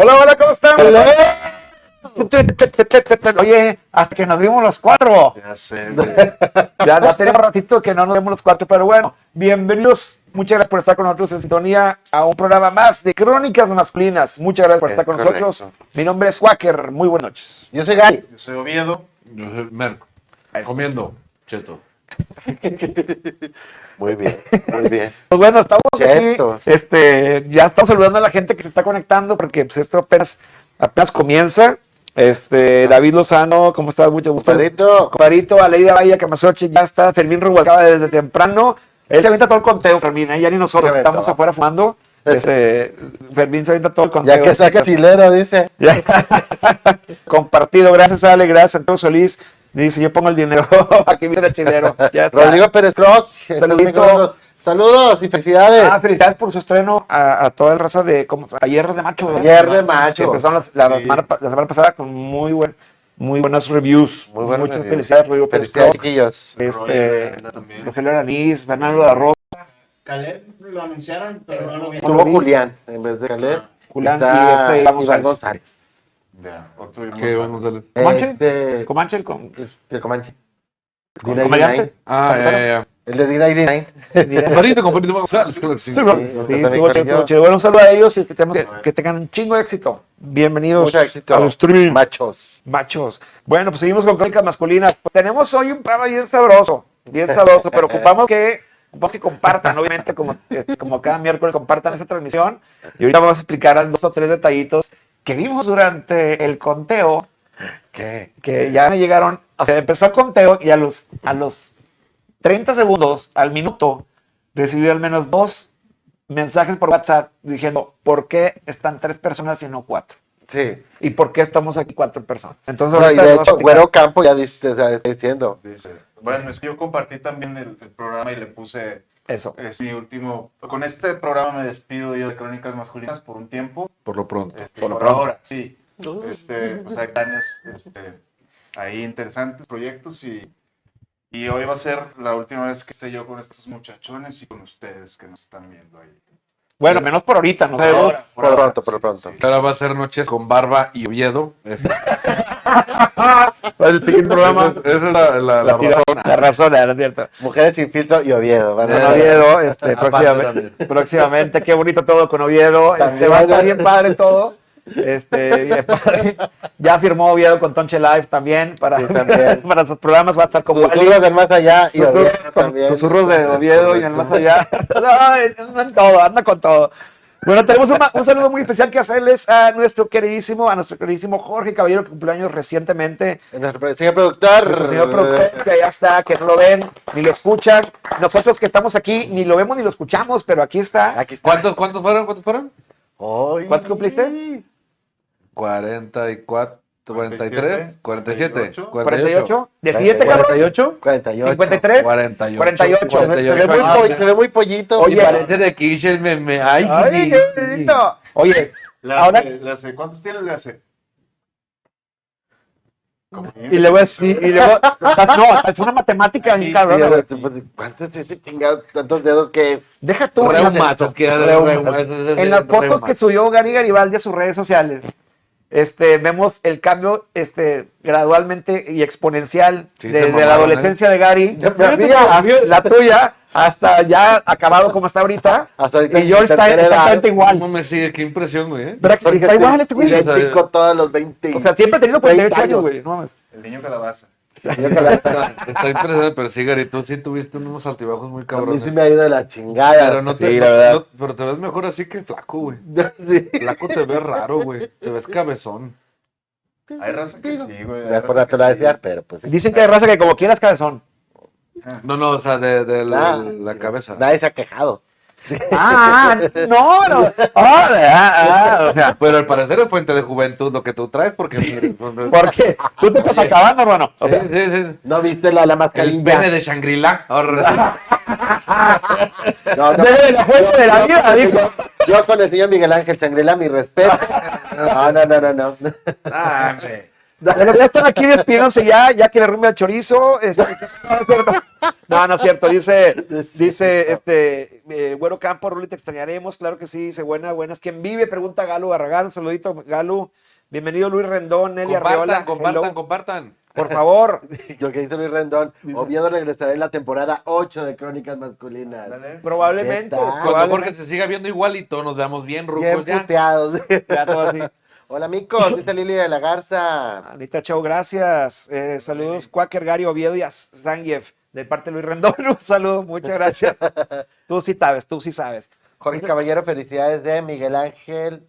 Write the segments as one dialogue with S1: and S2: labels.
S1: Hola, hola, ¿cómo están?
S2: Oye, hasta que nos vimos los cuatro.
S1: Ya sé, güey.
S2: Ya, ya tenemos ratito que no nos vemos los cuatro, pero bueno, bienvenidos. Muchas gracias por estar con nosotros en sintonía a un programa más de Crónicas Masculinas. Muchas gracias por
S1: Es
S2: estar con
S1: correcto.
S2: nosotros. Mi nombre es Quaker. Muy buenas noches.
S3: Yo soy Gary.
S1: Yo soy Oviedo.
S4: Yo soy Merco. Comiendo, cheto.
S3: Muy bien, muy bien.
S2: Pues bueno, estamos
S3: Cierto.
S2: aquí. Este, ya estamos saludando a la gente que se está conectando porque pues, esto apenas, apenas comienza. Este, David Lozano, ¿cómo estás? Mucho gusto.
S3: Compadrito.
S2: Compadrito, Aleida Valle Camasoche, ya está. Fermín Rubalcaba desde temprano. Él se avienta todo el conteo, Fermín, ¿eh? ya ni nosotros
S3: Se
S2: que
S3: aventó.
S2: estamos afuera fumando. Este, Fermín se avienta todo el conteo.
S3: Ya que saca chilero, dice.
S2: Ya. Compartido, gracias Ale, gracias Santiago Solís. Dice, yo pongo el dinero aquí viene el chilero. Ya está.
S3: Rodrigo Pérez Croc. este
S2: Saludito.
S3: es mi compañero. Saludos y felicidades.
S2: Ah, felicidades por su estreno a, a toda el raza de como Taller de Macho. ¿verdad?
S3: Taller de
S2: Que
S3: macho.
S2: empezaron las- la,
S1: Sí.
S2: semana, pa- la semana pasada con muy buen, muy buenas reviews.
S3: Muy buenas
S2: Muchas
S3: reviews.
S2: felicidades, Rodrigo Pérez
S3: Felicidades,
S2: Croc,
S3: chiquillos.
S2: este,
S1: Roy, también.
S2: Rogelio Aranís, Bernardo Arroz,
S5: Caleb lo anunciaron, pero no lo vi.
S3: Tuvo Julián en vez de Caleb.
S2: Julián
S3: Está
S2: y este Iván
S3: Iván
S2: González.
S3: González.
S1: Ya, otro y
S4: ¿Qué
S1: más.
S4: vamos a hacer?
S2: ¿Comanche?
S3: Este,
S2: Comanche, el com-
S3: el Comanche.
S2: ¿Con-
S3: D99.
S2: comediante?
S4: Ah, ya,
S3: eh,
S4: ya, ya.
S3: El de D99.
S4: Comparito, comparito, vamos a
S2: Sí,
S4: hacer.
S2: bro. Sí,
S3: también
S2: estuvo chido,
S3: con ellos.
S2: chido. Bueno, un saludo a ellos y que, tenemos- que- que tengan un chingo de éxito. Bienvenidos
S3: Mucho éxito.
S2: a los streaming
S3: Machos.
S2: machos. Bueno, pues seguimos con crónicas masculinas. Pues tenemos hoy un programa bien sabroso, bien sabroso, pero ocupamos que, ocupamos que compartan, obviamente, como, eh, como cada miércoles compartan esta transmisión. Y ahorita vamos a explicar dos o tres detallitos que vimos durante el conteo,
S3: ¿Qué?
S2: que ya me llegaron, o sea, empezó el conteo y a los, a los 30 segundos, al minuto, recibí al menos dos mensajes por WhatsApp diciendo, ¿por qué están tres personas y no cuatro?
S3: Sí.
S2: ¿Y por qué estamos aquí cuatro personas? Entonces,
S3: No, y
S2: ahorita
S3: de
S2: vamos a
S3: hecho,
S2: platicar.
S3: Güero Campo ya diste, o sea, está diciendo.
S1: Dice, Bueno, es que yo compartí también el, el programa y le puse,
S2: Eso.
S1: es mi último, con este programa me despido yo de Crónicas Masculinas por un tiempo,
S4: Por lo pronto.
S1: este,
S3: Por
S1: por,
S3: lo pronto.
S1: ahora, sí. Este, pues hay planes este, ahí interesantes, proyectos y, y hoy va a ser la última vez que esté yo con estos muchachones y con ustedes que nos están viendo ahí.
S2: Bueno, menos por ahorita, no sé.
S3: Por lo pronto, por lo pronto.
S4: Ahora va a ser noches con barba y Oviedo. Este,
S3: El siguiente
S4: programa. Esa es la, la, la
S2: tira-
S4: razón.
S2: La razón era cierta.
S3: Mujeres sin filtro y Oviedo. van a-
S2: Con Oviedo, este,
S4: Aparte
S2: próximamente, próximamente, qué bonito todo con Oviedo, este,
S3: También.
S2: va a estar bien padre todo, este, bien padre. ya firmó Oviedo con Tonche Live también, para,
S3: Sí, también.
S2: para sus programas va a estar con Wally,
S3: Susurros del más allá y
S2: susurros,
S3: Oviedo
S2: con-
S3: también.
S2: susurros de Oviedo y el más allá, No, anda en todo, anda con todo. Bueno, tenemos un, ma- un saludo muy especial que hacerles a nuestro queridísimo, a nuestro queridísimo Jorge Caballero, que cumpleaños recientemente,
S3: Nuestro señor productor.
S2: Nuestro señor productor, que ya está, que no lo ven, ni lo escuchan. Nosotros que estamos aquí, ni lo vemos ni lo escuchamos, pero aquí está.
S3: Aquí está.
S4: ¿Cuántos, ¿Cuántos fueron? ¿Cuántos fueron?
S3: Ay.
S2: ¿Cuánto cumpliste?
S4: 44, 43, 47,
S2: 48,
S1: 48,
S4: 48,
S2: decidete, cabrón.
S4: 48,
S3: 48.
S2: 53. 48.
S4: 48,
S3: Se ve- Se ve muy, po- se ve muy pollito.
S2: Oye,
S4: Y parece de que hice el meme. Ay,
S2: Ay, qué bonito. Oye,
S1: Le
S2: Ahora-
S1: hace, le hace- ¿Cuántos tienes le hace? Como
S2: y luego así, y luego, no, es una matemática, bien
S3: Sí,
S2: cabrón.
S3: pero- pues, ¿Cuántos este chingado, tantos dedos que es?
S2: Deja tú en las
S4: Reumato, que era de
S2: Reumato.
S4: reumato, es de-
S2: en las
S4: de
S2: fotos
S4: reumato.
S2: que subió Gary Garibaldi a sus redes sociales, este, vemos el cambio este, gradualmente y exponencial
S4: Sí, se
S2: desde la
S4: mamaron,
S2: adolescencia de Gary,
S3: ¿eh? Ya, pero mira,
S2: a- la tuya, hasta ya acabado como está ahorita.
S3: Hasta ahorita
S2: y yo
S3: en
S2: está
S3: tercera edad.
S2: exactamente
S4: No
S2: igual.
S4: me sigue, qué impresión, güey. eh.
S2: Pero está igual este güey.
S3: Idéntico todos los 20.
S2: O sea, siempre ha tenido 48
S3: 30
S2: años,
S3: años.
S2: güey. No mames.
S1: El niño calabaza.
S4: Está, está impresionante, pero sí, Gary, tú sí tuviste unos altibajos
S3: a
S4: muy
S3: mí
S4: cabrones.
S3: sí me ha ido de la chingada.
S4: Pero no te,
S3: Sí,
S4: no-
S3: la verdad.
S4: no- pero te ves mejor así que flaco, güey.
S3: Sí.
S4: Flaco te ves raro, güey. Te ves cabezón.
S1: Hay raza que sí, güey. hay
S3: Ya por
S1: raza
S3: la
S1: que
S3: te la
S1: sí.
S3: desear, pero pues sí.
S2: Dicen que hay raza que como quieras cabezón.
S4: No, no, o sea, de, de
S3: Nah.
S4: la, la cabeza.
S3: Nadie se ha quejado.
S2: Ah, no, no. Ah, ah, ah, o sea,
S4: Pero al parecer es fuente de juventud lo que tú traes, porque. Sí,
S2: porque tú te estás acabando, hermano. O sea,
S4: sí, sí.
S3: ¿No viste la, la mascarilla?
S4: El pene de Shangri-La. Ahora
S3: No, no.
S2: Debe de la fuente de la
S3: Yo-
S2: vida, dijo.
S3: Yo con el señor Miguel Ángel Changrela, mi respeto. No, no, no, no, no.
S4: sí. Ah, hombre.
S2: Bueno, ya están aquí, despídanse ya, ya que le rumbe al chorizo. este, no, no es cierto. No, no es cierto. Dice, dice este, eh, Güero Campo, Ruli, te extrañaremos. Claro que sí, dice buena, buenas. ¿Quién vive? Pregunta Galo Barragán. Saludito, Galo. Bienvenido, Luis Rendón, Nelly Arreola.
S4: Compartan, compartan,
S2: Hello.
S4: compartan.
S2: Por favor.
S3: Lo que dice Luis Rendón, Oviedo regresará en la temporada 8 de Crónicas Masculinas.
S1: Ándale.
S3: ¿Qué
S2: Probablemente.
S3: tal?
S4: Cuando
S2: probablemente.
S4: Jorge se siga viendo igualito, nos veamos bien
S3: Ah, Bien
S4: rucos ya.
S3: puteados.
S2: Ya todo así.
S3: Hola, amigos, dice Lili de la Garza.
S2: Anita Chau, gracias. Eh, saludos, Quaker, Gary Oviedo y a Zangief, de parte de Luis Rendón. Un saludo, muchas gracias. Tú sí sabes, tú sí sabes.
S3: Jorge Caballero, felicidades de Miguel Ángel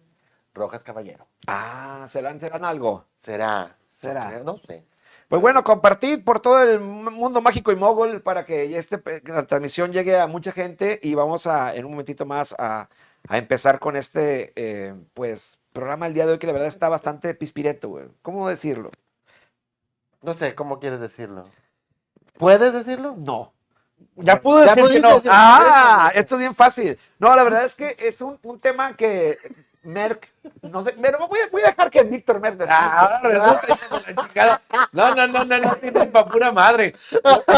S3: Rojas Caballero.
S2: Ah, ¿serán, serán algo?
S3: ¿Será?
S2: Será.
S3: Creo, No sé.
S2: Pues bueno, compartid por todo el mundo mágico y mogol para que este, pe- que la transmisión llegue a mucha gente y vamos a, en un momentito más, a, a empezar con este, eh, pues, programa el día de hoy que la verdad está bastante pispireto, güey. ¿Cómo decirlo?
S3: No sé, ¿cómo quieres decirlo? ¿Puedes decirlo?
S2: No. Ya pude
S3: Ya
S2: decir que
S3: pudiste
S2: no.
S3: decir-
S2: ah, esto es bien fácil. No, la verdad es que es un, un tema que Merck, no sé, pero voy a, voy a dejar que Víctor Merck. Ah, ahora resulta que la chingada.
S4: No, no, no, no, no tienen pa' pura madre.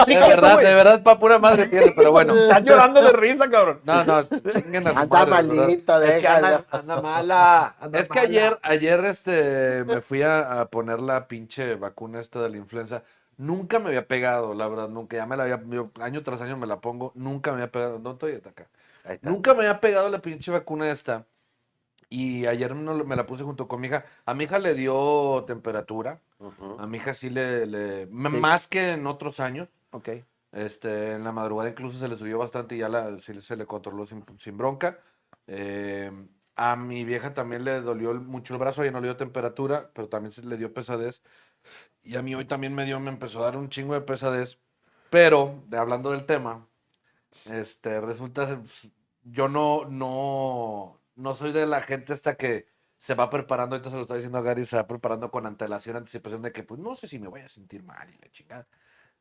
S4: De verdad, de verdad, pa' pura madre tiene, pero bueno.
S2: Están llorando de risa, cabrón.
S4: No, no, chinguen a tu
S3: Anda
S4: madre, de verdad.
S3: malito,
S2: Es que anda,
S3: déjalo.
S2: anda mala. anda
S4: Es que
S2: mala.
S4: ayer, ayer este, me fui a, a poner la pinche vacuna esta de la influenza. Nunca me había pegado, la verdad, nunca. Ya me la había, yo año tras año me la pongo. Nunca me había pegado, no estoy de acá.
S3: Ahí está.
S4: Nunca me había pegado la pinche vacuna esta. Y ayer no lo- me la puse junto con mi hija. A mi hija le dio temperatura.
S3: Ujú.
S4: A mi hija sí le... le- m-
S3: Sí.
S4: Más que en otros años.
S2: Ok.
S4: Este, en la madrugada incluso se le subió bastante y ya la, sí se le controló sin, sin bronca. Eh, a mi vieja también le dolió el- mucho el brazo, ya no le dio temperatura, pero también se le dio pesadez. Y a mí hoy también me dio, me empezó a dar un chingo de pesadez. Pero, de, hablando del tema, este, resulta, ser- yo no, no, no soy de la gente esta que se va preparando, ahorita se lo está diciendo a Gary, se va preparando con antelación, anticipación de que, pues, no sé si me voy a sentir mal y la chingada.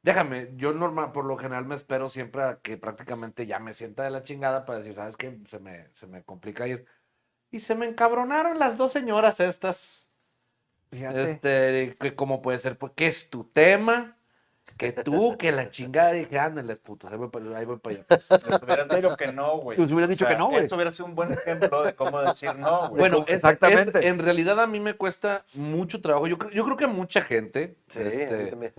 S4: Déjame, yo normal, por lo general me espero siempre a que prácticamente ya me sienta de la chingada para decir, ¿sabes qué? Se me, se me complica ir. Y se me encabronaron las dos señoras estas.
S2: Fíjate.
S4: Este, que cómo puede ser, pues, que es tu tema, que tú, que la chingada, dije, ándeles, putos, ahí voy para, ahí voy pa' allá.
S1: Les hubieras dicho que no, güey.
S2: Pues hubieras dicho que no, güey.
S1: Eso hubiera sido un buen ejemplo de cómo decir no, güey.
S4: Bueno, es- es-
S2: Exactamente.
S4: en realidad a mí me cuesta mucho trabajo, yo, creo- yo creo que a mucha gente,
S3: Sí, a mí
S4: este,
S3: también.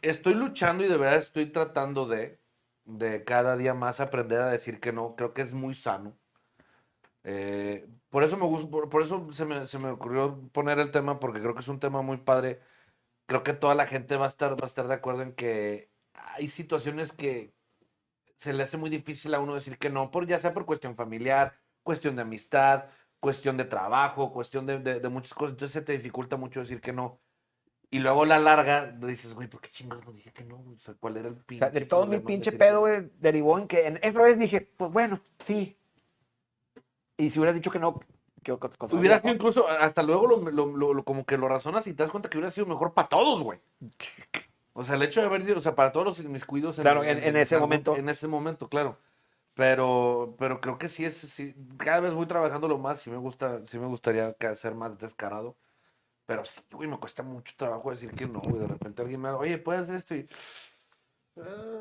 S4: estoy luchando y de verdad estoy tratando de, de cada día más aprender a decir que no. Creo que es muy sano. Eh, por eso me gusta, por, por eso se me, se me ocurrió poner el tema, porque creo que es un tema muy padre. Creo que toda la gente va a estar, va a estar de acuerdo en que hay situaciones que se le hace muy difícil a uno decir que no, por, ya sea por cuestión familiar, cuestión de amistad, cuestión de trabajo, cuestión de, de- de muchas cosas. Entonces se te dificulta mucho decir que no. Y luego a la larga dices, güey, ¿por qué chingados no dije que no? O sea, ¿cuál era el
S2: O
S4: pinche
S2: sea, de todo mi
S4: problema en
S2: pinche
S4: decir que
S2: pues, pedo,
S4: no?
S2: güey, derivó en que en esa vez dije, pues bueno, sí. Y si hubieras dicho que no, ¿qué otra cosa?
S4: Hubiera sido incluso, hasta luego lo, lo- lo- lo- como que lo razonas y te das cuenta que hubiera sido mejor para todos, güey. O sea, el hecho de haber ido, o sea, para todos los inmiscuidos.
S2: Claro, en- en ese
S4: algún-
S2: momento.
S4: En ese momento, claro. Pero, pero creo que sí es, sí, cada vez voy trabajando lo más, sí me gusta, sí me gustaría ca- ser más descarado. Pero sí, güey, me cuesta mucho trabajo decir que no, güey. De repente alguien me da, oye, puedes hacer esto y,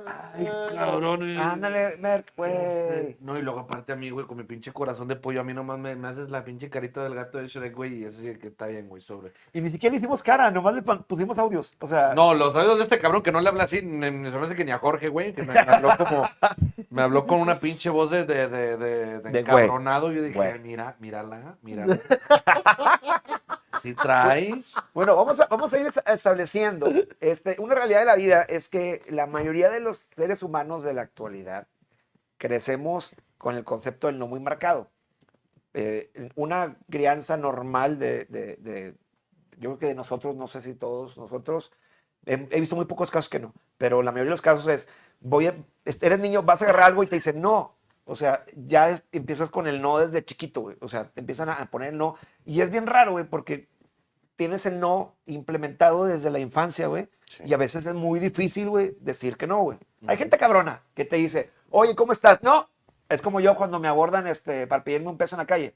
S4: ay, cabrón. y-
S2: Ándale, Merck, güey.
S4: Eh, no, y luego aparte a mí, güey, con mi pinche corazón de pollo, a mí nomás me, me haces la pinche carita del gato de Shrek, güey, y así de que está bien, güey, sobre.
S2: Y ni siquiera le hicimos cara, nomás le pon- pusimos audios. O sea,
S4: No, los audios de este cabrón que no le habla así, ni, ni se me hace que ni a Jorge, güey, que me, me habló como, me habló con una pinche voz de, de, de, de, de
S2: De güey.
S4: encabronado, y yo dije,
S2: Güey.
S4: "Ay, mira, mírala, mírala. Sí trae,
S2: bueno, vamos a, vamos a ir es- estableciendo. Este, una realidad de la vida es que la mayoría de los seres humanos de la actualidad crecemos con el concepto del no muy marcado. Eh, una crianza normal de, de- de- yo creo que de nosotros, no sé si todos nosotros, he, he visto muy pocos casos que no, pero la mayoría de los casos es, voy a, es- eres niño, vas a agarrar algo y te dicen no. O sea, ya es- empiezas con el no desde chiquito, güey. O sea, te empiezan a, a poner el no. Y es bien raro, güey, porque tienes el no implementado desde la infancia, güey. Y a veces es muy difícil, güey, decir que no, güey. Hay gente cabrona que te dice, oye, ¿cómo estás? No, es como yo cuando me abordan este, para pedirme un peso en la calle.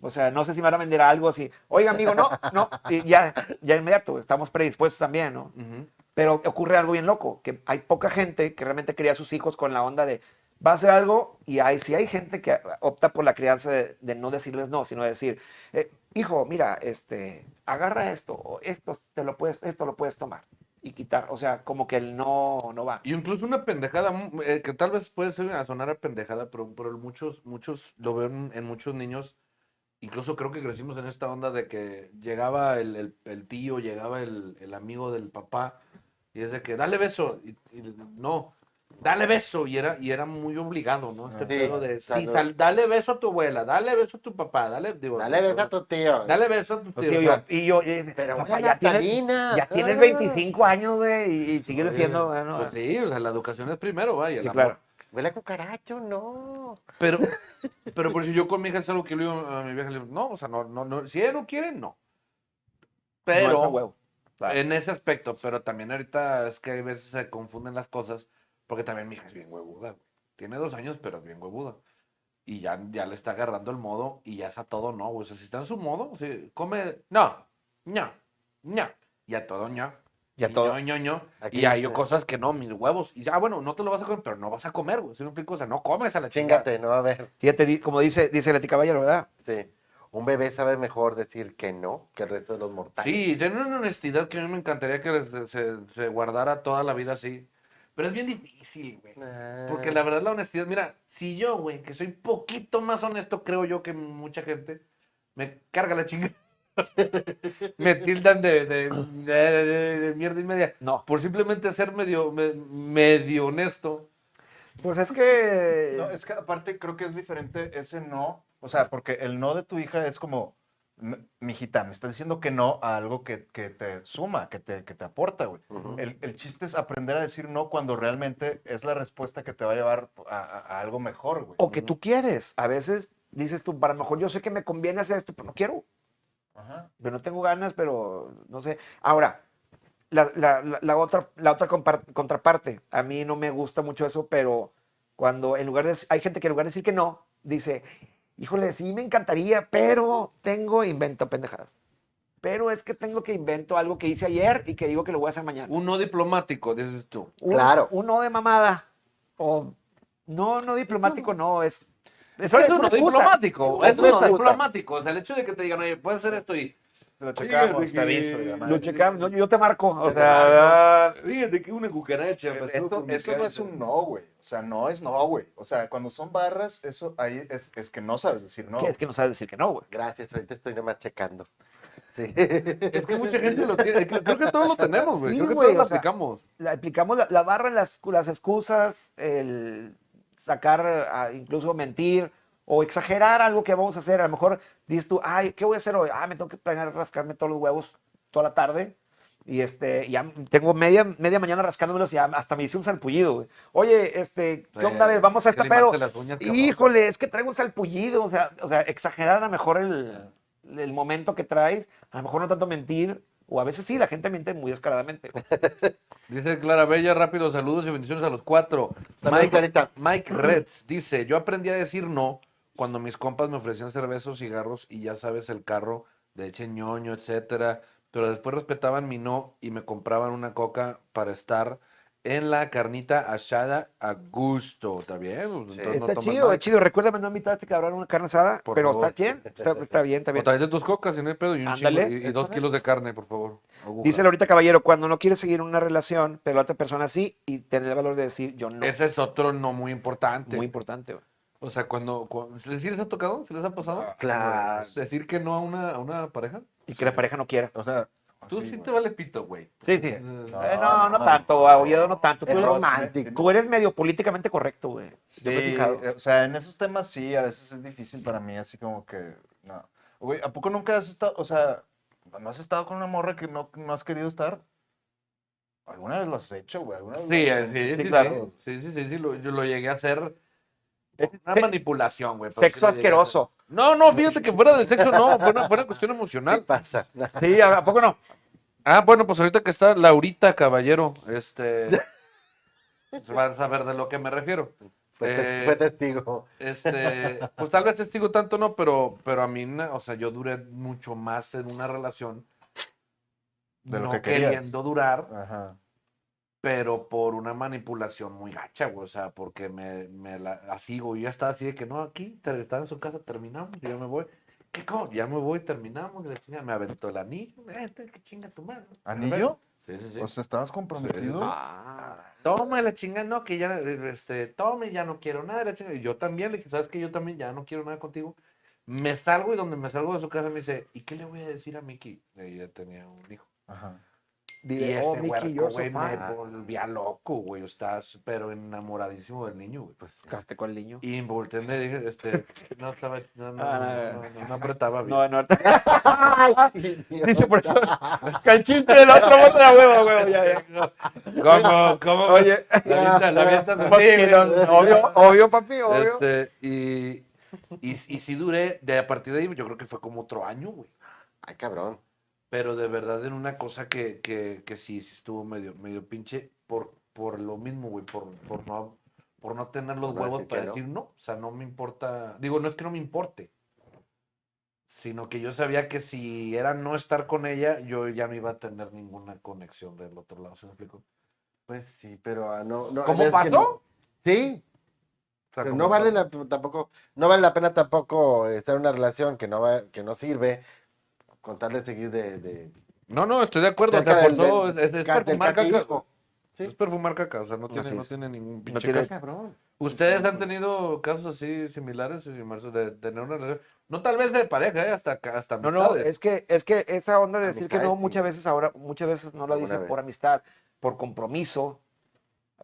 S2: O sea, no sé si me van a vender algo así. Oiga, amigo, no, no. Y ya, ya inmediato, estamos predispuestos también, ¿no?
S4: Ujú.
S2: Pero ocurre algo bien loco, que hay poca gente que realmente cría a sus hijos con la onda de va a hacer algo y hay, sí hay gente que opta por la crianza de, de no decirles no, sino decir, eh, hijo, mira, este, agarra esto, o esto te lo puedes, esto lo puedes tomar y quitar, o sea, como que el no no va.
S4: Y incluso una pendejada, mm, eh, que tal vez puede ser a sonar a pendejada, pero, pero muchos, muchos lo ven en muchos niños. Incluso creo que crecimos en esta onda de que llegaba el, el- el tío, llegaba el, el amigo del papá, y es de que dale beso, y, y no, dale beso, y era, y era muy obligado, ¿no? Este
S3: Sí,
S4: pedo de, sí,
S3: claro.
S4: tal- dale beso a tu abuela, dale beso a tu papá, dale, digo,
S3: Dale beso a tu tío.
S4: dale beso a tu tío.
S2: Tío,
S4: o
S2: yo-
S4: sea,
S2: y yo, eh,
S3: Pero
S2: papá,
S3: una
S2: ya tienes,
S3: Natalina.
S2: ya tienes
S3: Ah.
S2: 25 años, güey, y, y sigues
S4: oye,
S2: siendo, bueno,
S4: pues sí, o sea, la educación es primero, vaya.
S2: sí, claro.
S3: Huele a cucaracho, no.
S4: Pero, pero por si yo con mi hija es algo que le digo a mi vieja, le digo, no, o sea, no, no, no, si ella no quiere, no.
S2: No es
S4: Pero
S2: a huevo. Claro.
S4: en ese aspecto, pero también ahorita es que hay veces se confunden las cosas, porque también mi hija es bien huevuda. güey. Tiene dos años, pero es bien huevuda. Y ya, ya le está agarrando el modo y ya es a todo no. güey. O sea, si está en su modo, o sea, come, no, no, no. Y a todo no.
S2: Y a todo.
S4: ño, ño, ño.
S3: Aquí
S4: Y hay
S3: dice-
S4: cosas que no, mis huevos. Y ya, bueno, no te lo vas a comer, pero no vas a comer, güey. Si me explico, o sea, no comes a la chingada.
S3: Chingate, no, a ver.
S2: Fíjate, di- como dice, dice Leti Caballero, ¿verdad?
S3: Sí. Un bebé sabe mejor decir que no que el resto de los mortales.
S4: Sí, tener una honestidad que a mí me encantaría que se- se, se guardara toda la vida así. Pero es bien difícil, güey.
S3: Ah.
S4: Porque
S2: Eh.
S4: la verdad, la honestidad, mira, si yo, güey, que soy poquito más honesto, creo yo que mucha gente me carga la chingada. me tildan de, de- de- de- de mierda y media.
S2: No.
S4: Por simplemente ser medio, me- medio honesto.
S2: Pues es que.
S1: No, es que aparte creo que es diferente ese no, o sea, porque el no de tu hija es como, "M- mijita, me estás diciendo que no a algo que, que te suma, que te, que te aporta, güey.
S3: Ujú.
S1: el, el chiste es aprender a decir no cuando realmente es la respuesta que te va a llevar a, a- a algo mejor, güey.
S2: O que tú quieres. A veces dices tú, para lo mejor yo sé que me conviene hacer esto, pero no quiero.
S1: Ajá.
S2: Pero no tengo ganas, pero no sé. Ahora, la, la- la- la otra, la otra compar- contraparte. A mí no me gusta mucho eso, pero cuando en lugar de. Hay gente que en lugar de decir que no, dice, híjole, sí me encantaría, pero tengo invento pendejadas. Pero es que tengo que invento algo que hice ayer y que digo que lo voy a hacer mañana.
S4: Un no diplomático, dices tú.
S2: Un-
S3: Claro.
S2: Un no de mamada. O no, no diplomático, no. Es,
S4: Eso es uno
S2: excusa.
S4: diplomático.
S3: Es
S4: Es
S3: una
S4: uno
S3: excusa.
S4: diplomático. O sea, el hecho de que te digan, oye, puedes hacer esto y.
S1: Lo
S4: Fíjate
S1: checamos, te
S4: que-
S1: aviso. y la madre.
S2: Lo checamos, no, yo te marco. o
S1: Te
S2: sea,
S4: Fíjate que una cucaracha.
S1: Pero
S4: pasó
S1: esto-
S4: por mi
S1: eso no
S4: casa".
S1: es un no, güey. O sea, no es no, güey. O sea, cuando son barras, eso ahí es, es que no sabes decir no.
S2: que es que no sabes decir que no, güey.
S3: Gracias, ahorita estoy nomás checando. Sí.
S4: Es que mucha gente lo tiene. Creo que todos lo tenemos, güey.
S2: Sí,
S4: Creo que
S2: güey,
S4: todos lo
S2: o sea,
S4: aplicamos.
S2: La, aplicamos la, la barra, las, las excusas, el sacar, ah, incluso mentir o exagerar algo que vamos a hacer. A lo mejor dices tú, ay, ¿qué voy a hacer hoy? Ah, me tengo que planear rascarme todos los huevos toda la tarde. Y este, ya tengo media, media mañana rascándomelos y ya hasta me hice un salpullido, güey. Oye, este, ¿qué
S4: Sí,
S2: onda? ves? Vamos a
S4: hay que
S2: este pedo.
S4: limarte las uñas, cabrón.
S2: Híjole, es que traigo un salpullido. O sea, o sea, exagerar a lo mejor el, el momento que traes. A lo mejor no tanto mentir. O a veces sí, la gente miente muy descaradamente.
S4: Pues, Dice Clara Bella, rápido, saludos y bendiciones a los cuatro.
S3: Saludos, Clarita.
S4: Mike Reds dice: Yo aprendí a decir no cuando mis compas me ofrecían cerveza o cigarros y ya sabes, el carro de eche ñoño, etcétera. Pero después respetaban mi no y me compraban una coca para estar en la carnita asada a gusto. ¿Está bien? pues, Entonces no
S2: está
S4: tomas
S2: chido,
S4: nada.
S2: es chido. Recuérdame no invitar a este cabrón a una carne asada.
S4: Por
S2: pero
S4: favor.
S2: está bien, está, está bien, está
S4: O
S2: bien.
S4: tráete tus cocas, y no hay pedo, y, un chingo-
S2: Ándale,
S4: y- y
S2: es
S4: dos
S2: correcto.
S4: kilos de carne, por favor. aguja.
S2: Dice ahorita caballero, cuando no quieres seguir una relación, pero la otra persona sí, y tener el valor de decir yo no.
S4: Ese es otro no muy importante.
S2: muy importante, güey.
S4: O sea, cuando, cuando ¿sí les ha tocado? ¿Se les ha pasado?
S1: Ah,
S3: Claro.
S4: Decir que no a una, a una pareja.
S2: Y que la pareja no quiera.
S1: O sea,
S2: ah,
S4: Tú sí,
S1: así,
S4: te
S1: güey.
S4: vale pito, güey.
S2: Sí, sí.
S4: Eh,
S1: No,
S2: Eh, no, no
S1: no,
S2: tanto,
S1: no.
S2: Abolledo, no tanto. Tú
S3: Es
S2: eres,
S3: romántico.
S2: tú eres medio políticamente correcto, güey. Yo me he
S1: Sí,
S2: fijado.
S1: eh, o sea, en esos temas sí, a veces es difícil para mí, así como que, no. Güey, ¿a poco nunca has estado, o sea, no has estado con una morra que no, no has querido estar? ¿Alguna vez lo has hecho, güey? ¿Alguna vez lo
S4: Sí, eh,
S1: has
S4: sí,
S1: hecho?
S4: sí, sí,
S1: claro.
S4: Sí, sí, sí, sí, lo, yo lo llegué a hacer.
S2: Es-
S4: Una
S1: este
S2: se-
S4: manipulación, güey. pero sí
S2: Sexo
S4: lo llegué a hacer.
S2: asqueroso.
S4: No, no, fíjate que fuera del sexo, no, fue una, fue una cuestión
S3: ¿Qué
S4: emocional.
S3: pasa?
S2: Sí, ¿a a poco no?
S4: Ah, bueno, pues ahorita que está Laurita Caballero, este. Van a saber de lo que me refiero.
S3: Fue, te-
S4: Eh,
S3: fue testigo.
S4: Este, pues tal vez testigo tanto no, pero, pero a mí, na- o sea, yo duré mucho más en una relación
S1: De lo
S4: no
S1: que querías.
S4: queriendo durar
S1: Ajá.
S4: pero por una manipulación muy gacha, güey. O sea, porque me, me la, así, güey, yo estaba así de que no, aquí, te- estaba en su casa, terminamos, yo ya me voy. ¿Qué cómo? Ya me voy, terminamos, y la chinga, me aventó el anillo, eh, te- que chinga tu madre.
S1: ¿Anillo?
S4: Sí, sí, sí.
S1: O sea, ¿estabas comprometido?
S4: Ah. Toma la chinga, no, que ya, este, tome, ya no quiero nada. La chinga. Y yo también le dije, ¿sabes qué? Yo también ya no quiero nada contigo. Me salgo y donde me salgo de su casa me dice, ¿y qué le voy a decir a Mickey? Ella tenía un hijo.
S1: Ajá.
S4: y
S2: Dile,
S4: este
S2: oh, Mickey, yo
S4: huerco,
S2: soy
S4: güey,
S2: fan.
S4: me volvía loco, güey. Estás pero enamoradísimo del niño, güey. Pues,
S2: Caste con el niño.
S4: y volteé y le dije, este, no estaba, no, no,
S2: Ah,
S4: no, no, no, no apretaba bien.
S2: No, no, ahorita. Dice
S3: Dice
S2: por eso. el chiste del otro bote la huevo, huevo, ya, ya.
S4: ¿Cómo, cómo?
S2: Oye,
S4: la avientas- la avientas así,
S2: papi,
S4: güey.
S2: no, obvio, obvio, papi, obvio.
S4: Este, y, y, y sí duré, de a partir de ahí, yo creo que fue como otro año, güey.
S3: Ay, cabrón.
S4: Pero de verdad en una cosa que, que, que sí, sí estuvo medio, medio pinche por, por lo mismo, güey, por, por, no, por no tener los
S3: Por no
S4: huevos
S3: decir
S4: para
S3: que no.
S4: decir no. O sea, no me importa. Digo, no es que no me importe. Sino que yo sabía que si era no estar con ella, yo ya no iba a tener ninguna conexión del otro lado. ¿Se me explico? O
S3: Pues sí, pero ah, no, no.
S4: ¿Cómo
S3: es que
S4: pasó?
S3: no- Sí,
S4: sea,
S3: pero
S4: como
S3: no vale
S4: tal.
S3: la tampoco, no vale la pena tampoco estar en una relación que no va, que no sirve con tal de seguir de, de
S4: No, no, estoy de acuerdo. O
S3: cerca
S4: sea,
S3: del-
S4: por todo, es,
S3: del-
S4: es- es
S3: ca- del
S4: perfumar
S3: cati
S4: caca.
S3: hijo. Sí.
S4: Es perfumar caca, o sea, no tiene,
S2: Así
S4: no
S2: es.
S4: tiene ningún pinche
S2: tiene-
S4: caca.
S3: Cabrón.
S4: ¿Ustedes han tenido casos así similares y Marzo, de tener una relación? No tal vez de pareja, ¿eh? hasta, ca- hasta
S2: No, no,
S4: amistades.
S2: es que, es que esa onda de decir que no,
S3: Amistades, sí.
S2: muchas veces ahora, muchas veces no la
S3: Alguna
S2: dicen
S3: vez.
S2: por amistad, por compromiso.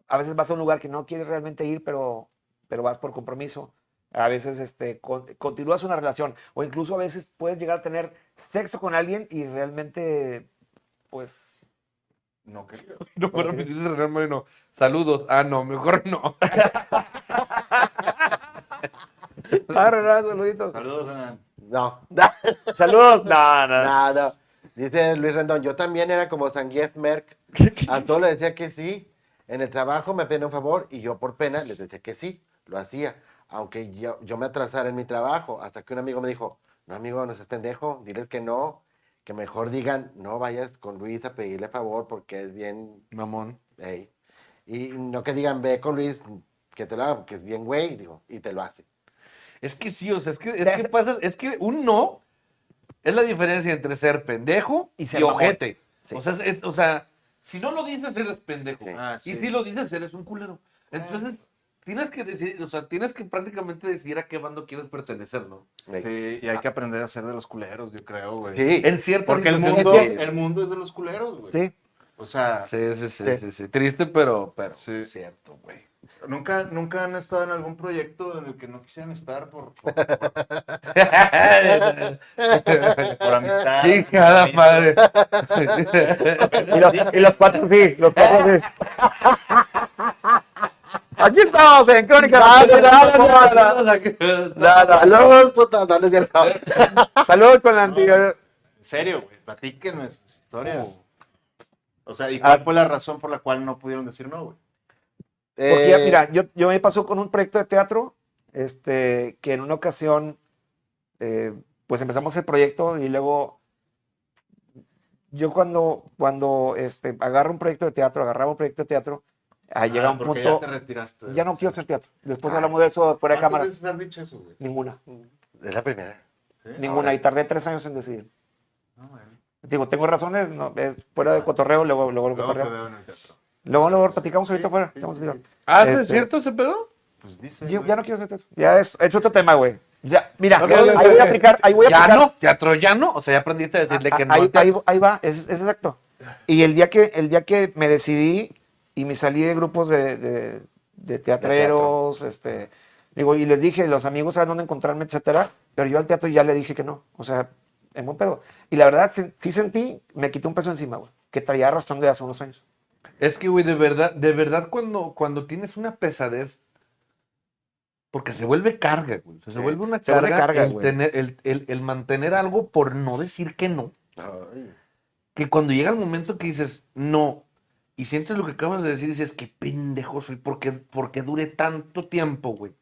S2: A veces vas a un lugar que no quieres realmente ir, pero, pero vas por compromiso. A veces este, con- continúas una relación o incluso a veces puedes llegar a tener sexo con alguien y realmente, pues,
S1: No creo.
S4: No, pero me dice René Moreno, saludos. Ah, no, mejor no.
S2: ah, Renan, saluditos.
S1: Saludos, Renan.
S3: No,
S2: Saludos. No, no,
S3: no,
S2: no.
S3: no. Dice Luis Rendón, yo también era como Zangief Merck. A todos les decía que sí. En el trabajo me pedían un favor y yo por pena les decía que sí. Lo hacía. Aunque yo, yo me atrasara en mi trabajo. Hasta que un amigo me dijo, no, amigo, no seas pendejo. Diles que no. Que mejor digan, no vayas con Luis a pedirle favor porque es bien...
S4: Mamón.
S3: ey". Y no que digan, ve con Luis, que te lo haga porque es bien güey. Digo, y te lo hace.
S4: Es que sí, o sea, es que, es que pasa, es que un no es la diferencia entre ser pendejo
S2: Y
S4: y,
S2: ser mamón.
S4: ojete.
S2: Sí.
S4: O, sea, es- es- o sea, si no lo dices, eres pendejo.
S3: Sí.
S1: Ah,
S4: Y
S1: sí. Ah.
S4: si lo dices, eres un culero. Entonces, tienes que decidir, o sea, tienes que prácticamente decidir a qué bando quieres pertenecer, ¿no?
S3: Ey.
S1: Sí, y hay que aprender a ser de los culeros, yo creo, güey.
S3: Sí.
S4: En ciertas
S1: Porque el
S4: situaciones,
S1: mundo,
S4: sí.
S1: el mundo es de los culeros, güey.
S2: Sí.
S1: O sea,
S4: Sí, sí, sí,
S3: Sí.
S4: sí, sí. Triste, pero, pero
S1: Sí.
S4: cierto, güey.
S1: ¿nunca, nunca han estado en algún proyecto en el que no quisieran estar por, por, por amistad.
S4: Hija de la madre.
S2: Y los, y los cuatro sí, los cuatro sí. Aquí estamos en Crónica. de la Comunidad.
S3: Saludos, puta, no les di el favor.
S2: Salud con la antigua.
S1: En serio, güey, platíquenme sus historias.
S2: Oh.
S1: O sea, ¿y
S2: Ah.
S1: cuál fue la razón por la cual no pudieron decir no, güey?
S2: Porque ya,
S3: Eh,
S2: mira, yo, yo me pasó con un proyecto de teatro, este, que en una ocasión, eh, pues empezamos el proyecto y luego yo cuando, cuando este, agarro un proyecto de teatro, agarraba un proyecto de teatro, ah, llega
S1: Ah,
S2: un
S1: porque
S2: punto,
S1: ya te retiraste.
S2: ya, no quiero hacer teatro. Después
S3: Ah.
S2: hablamos de eso fuera de cámara.
S1: ¿Cuántas veces has dicho eso, güey?
S2: Ninguna,
S3: Es la primera.
S1: ¿Sí?
S2: ninguna,
S3: Ahora.
S2: y tardé tres años en decidir.
S1: No, güey.
S2: Digo, tengo razones, no, es fuera de cotorreo, luego, luego lo
S1: Luego te
S2: cotorreo.
S1: veo en el teatro.
S2: Luego, luego platicamos
S1: Ah. Sí,
S2: ahorita fuera.
S1: sí,
S2: estamos
S1: sí,
S2: platicando.
S4: ¿Ah, ¿es
S2: Este-
S4: cierto ese pedo?
S1: Pues dice.
S2: Yo
S1: güey.
S2: ya no quiero hacer teatro. Ya es, es otro tema, güey. Ya, mira,
S4: Ok,
S2: ahí
S4: ok,
S2: voy a
S4: ok.
S2: aplicar, ahí voy a
S4: ¿Ya
S2: aplicar. Ah,
S4: no? ¿Teatro ya no? O sea, ya aprendiste a decirle que no.
S2: ahí,
S4: te-
S2: ahí- ahí va, es, es exacto. Y el día que, el día que me decidí y me salí de grupos de, de- de teatreros, este, digo, y les dije, los amigos saben dónde encontrarme, etcétera, pero yo al teatro ya le dije que no. O sea, en buen pedo. Y la verdad, sí, sí sentí, me quité un peso encima, güey, que traía arrastrando de hace unos años.
S4: Es que, güey, de verdad, de verdad, cuando, cuando tienes una pesadez, porque se vuelve carga, güey. O sea, se
S3: Sí,
S4: vuelve una
S2: se vuelve
S4: carga,
S2: carga,
S4: el,
S2: güey.
S4: tener- el- el- el mantener algo por no decir que no.
S3: Ay.
S4: que cuando llega el momento que dices no y sientes lo que acabas de decir y dices qué pendejo soy porque porque dure tanto tiempo, güey.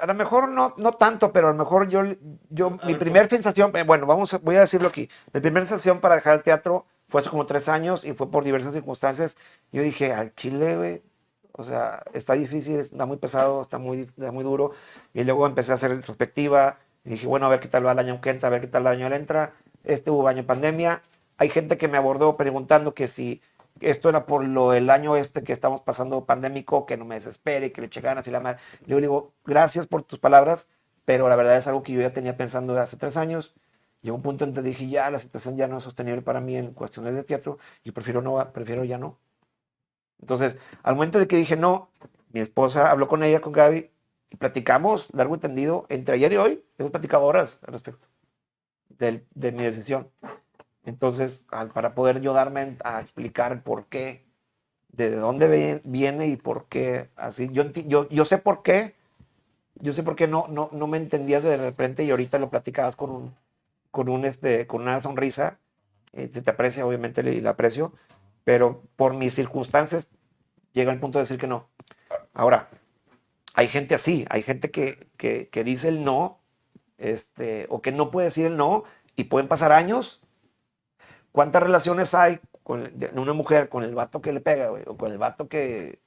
S2: a lo mejor no, no tanto, pero a lo mejor yo, yo
S1: A
S2: mi
S1: ver, pues.
S2: primera sensación, eh, bueno, vamos, a- voy a decirlo aquí, mi primera sensación para dejar el teatro Fue hace como tres años y fue por diversas circunstancias. Yo dije, al Chile, güey, o sea, está difícil, está muy pesado, está muy, está muy duro. Y luego empecé a hacer retrospectiva. Y dije, bueno, a ver qué tal va el año que entra, a ver qué tal el año que entra. Este hubo año de pandemia. Hay gente que me abordó preguntando que si esto era por lo el año este que estamos pasando pandémico, que no me desespere, que le eche ganas y la madre. Yo le digo, gracias por tus palabras, pero la verdad es algo que yo ya tenía pensando hace tres años. Llegó un punto en que dije, ya, la situación ya no es sostenible para mí en cuestiones de teatro y prefiero, no, prefiero ya no. Entonces, al momento de que dije no, mi esposa habló con ella, con Gaby, y platicamos largo y tendido. Entre ayer y hoy hemos platicado horas al respecto del- de mi decisión. Entonces, al- para poder yo darme a explicar el por qué, de dónde ve- viene y por qué, así, yo, enti- yo, yo sé por qué, yo sé por qué no, no, no me entendías de repente y ahorita lo platicabas con, un, con, un este, con una sonrisa, eh, se te aprecia, obviamente, y la aprecio, pero por mis circunstancias llega el punto de decir que no. Ahora, hay gente así, hay gente que, que, que dice el no, este, o que no puede decir el no, y pueden pasar años. ¿Cuántas relaciones hay con de una mujer con el vato que le pega, güey, o con el vato que,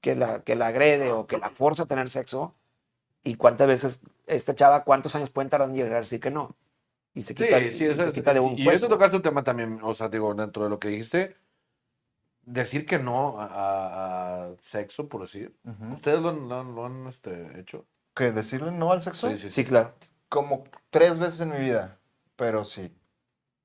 S2: que, la, que la agrede o que la forza a tener sexo? ¿Y cuántas veces esta chava, cuántos años pueden tardar en llegar a decir que no? Y se quita,
S4: sí, sí,
S2: y
S4: eso
S2: se
S4: es-
S2: quita de un
S4: Y
S2: cuerpo.
S4: eso tocaste un tema también, o sea, digo, dentro de lo que dijiste, decir que no a, a- a sexo, por decir.
S1: Ujú.
S4: ¿Ustedes lo, han- lo han- lo han este, hecho?
S1: ¿Que decirle no al sexo?
S4: Sí, sí, sí.
S2: Sí, claro.
S1: Como tres veces en mi vida, pero sí.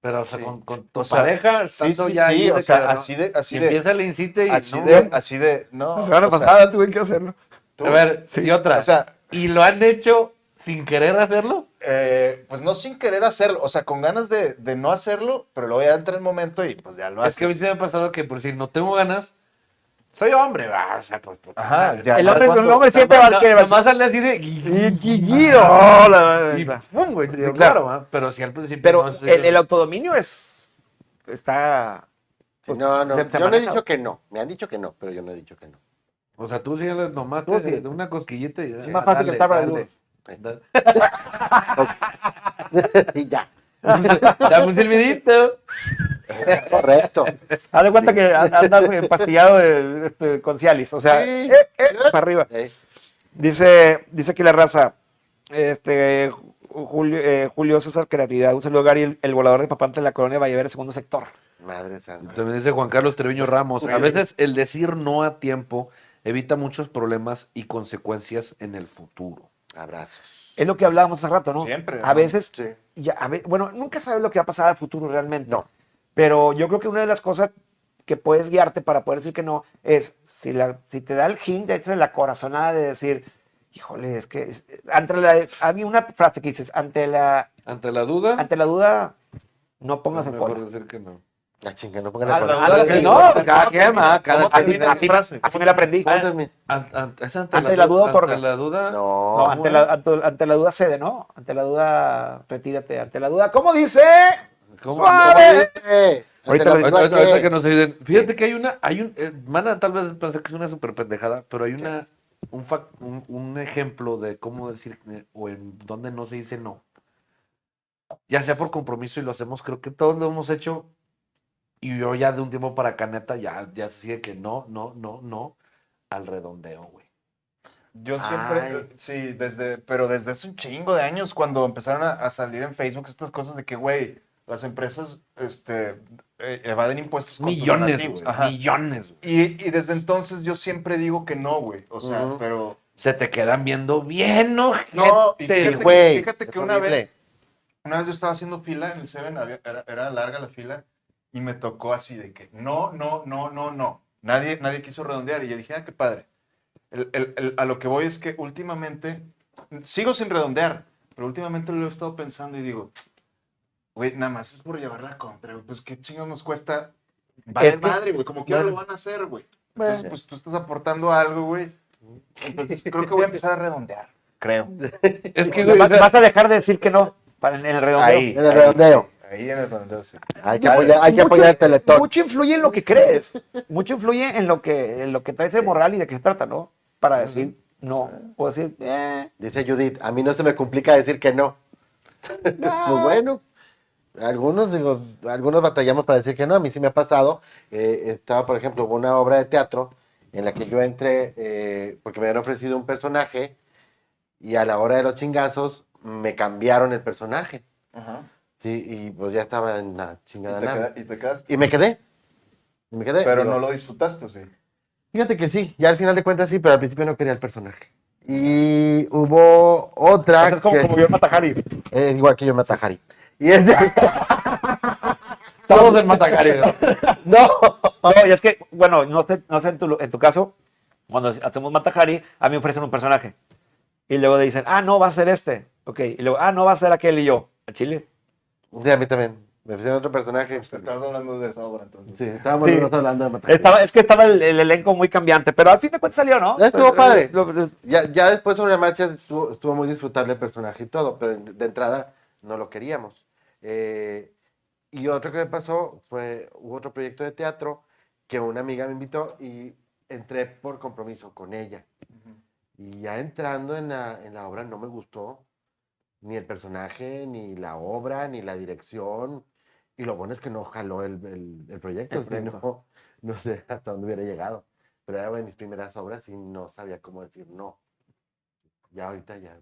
S4: Pero, o sea,
S1: Sí.
S4: con, con tu
S1: O sea,
S4: pareja,
S1: Sí,
S4: estando
S1: sí,
S4: ya ahí
S1: sí,
S4: de
S1: o
S4: que,
S1: sea,
S4: ¿no?
S1: así de, así
S4: Y
S1: de,
S4: empieza el incite y
S1: así
S4: no.
S1: de, así de, no.
S2: La semana
S1: o sea,
S2: pasada tuve que hacerlo.
S1: tú,
S4: A ver,
S2: Sí.
S4: y otra.
S1: o sea,
S4: ¿Y lo han hecho sin querer hacerlo?
S1: eh, pues no sin querer hacerlo, o sea, con ganas de, de no hacerlo, pero luego ya entra el momento y pues ya lo
S4: es que a
S1: hace.
S4: mí se me ha pasado que por si no tengo ganas, soy hombre, va, o sea, pues... puta
S1: Ajá,
S4: madre.
S1: ya.
S2: El
S1: ya
S2: hombre,
S1: cuando-
S2: el hombre siempre va
S4: Nomás-
S2: a querer.
S4: nomás sale así de...
S2: Y- y- y- oh, la-
S4: Y pum, güey, claro,
S2: claro.
S4: ¿ah? pero si al principio
S2: Pero
S4: no es-
S2: el, el autodominio es. Está. pues,
S3: No, no,
S2: se- se
S3: yo no he
S2: maneja.
S3: dicho que no. Me han dicho que no, pero yo no he dicho que no.
S4: O sea, tú sí le nomás
S2: Tú
S4: te-
S2: sí.
S4: de una cosquillita y... Es
S2: más fácil que estar para el
S3: y ya.
S4: Dame un silbidito.
S3: Correcto.
S2: Haz de cuenta que an- andas empastillado de- este, con Cialis. O sea,
S3: Sí.
S2: eh, eh, para arriba.
S3: Eh,
S2: Dice, dice aquí la raza. Este. Julio, eh, Julio César Creatividad. Un saludo a Gary, el, el volador de papante de la colonia Vallever, segundo sector.
S3: Madre santa.
S4: También dice Juan Carlos Treviño Ramos. A veces el decir no a tiempo evita muchos problemas y consecuencias en el futuro.
S3: Abrazos.
S2: Es lo que hablábamos hace rato, ¿no?
S1: Siempre,
S2: A
S1: ¿no?
S2: veces,
S3: Sí.
S2: ya, a ve- bueno, nunca sabes lo que va a pasar al futuro realmente.
S3: No.
S2: Pero yo creo que una de las cosas que puedes guiarte para poder decir que no es si, la, si te da el hint, esa es la corazonada de decir, híjole, es que es- ante la, hay una frase que dices, ante la,
S4: Ante la duda,
S2: ante la duda, no pongas
S4: es
S2: el
S4: mejor
S2: cola.
S4: decir que no.
S3: La chinga, no pongan
S1: Ah,
S3: la
S1: la-
S3: cola.
S1: la-
S4: Sí,
S1: sí.
S4: no, cada quien, ah, cada
S1: ¿Cómo
S2: Así,
S1: termina la
S2: así-
S1: frase?
S2: así me la aprendí.
S4: Ah,
S3: Póntame.
S4: An- an- es
S2: Ante la duda, otorga.
S4: Ante la duda.
S2: No,
S3: No.
S2: ante la, ante, ante la duda cede, ¿no? Ante la duda, retírate. Ante la duda, ¿cómo dice?
S4: ¿Cómo?
S2: Ah,
S3: Eh, ante
S2: Ahorita lo-
S3: la
S4: Ahorita,
S3: duda
S4: ahorita- ahorita
S3: que-
S4: que nos ayuden. Fíjate que hay una, hay un, eh, van a tal vez pensar que es una super pendejada, pero hay una, un, fac- un, un ejemplo de cómo decir eh, o en dónde no se dice no. Ya sea por compromiso y lo hacemos, creo que todos lo hemos hecho. Y yo ya de un tiempo para caneta ya, ya se sigue que no, no, no, no, al redondeo, güey.
S1: Yo siempre,
S3: Ay.
S1: sí, desde, pero desde hace un chingo de años cuando empezaron a, a salir en Facebook estas cosas de que, güey, las empresas, este, eh, evaden impuestos con tus
S4: Millones,
S1: donativos.
S4: güey.
S1: Ajá.
S4: Millones, güey.
S1: Y, y desde entonces yo siempre digo que no, güey. O sea,
S3: Ujú.
S1: pero.
S4: Se te quedan viendo bien, ojete,
S1: No, y fíjate, que-
S3: güey,
S1: fíjate que
S3: es
S1: una
S3: horrible.
S1: vez, una vez yo estaba haciendo fila en el Seven, había- era, era larga la fila, y me tocó así de que no, no, no, no, no. Nadie, nadie quiso redondear. Y yo dije, ah, qué padre. El- el- el- a lo que voy es que últimamente, sigo sin redondear, pero últimamente lo he estado pensando y digo, güey, nada más es por llevar la contra, güey. Pues qué chingados nos cuesta. Vale
S2: Es que-
S1: madre, güey. Como quiera lo van a hacer, güey. Entonces,
S3: Bueno.
S1: pues tú estás aportando algo, güey. Entonces, creo que voy a empezar a redondear. Creo.
S4: Es que, güey,
S2: Va-
S4: o sea,
S2: Vas a dejar de decir que no para, en el redondeo.
S1: Ahí.
S3: En el redondeo.
S1: Ahí en el redondeo, sí.
S3: Hay que apoyar, hay que
S2: Mucho-
S3: apoyar el teletón.
S2: Mucho influye en lo que crees. Mucho influye en lo que, en lo que traes de moral y de qué se trata, ¿no? Para decir no. O decir, eh,
S3: Dice Judith, a mí no se me complica decir que no. pues bueno, Algunos, digo, algunos batallamos para decir que no, a mí sí me ha pasado. Eh, estaba, por ejemplo, hubo una obra de teatro en la que yo entré eh, porque me habían ofrecido un personaje y a la hora de los chingazos me cambiaron el personaje.
S1: Ajá.
S3: Sí, y pues ya estaba en la
S1: Y
S3: chingada
S1: te,
S3: nave.
S1: queda- y te quedaste.
S3: Y me quedé. Y me quedé.
S1: Pero
S3: Digo,
S1: no lo disfrutaste, ¿o sí.
S3: Fíjate que sí, ya al final de cuentas sí, pero al principio no quería el personaje. Y hubo otra.
S2: pues es como,
S3: que-
S2: como yo en Matajari.
S3: es igual que yo me atajari. Y es de-
S4: Todos en Matajari. güey.
S2: No, no, y es que, bueno, no sé, no sé en, tu, en tu caso, cuando hacemos Matajari, a mí me ofrecen un personaje. Y luego dicen, ah, no, va a ser este. Ok, y luego, ah, no, va a ser aquel y yo. ¿A Chile?
S3: Sí, a mí también. Me ofrecieron otro personaje.
S1: Te estabas hablando de esa obra, entonces.
S3: Sí, estábamos
S2: Sí.
S3: nosotros hablando de Matajari.
S2: Estaba, es que estaba el, el elenco muy cambiante, pero al fin de cuentas salió, ¿no?
S3: Eh,
S2: Pues,
S3: Estuvo padre.
S2: eh, Lo- lo-
S3: Ya, ya después sobre la marcha estuvo, estuvo muy disfrutable el personaje y todo, pero en- de entrada no lo queríamos. Eh, y otro que me pasó fue, hubo otro proyecto de teatro que una amiga me invitó y entré por compromiso con ella. Y ya entrando en la, en la obra no me gustó ni el personaje, ni la obra, ni la dirección. Y lo bueno es que no jaló el, el- el proyecto,
S2: El
S3: si
S2: proyecto.
S3: no, no sé hasta dónde hubiera llegado. Pero era de mis primeras obras y no sabía cómo decir no. Ya ahorita ya.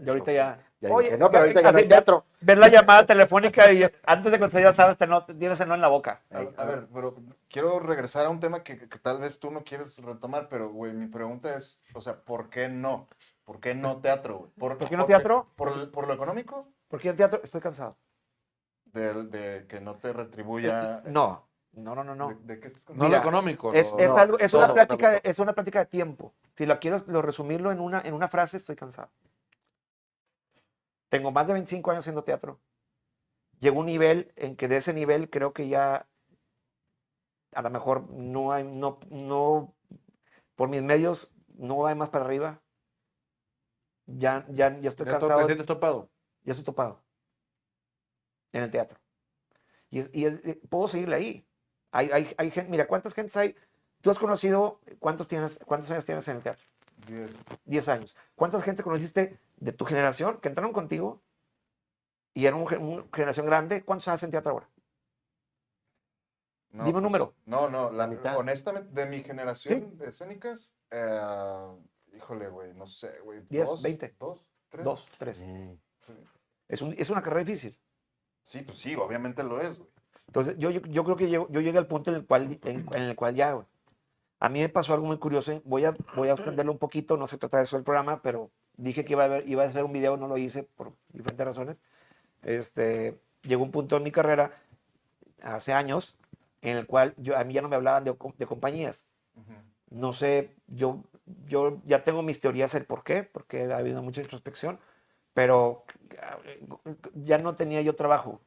S2: Y ahorita ya.
S3: ya
S2: Oye,
S3: dije, no, pero ahorita ya no hay
S2: así, ya-
S3: teatro.
S2: Ves la llamada telefónica y antes de conseguir, ya sabes, te no, te tienes el no en la boca.
S1: A, a ver, pero quiero regresar a un tema que, que tal vez tú no quieres retomar, pero, güey, mi pregunta es, o sea, ¿por qué no? ¿Por qué no teatro, güey?
S2: ¿Por qué no teatro?
S1: ¿Por, por lo económico?
S2: Porque en teatro estoy cansado.
S1: De, de que no te retribuya...
S2: Eh,
S1: eh,
S2: No, no, no, no. no.
S1: ¿De, de qué estás
S4: No
S2: Mira,
S4: lo económico.
S2: Es,
S4: lo-
S2: es
S3: no,
S2: algo- es
S3: todo,
S2: una plática,
S3: todo.
S2: de- es una plática de tiempo. Si lo quiero lo resumirlo en una, en una frase, estoy cansado. Tengo más de 25 años haciendo teatro. Llegó un nivel en que de ese nivel creo que ya a lo mejor no hay, no, no, por mis medios no hay más para arriba. Ya, ya, ya estoy
S4: Ya to-
S2: cansado
S4: te sientes topado.
S2: ya estoy topado en el teatro. Y, es- y es- eh, puedo seguirle ahí. Hay, hay, hay gente, mira, ¿cuántas gentes hay? Tú has conocido, ¿cuántos, tienes, ¿cuántos años tienes en el teatro?
S1: Diez.
S2: 10 años. ¿Cuántas gentes conociste de tu generación que entraron contigo y eran un gen- una generación grande? ¿Cuántos años en teatro ahora?
S1: No, pues,
S2: Dime un número.
S1: No, no, la,
S3: La mitad.
S1: honestamente, de mi generación de escénicas, eh, híjole, güey, no sé, güey.
S2: Diez,
S1: dos,
S2: veinte.
S1: Dos, tres.
S2: Dos, tres. Es, un- es una carrera difícil.
S1: Sí, pues sí, obviamente lo es, güey.
S2: Entonces, yo, yo, yo creo que llego- yo, llegué al punto en el cual, en, en el cual ya, güey. A mí me pasó algo muy curioso. y Voy a, voy a extenderlo un poquito, no se trata de eso el programa, pero dije que iba a, haber- iba a hacer un video, no lo hice por diferentes razones. Este, llegó un punto en mi carrera, hace años, en el cual yo, a mí ya no me hablaban de, co- de compañías. No sé, yo, yo ya tengo mis teorías del por qué, porque ha habido mucha introspección, pero ya no tenía yo trabajo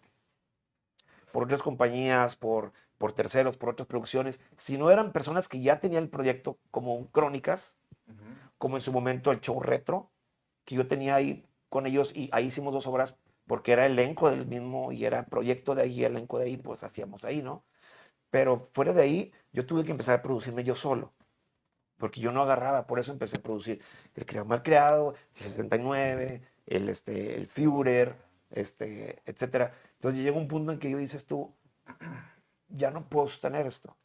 S2: por otras compañías, por, por terceros, por otras producciones. Si no eran personas que ya tenían el proyecto como un Crónicas,
S1: Ujú,
S2: como en su momento el show retro, que yo tenía ahí con ellos y ahí hicimos dos obras porque era elenco del mismo y era proyecto de ahí, elenco de ahí, pues hacíamos ahí, ¿no? Pero fuera de ahí, yo tuve que empezar a producirme yo solo, porque yo no agarraba, por eso empecé a producir el Creado Mal Creado, el 69, el, este, el Führer, este, etc. Entonces llega un punto en que yo dices tú, ya no puedo sostener esto.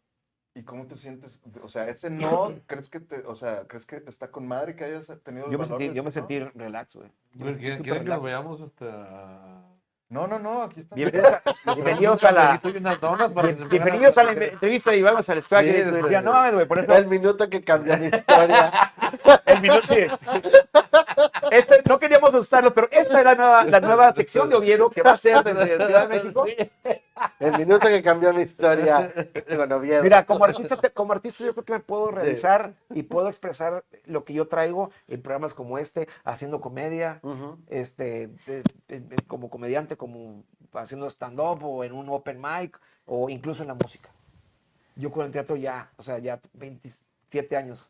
S1: ¿Y cómo te sientes? O sea, ese no, ¿crees que te, o sea, crees que está con madre que hayas tenido el
S2: Yo me
S1: valor
S2: sentí,
S1: de
S2: yo me
S1: decir
S2: sentí relax, güey. Yo me
S4: Pues,
S2: sentí
S4: ¿Quieren
S2: súper
S4: quieren que
S2: relax.
S4: nos vayamos hasta.
S1: No, no, no, no, aquí está.
S2: Bienvenidos a- bienvenidos a la,
S4: Aquí hay unas donas para que se pongan
S2: Bienvenidos a la
S4: comer.
S2: entrevista y vamos al squad.
S4: Sí,
S2: y te
S4: desde-
S2: decía, no mames, güey, por eso
S3: Era el minuto que cambió la historia.
S2: el minuto sí. Este, no queríamos asustarlos, pero esta es la nueva, la nueva sección de Oviedo que va a ser desde Ciudad de México.
S3: El minuto que cambió mi historia. Con Oviedo.
S2: Mira, como artista, te- como artista yo creo que me puedo realizar y puedo expresar lo que yo traigo en programas como este, haciendo comedia,
S3: Ujú.
S2: este, eh, eh, como comediante, como haciendo stand-up o en un open mic o incluso en la música. Yo con el teatro ya, o sea, ya 27 años.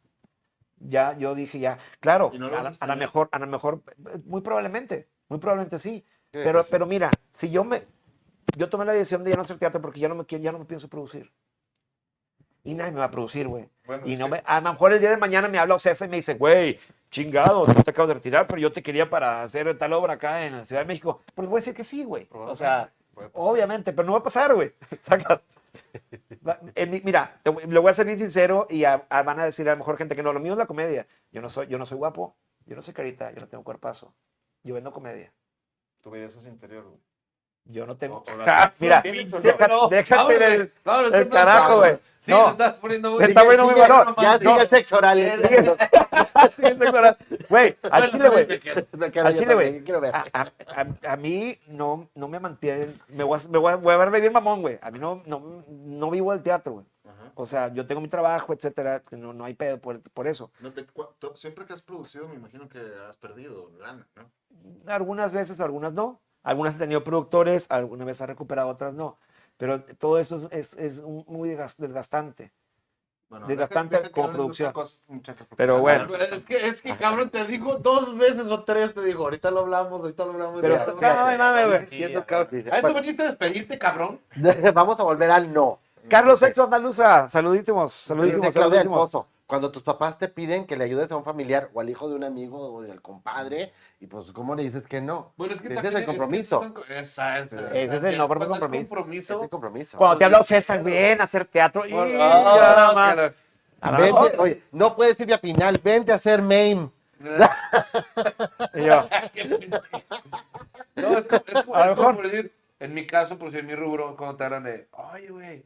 S2: Ya, yo dije ya, claro,
S1: ¿Y no lo
S2: a la-
S1: vas a
S2: a lo
S1: tener?
S2: mejor, a lo mejor, eh, muy probablemente, muy probablemente sí.
S3: Sí,
S2: Pero,
S3: sí.
S2: pero mira, si yo me, yo tomé la decisión de ya no hacer teatro porque ya no me quiero, ya no me pienso producir. Y nadie me va a producir, güey.
S1: Bueno,
S2: Y
S1: es
S2: no
S1: que-
S2: me, a lo mejor el día de mañana me habla Ocesa y me dice, güey, chingado, tú te acabas de retirar, pero yo te quería para hacer tal obra acá en la Ciudad de México. Pues voy a decir que sí, güey. O sea,
S1: puede pasar.
S2: Obviamente, pero no va a pasar, güey. Saca. Va- en mi- mira, te voy- lo voy a ser bien sincero y a- a- van a decir a lo mejor gente que no, lo mío es la comedia. Yo no soy, yo no soy guapo, yo no soy carita, yo no tengo cuerpazo. Yo vendo comedia.
S1: Tu belleza es interior, güey.
S2: Yo no tengo.
S1: O- o la-
S2: Ja, mira,
S1: ¿Tienes o no?
S2: deja- déjate del.
S4: vámonos,
S2: el
S4: estoy plantado,
S2: carajo, güey.
S4: Sí,
S2: No.
S4: le estás poniendo muy
S2: Le está poniendo muy
S4: Sigue,
S2: valor.
S3: Ya
S4: no mames.
S3: sigue el sexo oral.
S4: Sigue.
S2: Güey, al
S4: Bueno,
S2: chile, güey.
S4: me quedo.
S3: Me quedo
S2: Al
S3: yo
S2: chile, güey. Ah,
S3: también, Quiero ver.
S2: A, a- a- a mí no, no me mantienen, me voy a, me voy a- voy a verme bien mamón, güey. A mí no, no, no vivo del teatro, güey.
S1: Ajá.
S2: O sea, yo tengo mi trabajo, etcétera, que no, no hay pedo por, por eso.
S1: No te cua- to- siempre que has producido, me imagino que has perdido lana, ¿no?
S2: Algunas veces, algunas no. Algunas he tenido productores, alguna vez ha recuperado, otras no. Pero todo eso es, es, es un- muy desgas- desgastante.
S1: Bueno,
S2: Desgastante
S1: deja- deja que
S2: como
S1: hablen de
S2: producción.
S1: otras cosas, muchachos, porque
S2: Pero
S1: ya
S2: bueno.
S1: sabes-
S4: Es que, es que, cabrón, te dijo dos veces o tres, te dijo, ahorita lo hablamos, ahorita lo hablamos.
S2: Pero,
S4: ya,
S2: no,
S4: ya,
S2: no, mames, güey.
S4: diciendo, cabrón.
S3: Sí, ya.
S4: ¿A eso veniste a despedirte, cabrón?
S3: Vamos a volver al no.
S2: Carlos Sexto Andaluza, saludísimos, saludísimos,
S3: Dice Claudia del
S2: saludísimos.
S3: Pozo, Cuando tus papás te piden que le ayudes a un familiar o al hijo de un amigo o del compadre, y pues, ¿cómo le dices que no?
S4: Bueno, es que
S3: Ese es el
S4: también-
S3: compromiso.
S4: es que es un- Esa, esa,
S2: Ese es el no, porque
S4: Cuando es
S3: Ese Es
S2: compromiso.
S3: el
S4: compromiso.
S3: compromiso.
S2: Cuando te ha hablado César, bien, hacer teatro. y
S4: Bueno,
S2: ya,
S4: ah,
S2: ma-
S4: que la-
S2: a la
S3: Vente,
S2: mejor.
S3: oye, no puedes irte a Pinal, vente a hacer MAME.
S2: Y yo,
S4: Qué pendejo. No, es como, es como-
S2: A lo
S4: es como
S2: mejor.
S4: por decir, en mi caso, por si en mi rubro, cuando te hablan de, oye, güey,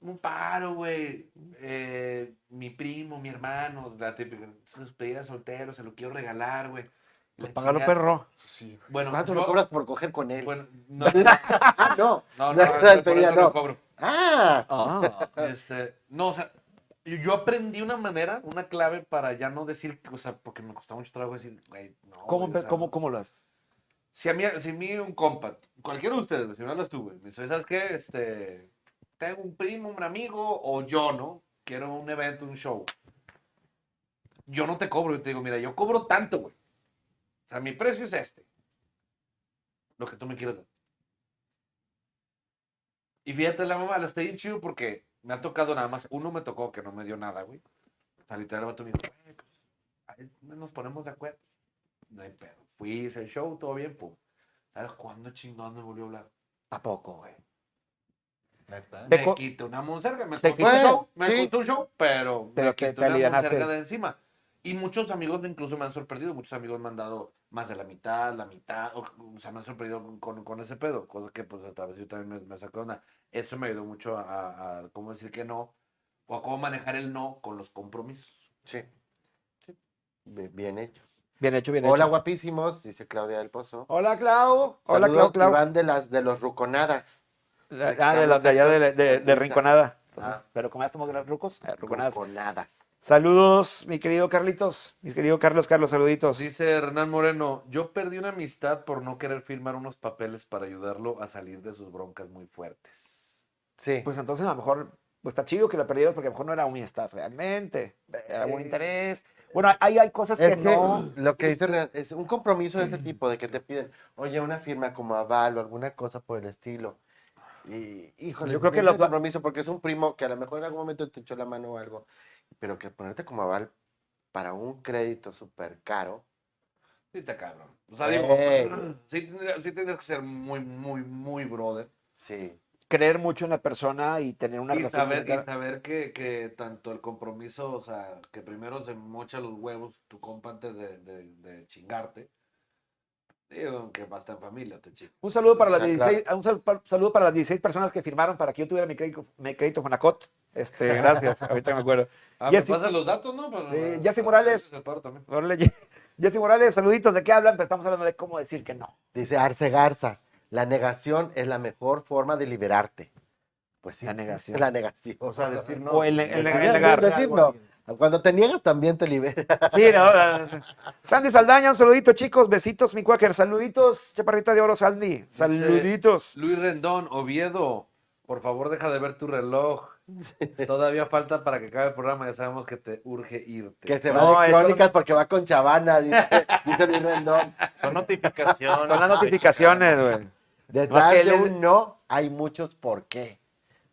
S4: un paro, güey, eh, mi primo, mi hermano, la típica, se los pedí a soltero, se lo quiero regalar, güey.
S2: pues
S4: La
S2: págalo,
S4: chingada.
S2: perro.
S1: Sí, güey.
S4: Bueno,
S3: ¿Cuánto
S4: yo-
S3: lo cobras por coger con él?
S4: Bueno, no, no,
S3: Ah, no.
S4: no, no, por
S3: pedía,
S4: eso no
S3: no.
S4: cobro.
S3: Ah,
S4: Este, no, o sea, yo- yo aprendí una manera, una clave para ya no decir, o sea, porque me costaba mucho trabajo decir, güey, no.
S2: ¿Cómo,
S4: güey, o
S2: pe-
S4: sea,
S2: cómo, ¿Cómo lo haces?
S4: Si a mí, si a mí un compa, cualquiera de ustedes, si me hablas tú, güey, me dice, ¿sabes qué? Este, tengo un primo, un amigo, o yo, ¿no? Quiero un evento, un show. Yo no te cobro, yo te digo, mira, yo cobro tanto, güey. O sea, mi precio es este. Lo que tú me quieras dar. Y fíjate, la mamá, la está bien chido porque me ha tocado nada más. Uno me tocó que no me dio nada, güey. O sea, literal, el vato me dijo, "Güey, pues, ahí nos ponemos de acuerdo. No hay pedo. Fui, hice el show, todo bien, pum. ¿Sabes cuándo chingón me volvió a hablar?
S2: ¿A poco, güey?
S1: Neta. ¿eh?
S2: Te co-
S4: me quité una monserga, me
S2: te
S4: costó
S2: quité-
S4: un show, me
S3: sí.
S4: costó un show, pero,
S2: Pero
S4: me
S2: te-
S4: quité
S2: te
S4: una
S2: alivianaste.
S4: monserga de encima. Y muchos amigos incluso me han sorprendido, muchos amigos me han dado más de la mitad, la mitad, o, o sea, me han sorprendido con- con, con ese pedo, cosa que pues a través yo también me, me saco de onda. Eso me ayudó mucho a, a cómo decir que no, o a cómo manejar el no con los compromisos.
S3: sí. Bien bien hecho.
S2: Bien hecho, bien
S3: Hola,
S2: hecho.
S3: guapísimos, dice Claudia del Pozo.
S2: Hola, Clau. Hola,
S3: Saludos,
S2: Clau, Clau.
S3: Iván de, las, de los ruconadas.
S2: La- Ah, de, la- de allá de, de- de Rinconada. Entonces,
S3: Ah.
S2: Pero como ya estamos los rucos, eh, ruconadas.
S3: Ruconadas.
S2: Saludos, mi querido Carlitos. Mi querido Carlos, Carlos, saluditos.
S4: Dice Hernán Moreno, yo perdí una amistad por no querer firmar unos papeles para ayudarlo a salir de sus broncas muy fuertes.
S3: Sí.
S2: Pues entonces a lo mejor pues, está chido que la perdieras porque a lo mejor no era un amistad realmente. Era un interés. Bueno, ahí hay cosas
S3: Es
S2: que,
S3: que
S2: no.
S3: lo que dice Renan, es un compromiso de ese tipo, de que te piden, oye, una firma como aval o alguna cosa por el estilo. Y, híjole,
S2: Yo
S3: se
S2: creo que
S3: siente
S2: los
S3: un
S2: va-
S3: compromiso porque es un primo que a lo mejor en algún momento te echó la mano o algo, pero que ponerte como aval para un crédito súper caro.
S4: Sí, te cabrón. O sea, digo,
S3: Ey.
S4: sí, tendría- sí tendrías que ser muy, muy, muy brother.
S3: Sí.
S2: Creer mucho en la persona y tener una
S4: Y
S2: relación.
S4: saber, y
S2: cercana.
S4: saber que, que tanto el compromiso, o sea, que primero se mocha los huevos tu compa antes de, de, de chingarte. Digo, que basta en familia, te chingo.
S2: Un saludo para las
S3: Ah,
S2: 16, un sal- pa- saludo para las 16 personas que firmaron para que yo tuviera mi crédito, mi crédito Fonacot. Este, gracias, ahorita me acuerdo.
S4: Ah,
S2: Jesse-
S4: me pasan los datos, ¿no? Pero,
S2: Sí, Jesse Morales.
S4: se paro también.
S2: Órale, Ye- Jessy Morales, saluditos, ¿de qué hablan? Pues estamos hablando de cómo decir que no.
S3: Dice Arce Garza, la negación es la mejor forma de liberarte. Pues sí.
S2: La negación.
S3: La negación.
S1: O sea, decir no.
S2: O el- el-
S1: Decir
S2: el
S1: no,
S2: negar.
S1: decir no.
S3: Cuando te niegas también te liberas.
S2: Sí, no, no, no. Sandy Saldaña, un saludito, chicos. Besitos, mi cuáquer. Saluditos, chaparrita de oro, Sandy. Saluditos.
S4: Luis Rendón, Oviedo, por favor deja de ver tu reloj. Todavía falta para que acabe el programa, ya sabemos que te urge irte.
S3: Que se
S2: No,
S3: va de
S2: eso no-
S3: crónicas porque va con Chavana, dice, dice Luis Rendón.
S1: Son notificaciones.
S2: Son las notificaciones, güey. Más
S3: Detrás
S2: que
S3: de
S2: él es-
S3: un no hay muchos por qué.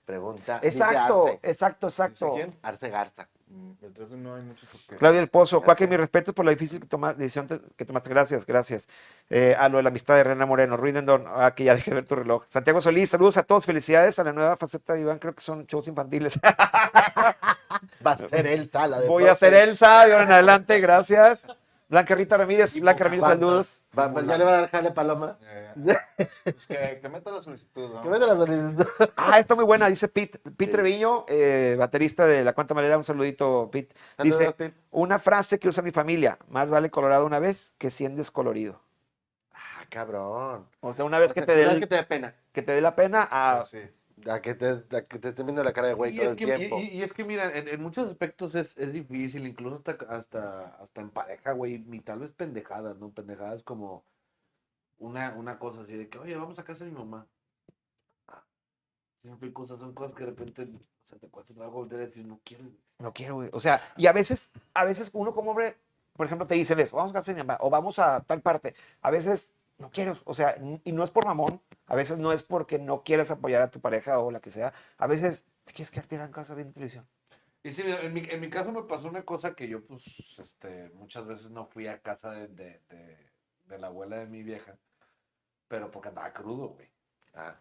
S3: Pregunta. dice
S2: Exacto,
S3: Arce,
S2: exacto, exacto.
S1: ¿Dice quién?
S3: Arce Garza.
S1: El 3 no hay mucho porque...
S2: Claudia El Pozo, Cuaque, mi respeto por la difícil que toma- decisión te- que tomaste. Gracias, gracias. Eh, a lo de la amistad de Reina Moreno, Ruiz Dendón, ah, que ya dejé de ver tu reloj. Santiago Solís, saludos a todos, felicidades a la nueva faceta de Iván, creo que son shows infantiles.
S3: Va a ser Elsa, la de
S2: Voy a ser
S3: Frozen.
S2: Elsa de ahora en adelante, gracias. Blanca Rita Ramírez, Blanca Ramírez,
S3: Banda.
S2: saludos.
S3: Va- va- ya le va a dar jale Paloma.
S1: Eh, pues que, que meta la solicitud, ¿no?
S3: Que me de las narices.
S2: Ah, está muy buena, dice Pete, Pete Treviño, eh, baterista de La Cuanta Manera, un saludito, Pete.
S3: Saludos,
S2: Dice,
S3: Pete.
S2: una frase que usa mi familia, más vale colorado una vez que 100 descolorido.
S3: Ah, cabrón.
S2: O sea, una vez que te dé
S3: Una
S2: el-
S3: que te dé pena.
S2: que te dé la pena, ah,
S1: Sí.
S3: A que te, a que te estén viendo la cara de güey
S4: Y
S3: todo
S4: es,
S3: el
S4: que,
S3: tiempo.
S4: y- y- y es que, mira, en, en muchos aspectos es, es difícil, incluso hasta, hasta, hasta en pareja, güey, y tal vez pendejadas, ¿no? Pendejadas como una, una cosa así de que, oye, vamos a casa de mi mamá. Ah, Siempre hay cosas, son cosas que de repente o sea, te cuesta trabajo volver a decir, no quiero. güey".
S2: no quiero, güey. O sea, y a veces, a veces uno como hombre, por ejemplo, te dicen eso, vamos a casa de mi mamá, o vamos a tal parte. A veces no quiero, o sea, n- y no es por mamón, a veces no es porque no quieras apoyar a tu pareja o la que sea, a veces te quieres quedar tirado en casa viendo televisión.
S4: Y sí, mira, en mi, en mi caso me pasó una cosa que yo, pues, este, muchas veces no fui a casa de, de, de- de la abuela de mi vieja, pero porque andaba crudo, güey.
S3: Ah,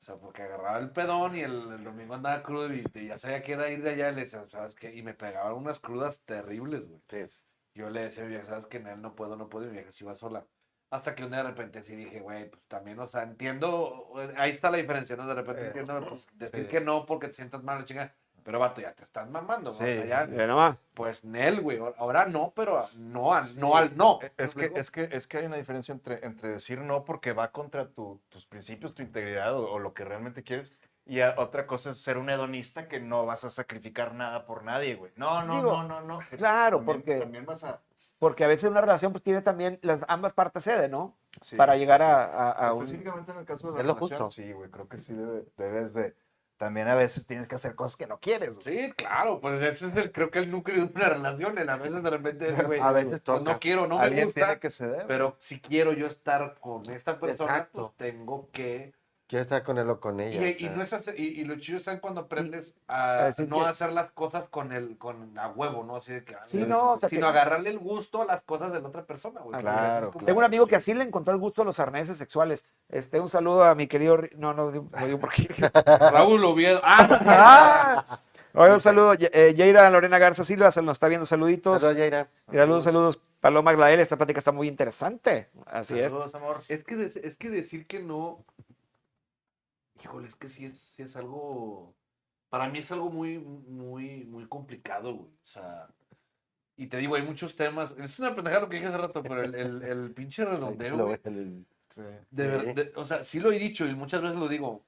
S4: O sea, porque agarraba el pedón y el, el domingo andaba crudo y, y ya sabía que era ir de allá y le decía, ¿sabes qué? Y me pegaban unas crudas terribles, güey.
S3: sí, es-
S4: Yo le decía a mi vieja, ¿sabes qué? En él no puedo, no puedo, y mi vieja sí va sola. Hasta que un día de repente sí dije, güey, pues también, o sea, entiendo, ahí está la diferencia, ¿no? De repente
S1: Eh,
S4: entiendo, pues, decir
S1: sí.
S4: que no porque te sientas mal, chinga. Pero vato, ya te estás mamando, ¿no? o sea,
S1: Sí,
S4: ya,
S2: Mira nomás.
S4: pues Nel, güey, ahora no, pero a- no al
S1: Sí.
S4: no, al no.
S1: Eh, Es que, es, que, es que hay una diferencia entre, entre decir no porque va contra tu- tus principios, tu integridad o, o lo que realmente quieres. Y a- otra cosa es ser un hedonista que no vas a sacrificar nada por nadie, güey. No, no,
S2: Digo,
S1: no, no, no. Pues,
S2: claro,
S1: también-
S2: porque-
S1: También vas a...
S2: Porque a veces una relación pues, tiene también las ambas partes cede, ¿no?
S1: sí,
S2: Para
S1: sí,
S2: llegar
S1: sí.
S2: a, a- a un...
S1: Específicamente en el caso de la
S3: Es lo
S1: relación,
S3: justo.
S1: sí, güey, creo que sí debe- debes de... También a veces tienes que hacer cosas que no quieres, güey.
S4: Sí, claro, pues ese es el, creo que el núcleo de una relación, en a veces de repente, güey,
S3: a veces
S4: pues,
S3: toca.
S4: no quiero, no me
S1: Alguien
S4: gusta,
S1: tiene que ceder.
S4: pero si quiero yo estar con esta persona,
S3: Exacto.
S4: pues tengo que...
S3: Quiero estar con él o con
S4: Y,
S3: ella. o
S4: y
S3: sea.
S4: no es hacer- y, y lo chido está en cuando aprendes
S2: a
S4: a,
S2: decir
S4: no
S2: que-
S4: hacer las cosas con el con a huevo, ¿no? Así de que, ah,
S2: Sí,
S4: mira,
S2: no, o sea,
S4: sino
S2: que-
S4: agarrarle el gusto a las cosas de la otra persona, güey.
S2: Ah,
S4: Porque a veces
S1: claro,
S4: es como-
S2: Tengo un amigo que así le encontró el gusto a los arneses sexuales. Este, un saludo a mi querido... Ri- No, no, digo- no digo por qué.
S4: Raúl Oviedo. Ah,
S2: ¡Ah! Oye, un saludo. Ye- eh, Yeira Lorena Garza Silva se nos está viendo. Saluditos.
S3: Saludos, Yaira.
S2: Saludos, saludos. Paloma Glael, esta plática está muy interesante. Así es.
S1: Saludos, amor.
S4: Es que, des- es que decir que no. Híjole, es que sí es, sí es algo. Para mí es algo muy, muy, muy complicado, güey. O sea. Y te digo, hay muchos temas. Es una pendejada lo que dije hace rato, pero el, el, el pinche redondeo.
S3: Lo-
S4: güey,
S3: el-
S1: Sí.
S4: de
S3: sí.
S4: ver- de- o sea, sí lo he dicho y muchas veces lo digo.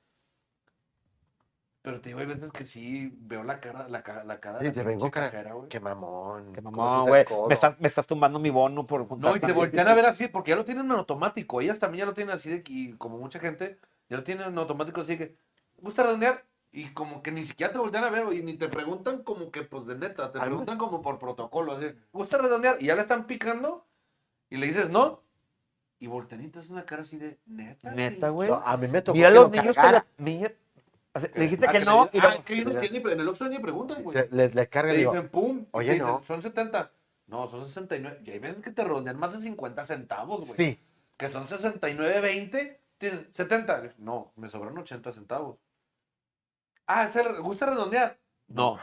S4: Pero te digo, hay veces que sí veo la cara, la, ca- la cara. de
S3: Sí,
S4: la
S3: te vengo,
S4: pinche
S3: cara.
S4: cajera, güey.
S3: Qué mamón.
S2: Qué
S3: ¿Cómo
S2: mamón,
S3: haces el
S2: güey.
S3: codo?
S2: Me estás, me estás tumbando mi bono por juntar.
S4: No, y te voltean a ver así, porque ya lo tienen en automático. Ellas también ya lo tienen así, de, que- y como mucha gente, ya lo tienen en automático, así que, ¿gusta redondear? Y como que ni siquiera te voltean a ver, y ni te preguntan como que, pues, de neta, te
S3: Ay,
S4: preguntan como por protocolo, así, ¿gusta redondear? Y ya le están picando, y le dices no, y voltean y te hacen una cara así de, ¿neta?
S2: Neta, güey.
S3: No, a mí me tocó.
S2: Mira
S3: que
S2: los
S3: lo
S2: niños. Te
S3: cargara.
S2: la- niña- o sea, le dijiste
S4: Ah,
S2: que
S4: le
S2: no.
S4: digan,
S2: y lo-
S4: ah, es que ellos ni- ni- en el Oxxo ni preguntan, güey.
S3: Te- Le, le carga
S4: Te
S3: y digo,
S4: dicen, pum, y
S3: oye,
S4: te dicen,
S3: no.
S4: son 70. No, son 69. Y hay veces que te redondean más de 50 centavos,
S2: pues,
S4: güey.
S3: sí.
S4: que son 69.20, tienen 70. No, me sobran 80 centavos. Ah, ¿se le gusta redondear? No.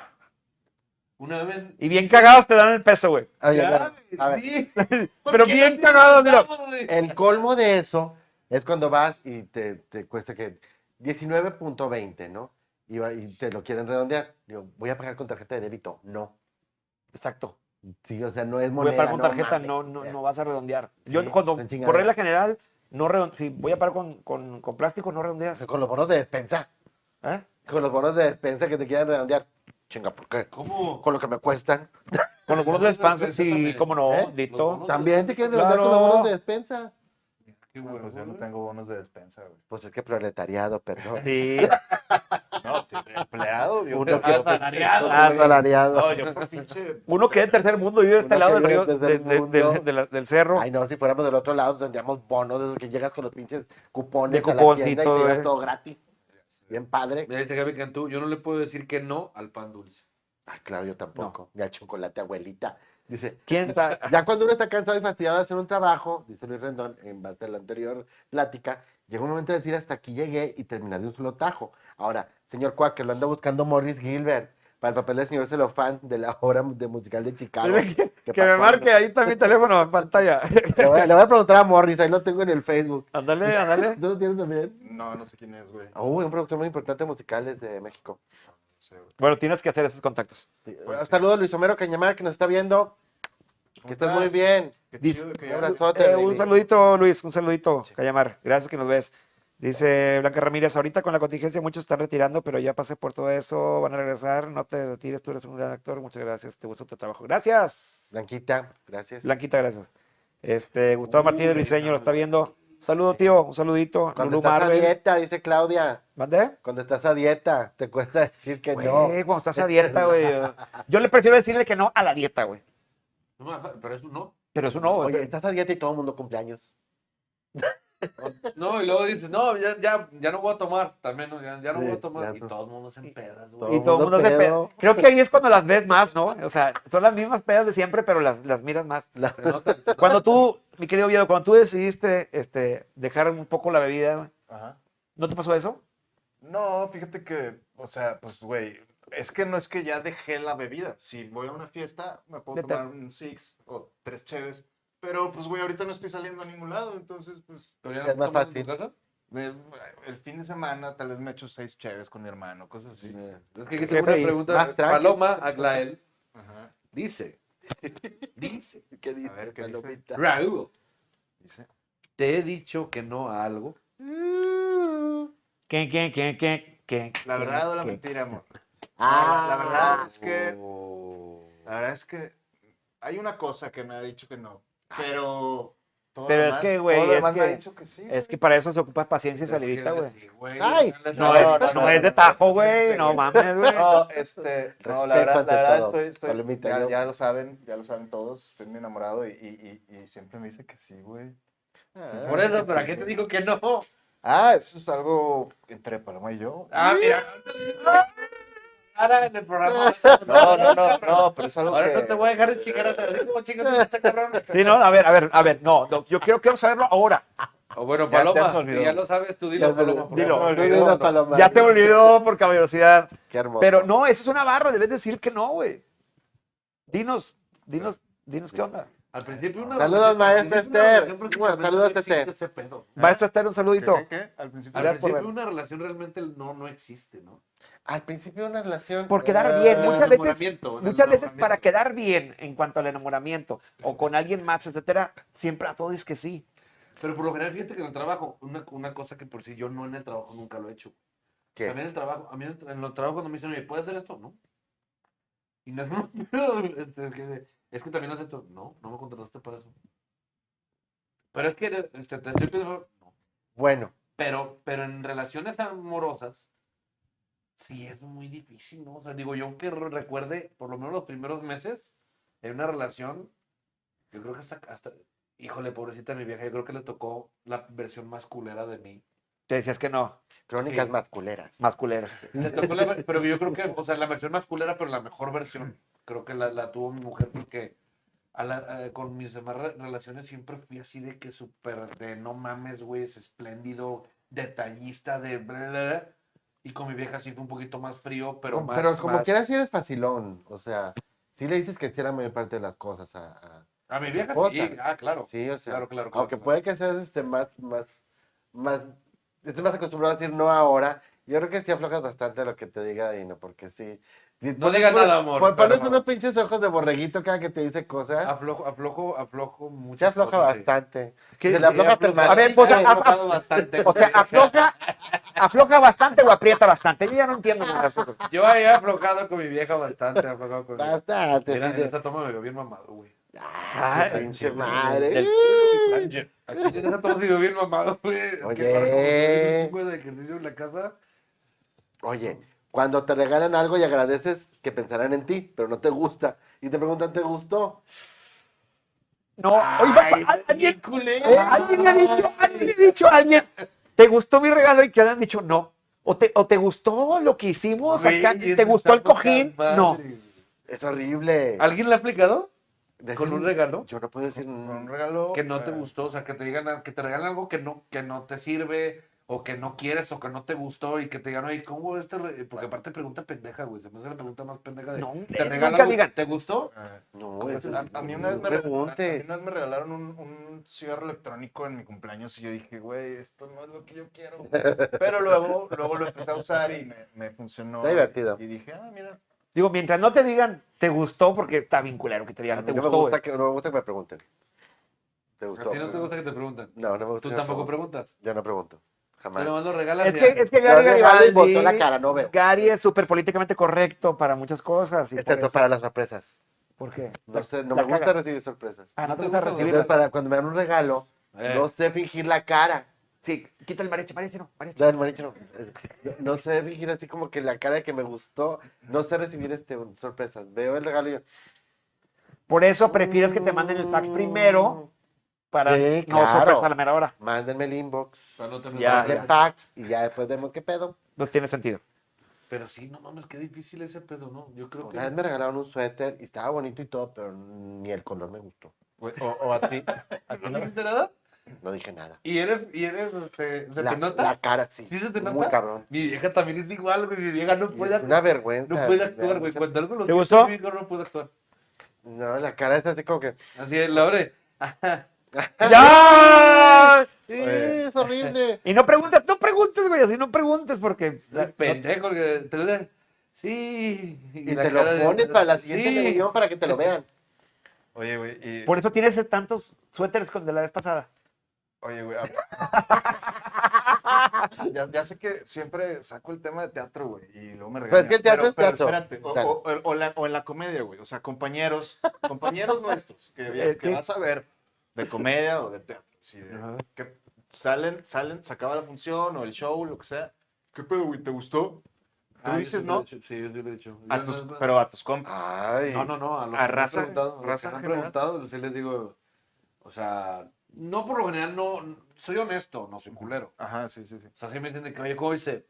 S4: Una vez.
S2: Y bien cagados te dan el peso, güey.
S3: Oye,
S4: Ya,
S3: a ver, a ver,
S4: sí.
S2: Pero
S4: ¿Por qué
S2: bien
S4: Pues no
S2: cagados, mira.
S4: centavos, güey?
S3: El colmo de eso es cuando vas y te, te cuesta que 19.20, ¿no? Y, va- y te lo quieren redondear. Digo, voy a pagar con tarjeta de débito. No.
S2: Exacto.
S3: Sí, o sea, no es
S2: Voy
S3: moneda.
S2: a pagar con
S3: no
S2: tarjeta,
S3: mames.
S2: no, no,
S3: O sea,
S2: no vas a redondear. Yo
S3: Sí,
S2: cuando,
S3: en
S2: por
S3: chingadera.
S2: regla general, no redonde, si voy a pagar con, con, con plástico, no redondeas.
S3: Con los bonos de despensa.
S2: ¿Eh?
S3: Con los bonos de despensa que te quieren redondear. Chinga, ¿por qué?
S4: ¿Cómo?
S3: Con lo que me cuestan.
S2: Con los bonos de despensa, sí,
S4: También.
S2: cómo no,
S3: ¿Eh?
S2: Dito.
S4: Los bonos.
S3: También te quieren redondear con
S2: Claro.
S3: los bonos de despensa.
S4: Qué
S1: Ah,
S4: huevo,
S1: pues yo no
S4: güey.
S1: tengo bonos de despensa, güey.
S3: Pues es que proletariado, perdón.
S2: Sí.
S1: No, tío, empleado. Yo,
S3: Uno
S1: Ah,
S3: que-
S4: Asalariado,
S3: Ah,
S4: güey.
S3: asalariado.
S1: no, yo por pinche...
S2: Uno que es de tercer mundo vive de este
S3: Uno
S2: lado
S3: que
S2: del
S3: vive
S2: río,
S3: del
S2: de-
S3: tercer
S2: de-
S3: mundo.
S2: del- de la- del cerro.
S3: Ay, no, si fuéramos del otro lado pues, tendríamos bonos de esos que llegas con los pinches cupones
S2: De
S3: a la
S2: cuponcito,
S3: tienda y te llevas
S2: eh.
S3: todo gratis. Bien padre.
S4: Me dice Gaby Cantú, yo no le puedo decir que no al pan dulce.
S3: Ah, claro, yo tampoco. Ya chocolate, abuelita. Dice,
S2: ¿Quién está?
S3: ya cuando uno está cansado y fastidiado de hacer un trabajo, dice Luis Rendón, en base a la anterior plática, llegó un momento de decir hasta aquí llegué y terminar de un solo tajo. Ahora, señor Quaker, lo anda buscando Morris Gilbert para el papel del señor Celofán de la obra de musical de Chicago. ¿Qué
S2: que, que
S3: pa'
S2: me
S3: cuándo?
S2: marque ahí está mi teléfono en pantalla.
S3: Le voy, a, le voy a preguntar a Morris, ahí lo tengo en el Facebook.
S2: Ándale, ándale.
S3: ¿Tú lo tienes también?
S1: No, no sé quién es, güey.
S3: Oh, un productor muy importante de musicales de México.
S1: No sé, güey.
S2: Bueno, tienes que hacer esos contactos.
S3: Sí, Un saludo a Luis Homero Cañamar que nos está viendo. Que
S1: ¿Cómo
S3: estás
S1: estás?
S3: muy bien.
S1: Qué
S2: Dice-
S1: chido que
S3: Un
S1: ya-
S3: abrazote.
S2: Eh, un
S3: baby.
S2: saludito, Luis, un saludito, Callamar. Gracias que nos ves. Dice Blanca Ramírez, ahorita con la contingencia muchos están retirando, pero ya pasé por todo eso, van a regresar, no te retires, tú eres un gran actor, muchas gracias, te gusta tu trabajo. Gracias.
S3: Blanquita, gracias.
S2: Blanquita, gracias. Este, Gustavo
S5: Uy,
S2: Martínez Briseño lo está viendo. Un saludo, tío, un saludito.
S3: Cuando
S2: Lulú
S3: estás a
S2: Marvel.
S3: dieta, dice Claudia.
S2: ¿Mande?
S3: Cuando estás a dieta, te cuesta decir que
S2: Güey,
S3: Eh, no.
S2: cuando estás a dieta, güey. Yo le prefiero decirle que no a la dieta, güey.
S4: No me deja- Pero eso no.
S2: Pero eso no,
S3: Oye,
S2: güey.
S3: estás a dieta y todo el mundo cumpleaños.
S4: No, y luego dices, no, ya, ya, ya no voy a tomar. También, ¿no? ya, ya no
S3: Sí,
S4: voy a tomar.
S3: ya
S4: y
S3: no.
S4: todo el mundo se empedas,
S3: todo
S4: güey.
S2: Y todo el mundo se
S3: pedo.
S2: pedo. Creo que ahí es cuando las ves más, ¿no? O sea, son las mismas pedas de siempre, pero las, las miras más.
S4: Se nota.
S2: Cuando tú, mi querido Oviedo, cuando tú decidiste este, dejar un poco la bebida, güey,
S1: Ajá.
S2: ¿no te pasó eso?
S1: No, fíjate que, o sea, pues, güey, es que no es que ya dejé la bebida. Si voy a una fiesta, me puedo
S2: Neta.
S1: tomar un six o tres cheves. Pero, pues, güey, ahorita no estoy saliendo a ningún lado, entonces, pues,
S4: Pero
S3: Es más
S4: tomas en tu
S3: fácil.
S4: casa.
S1: me- el fin de semana tal vez me echo seis cheves con mi hermano, cosas así.
S4: Eh, Es que aquí
S2: Jefe,
S4: tengo una
S2: y
S4: pregunta.
S3: más tranqui.
S4: Paloma Aglael
S1: Ajá.
S4: dice, dice,
S3: ¿Qué dice,
S1: ver, ¿qué dice?
S3: Palomita?
S4: Raúl,
S1: Dice,
S4: te he dicho que no a algo.
S2: ¿Qué, qué, qué, qué, qué?
S1: la verdad o la
S2: qué?
S1: mentira, amor.
S3: Ah,
S1: La verdad es que,
S4: O-
S1: la verdad es que hay una cosa que me ha dicho que no, pero... todo
S2: Pero
S1: lo
S2: es que,
S1: demás-
S2: güey,
S1: todo lo
S2: es
S1: demás me ha
S2: que-
S1: dicho que sí.
S2: Es que para eso se ocupa paciencia y salivita,
S4: Es que-
S2: güey.
S4: sí, güey.
S3: Ay,
S4: Dale,
S2: No,
S4: dale,
S2: es,
S4: dale,
S2: no
S4: dale,
S2: es de
S4: dale.
S2: tajo, güey. No mames, güey.
S1: No, este, no, la
S3: Respeto
S1: verdad,
S3: ante
S1: la verdad
S3: todo,
S1: estoy, estoy-
S3: Palomita,
S1: ya,
S3: yo-
S1: ya lo saben, ya lo saben todos, estoy muy enamorado y, y- y- y siempre me dice que sí, güey. Ah,
S4: Por eso, pero ¿a qué te digo que no?
S1: Ah, eso es algo entre Paloma y yo.
S4: Ah, mira. Ahora en el programa.
S1: No, no, no, no, pero es algo
S4: Ahora
S1: que...
S4: no te voy a dejar de chingar atrás. Así como chingas a este cabrón.
S2: Sí, no, a ver, a ver, a ver. No, no, yo quiero, quiero saberlo ahora.
S4: O bueno,
S1: Ya te
S4: Paloma,
S1: has olvidado.
S4: si ya lo sabes, tú
S3: Ya
S4: dilo,
S3: se-
S4: Paloma. por
S3: ya
S1: Dilo.
S3: se
S4: favor.
S3: me
S1: olvidó,
S3: olvidó,
S1: no.
S3: Paloma.
S2: Ya te olvidó por caballerosidad.
S3: Qué hermoso.
S2: Pero no, eso es una barra. Debes decir que no, güey. Dinos, dinos, dinos qué onda.
S4: Al principio una
S3: Saludos,
S4: al
S3: maestro
S4: principio una
S3: Esther.
S4: relación
S3: Mua,
S4: prácticamente
S3: saludos,
S4: no existe
S3: Esther.
S4: ese pedo.
S2: Maestro Esther, un
S1: ¿Qué,
S2: saludito.
S1: qué, qué? Al principio...
S4: Al
S2: Gracias por
S4: principio
S2: vernos.
S4: una relación realmente no, no existe, ¿no?
S3: Al principio una relación.
S2: Por quedar bien,
S3: Ah,
S2: muchas veces-
S4: enamoramiento, el
S2: Muchas veces para
S4: enamoramiento.
S2: quedar bien en cuanto al enamoramiento o con alguien más, etcétera, siempre a todos es que sí.
S4: Pero por lo general, fíjate que en el trabajo, una, una cosa que por si yo no en el trabajo nunca lo he hecho.
S3: ¿Qué?
S4: También en el trabajo, a mí en el, tra- en el trabajo cuando me dicen, oye, ¿puedes hacer esto? No. Y no es broma, pero, este, que- es que también lo acepto. No, no me contrataste para eso. Pero es que este, te estoy pidiendo- no.
S3: Bueno,
S4: Pero, pero en relaciones amorosas, sí es muy difícil, ¿no? O sea, digo, yo que re- recuerde, por lo menos los primeros meses de una relación, yo creo que hasta, hasta híjole, pobrecita mi vieja, yo creo que le tocó la versión más culera de mí.
S2: Te decías que no,
S3: crónicas
S4: Sí.
S3: masculeras.
S2: más culeras.
S4: Le tocó la ver- pero yo creo que, o sea, la versión más culera, pero la mejor versión, creo que la, la tuvo mi mujer porque a la- a- con mis demás re- relaciones siempre fui así de que súper, de no mames, güey, es espléndido, detallista, de bla, bla, bla. Y con mi vieja sí fue un poquito más frío, pero
S3: No,
S4: más...
S3: pero como
S4: más-
S3: quieras, sí eres facilón. O sea, sí le dices que hiciera la mayor parte de las cosas a. a-
S4: A mi vieja
S3: cosa.
S4: sí, ah, claro.
S3: Sí, o sea.
S4: Claro, claro, claro,
S3: aunque
S4: claro.
S3: puede que seas este, más, más, más. Estés más acostumbrado a decir no ahora. Yo creo que sí aflojas bastante lo que te diga Dino, porque sí. sí,
S4: No
S3: pones
S4: digas
S3: unos-
S4: nada, Ah, amor,
S3: pon-
S4: pero
S3: Pones
S4: no.
S3: unos pinches ojos de borreguito cada que te dice cosas.
S4: Aflojo, aflojo, aflojo mucho.
S3: Se afloja bastante.
S2: ¿Qué?
S3: Se le afloja hasta el
S2: A ver, pues,
S4: he
S2: a- a-
S4: aflojado bastante.
S2: O sea, afloja, afloja bastante o aprieta bastante. Yo ya no entiendo. nada de eso.
S4: Yo he aflojado con mi vieja bastante, he aflojado con mi vieja.
S3: Bastante.
S4: Mira, en
S3: Dino.
S4: esta toma me veo bien mamado, güey.
S3: Ah,
S2: Ay,
S3: pinche madre.
S2: del-
S4: Aquí ya todo se vio bien mamado, güey. Es que
S3: Oye.
S4: ahora como que hice un chingo de ejercicio en la casa.
S3: Oye, cuando te regalan algo y agradeces que pensarán en ti, pero no te gusta. Y te preguntan, ¿te gustó?
S2: No, oye, papá,
S4: Ay,
S2: ¿al- alguien,
S4: bien culero.
S2: eh, alguien le ha dicho, alguien le ha dicho a alguien, ¿te gustó mi regalo? Y que le han dicho no. O te, o te gustó lo que hicimos
S4: Güey,
S2: acá,
S4: eso
S2: te gustó el
S4: está poca
S2: cojín,
S4: madre,
S2: no.
S4: güey.
S3: Es horrible.
S4: ¿Alguien le ha aplicado?
S3: Decir-
S4: ¿Con un regalo?
S3: Yo no puedo decir
S1: Un
S3: mm,
S1: regalo.
S4: Ah, Que no te
S1: eh,
S4: gustó, o sea, que te digan, que te regalen algo que no, que no te sirve, o que no quieres, o que no te gustó, y que te digan, oye, ¿cómo este? re-?" Porque aparte pregunta pendeja, güey. Se me hace la pregunta más pendeja de.
S2: No,
S4: ¿Te
S2: hombre,
S4: regalan
S2: nunca
S4: algo?
S2: digan.
S4: ¿Te gustó?
S1: eh,
S3: No,
S4: ¿Cómo
S3: eso
S4: te-
S1: A, a mí una vez me, re- a- a mí una
S3: preguntes.
S1: vez me regalaron un, un cigarro electrónico en mi cumpleaños y yo dije, güey, esto no es lo que yo quiero. Pero luego, luego lo empecé a usar y me, me funcionó.
S3: Está divertido.
S1: Y dije, ah, mira.
S2: Digo, mientras no te digan, te gustó, porque está vinculado que te digan,
S3: A
S2: no
S3: mí
S2: te
S3: no, me
S2: gustó.
S3: gusta
S2: güey.
S3: que, no me gusta que me pregunten. ¿Te
S4: ¿A
S3: gustó?
S4: ti no te gusta que te pregunten?
S3: No, no me gusta.
S4: Tú
S3: que me
S4: tampoco
S3: pregunten.
S4: preguntas.
S3: Yo no pregunto. Jamás.
S4: Pero nomás lo regalas.
S2: Es
S4: y
S2: que,
S4: ya.
S2: es que
S3: Yo
S2: Gary
S3: le vale y volteo
S2: Garibaldi-
S3: la cara, no veo.
S2: Gary es súper políticamente correcto para muchas cosas. y por
S3: Excepto
S2: eso-
S3: para las sorpresas.
S2: ¿Por qué?
S3: No sé, no
S2: La
S3: me gusta
S2: caga.
S3: recibir sorpresas.
S2: Ah, no
S4: ¿No
S2: te
S4: te
S2: gusta
S4: gusta
S2: recibir.
S3: Entonces, para cuando me dan un regalo,
S4: Eh.
S3: no sé fingir la cara.
S2: Sí, quita el mariachi, mariachi, no, mariachi.
S3: No, el mariachi no, eh, no sé fingir así como que la cara de que me gustó. No sé recibir este sorpresas. Veo el regalo y yo.
S2: Por eso prefieres que te manden el pack primero para
S3: Mm, Sí,
S2: no
S3: claro.
S2: sorpresa a la mera hora.
S3: Mm, Mándenme el inbox.
S4: Para no tener
S2: Ya,
S4: nada.
S3: Mándenme packs y ya después vemos qué pedo.
S2: No tiene sentido.
S4: Pero sí, no mames, qué difícil ese pedo, ¿no? Yo creo que.
S3: Una vez me regalaron un suéter y estaba bonito y todo, pero ni el color me gustó.
S4: Güey, O, o a ti. ¿A ti no te dijiste nada?
S3: No dije nada.
S4: Y eres, y eres, este, se
S3: la,
S4: te nota.
S3: la cara sí.
S4: ¿Sí se te nota?
S3: Muy cabrón.
S4: Mi vieja también es igual, güey. Mi vieja no
S3: Y
S4: puede,
S3: es una
S4: actuar,
S3: vergüenza.
S4: no puede
S3: me da
S4: actuar, güey.
S3: mucha-
S4: Cuando algo lo
S2: ¿Te
S4: siente,
S2: gustó?
S4: mi vieja no puede actuar.
S3: No, la cara está así como que.
S4: Así es, la abre. Ajá.
S2: ¡Ya!
S3: "Sí, es horrible.
S2: Y no preguntes, no preguntes, güey, así no preguntes porque...
S4: La pendejo, que te dudan. Sí.
S3: Y, te lo pones para la siguiente
S4: Ah,
S3: reunión para que te lo vean.
S1: Oye, güey, y-
S2: Por eso tienes tantos suéteres con de la vez pasada.
S1: Oye, güey. ya, ya sé que siempre saco el tema de teatro, güey, y luego me regañan.
S3: Pues es que el teatro
S1: Pero-
S3: es
S1: pero
S3: teatro.
S1: espérate, o,
S3: Claro.
S1: o- o- o la, o en la comedia, güey, o sea, compañeros, compañeros nuestros, que,
S2: Eh,
S1: que
S2: sí.
S1: vas a ver de comedia o de teatro, así de- que salen, salen, se acaba la función o el show, lo que sea. ¿Qué pedo, güey? ¿Te gustó? Tú dices, ¿no?
S4: Sí, Ah, yo sí lo he dicho.
S1: A
S4: Yo
S1: tus,
S4: no-
S1: pero a tus compas.
S3: Ay.
S4: No, no, no. A los que me
S1: A
S4: han
S1: raza-
S4: preguntado, a los que
S1: raza
S4: me han
S1: general.
S4: preguntado, pues, sí les digo. O sea, no por lo general, no. Soy honesto, no soy culero.
S1: Ajá, sí, sí, sí.
S4: O sea, sí me entienden que, oye, ¿cómo viste?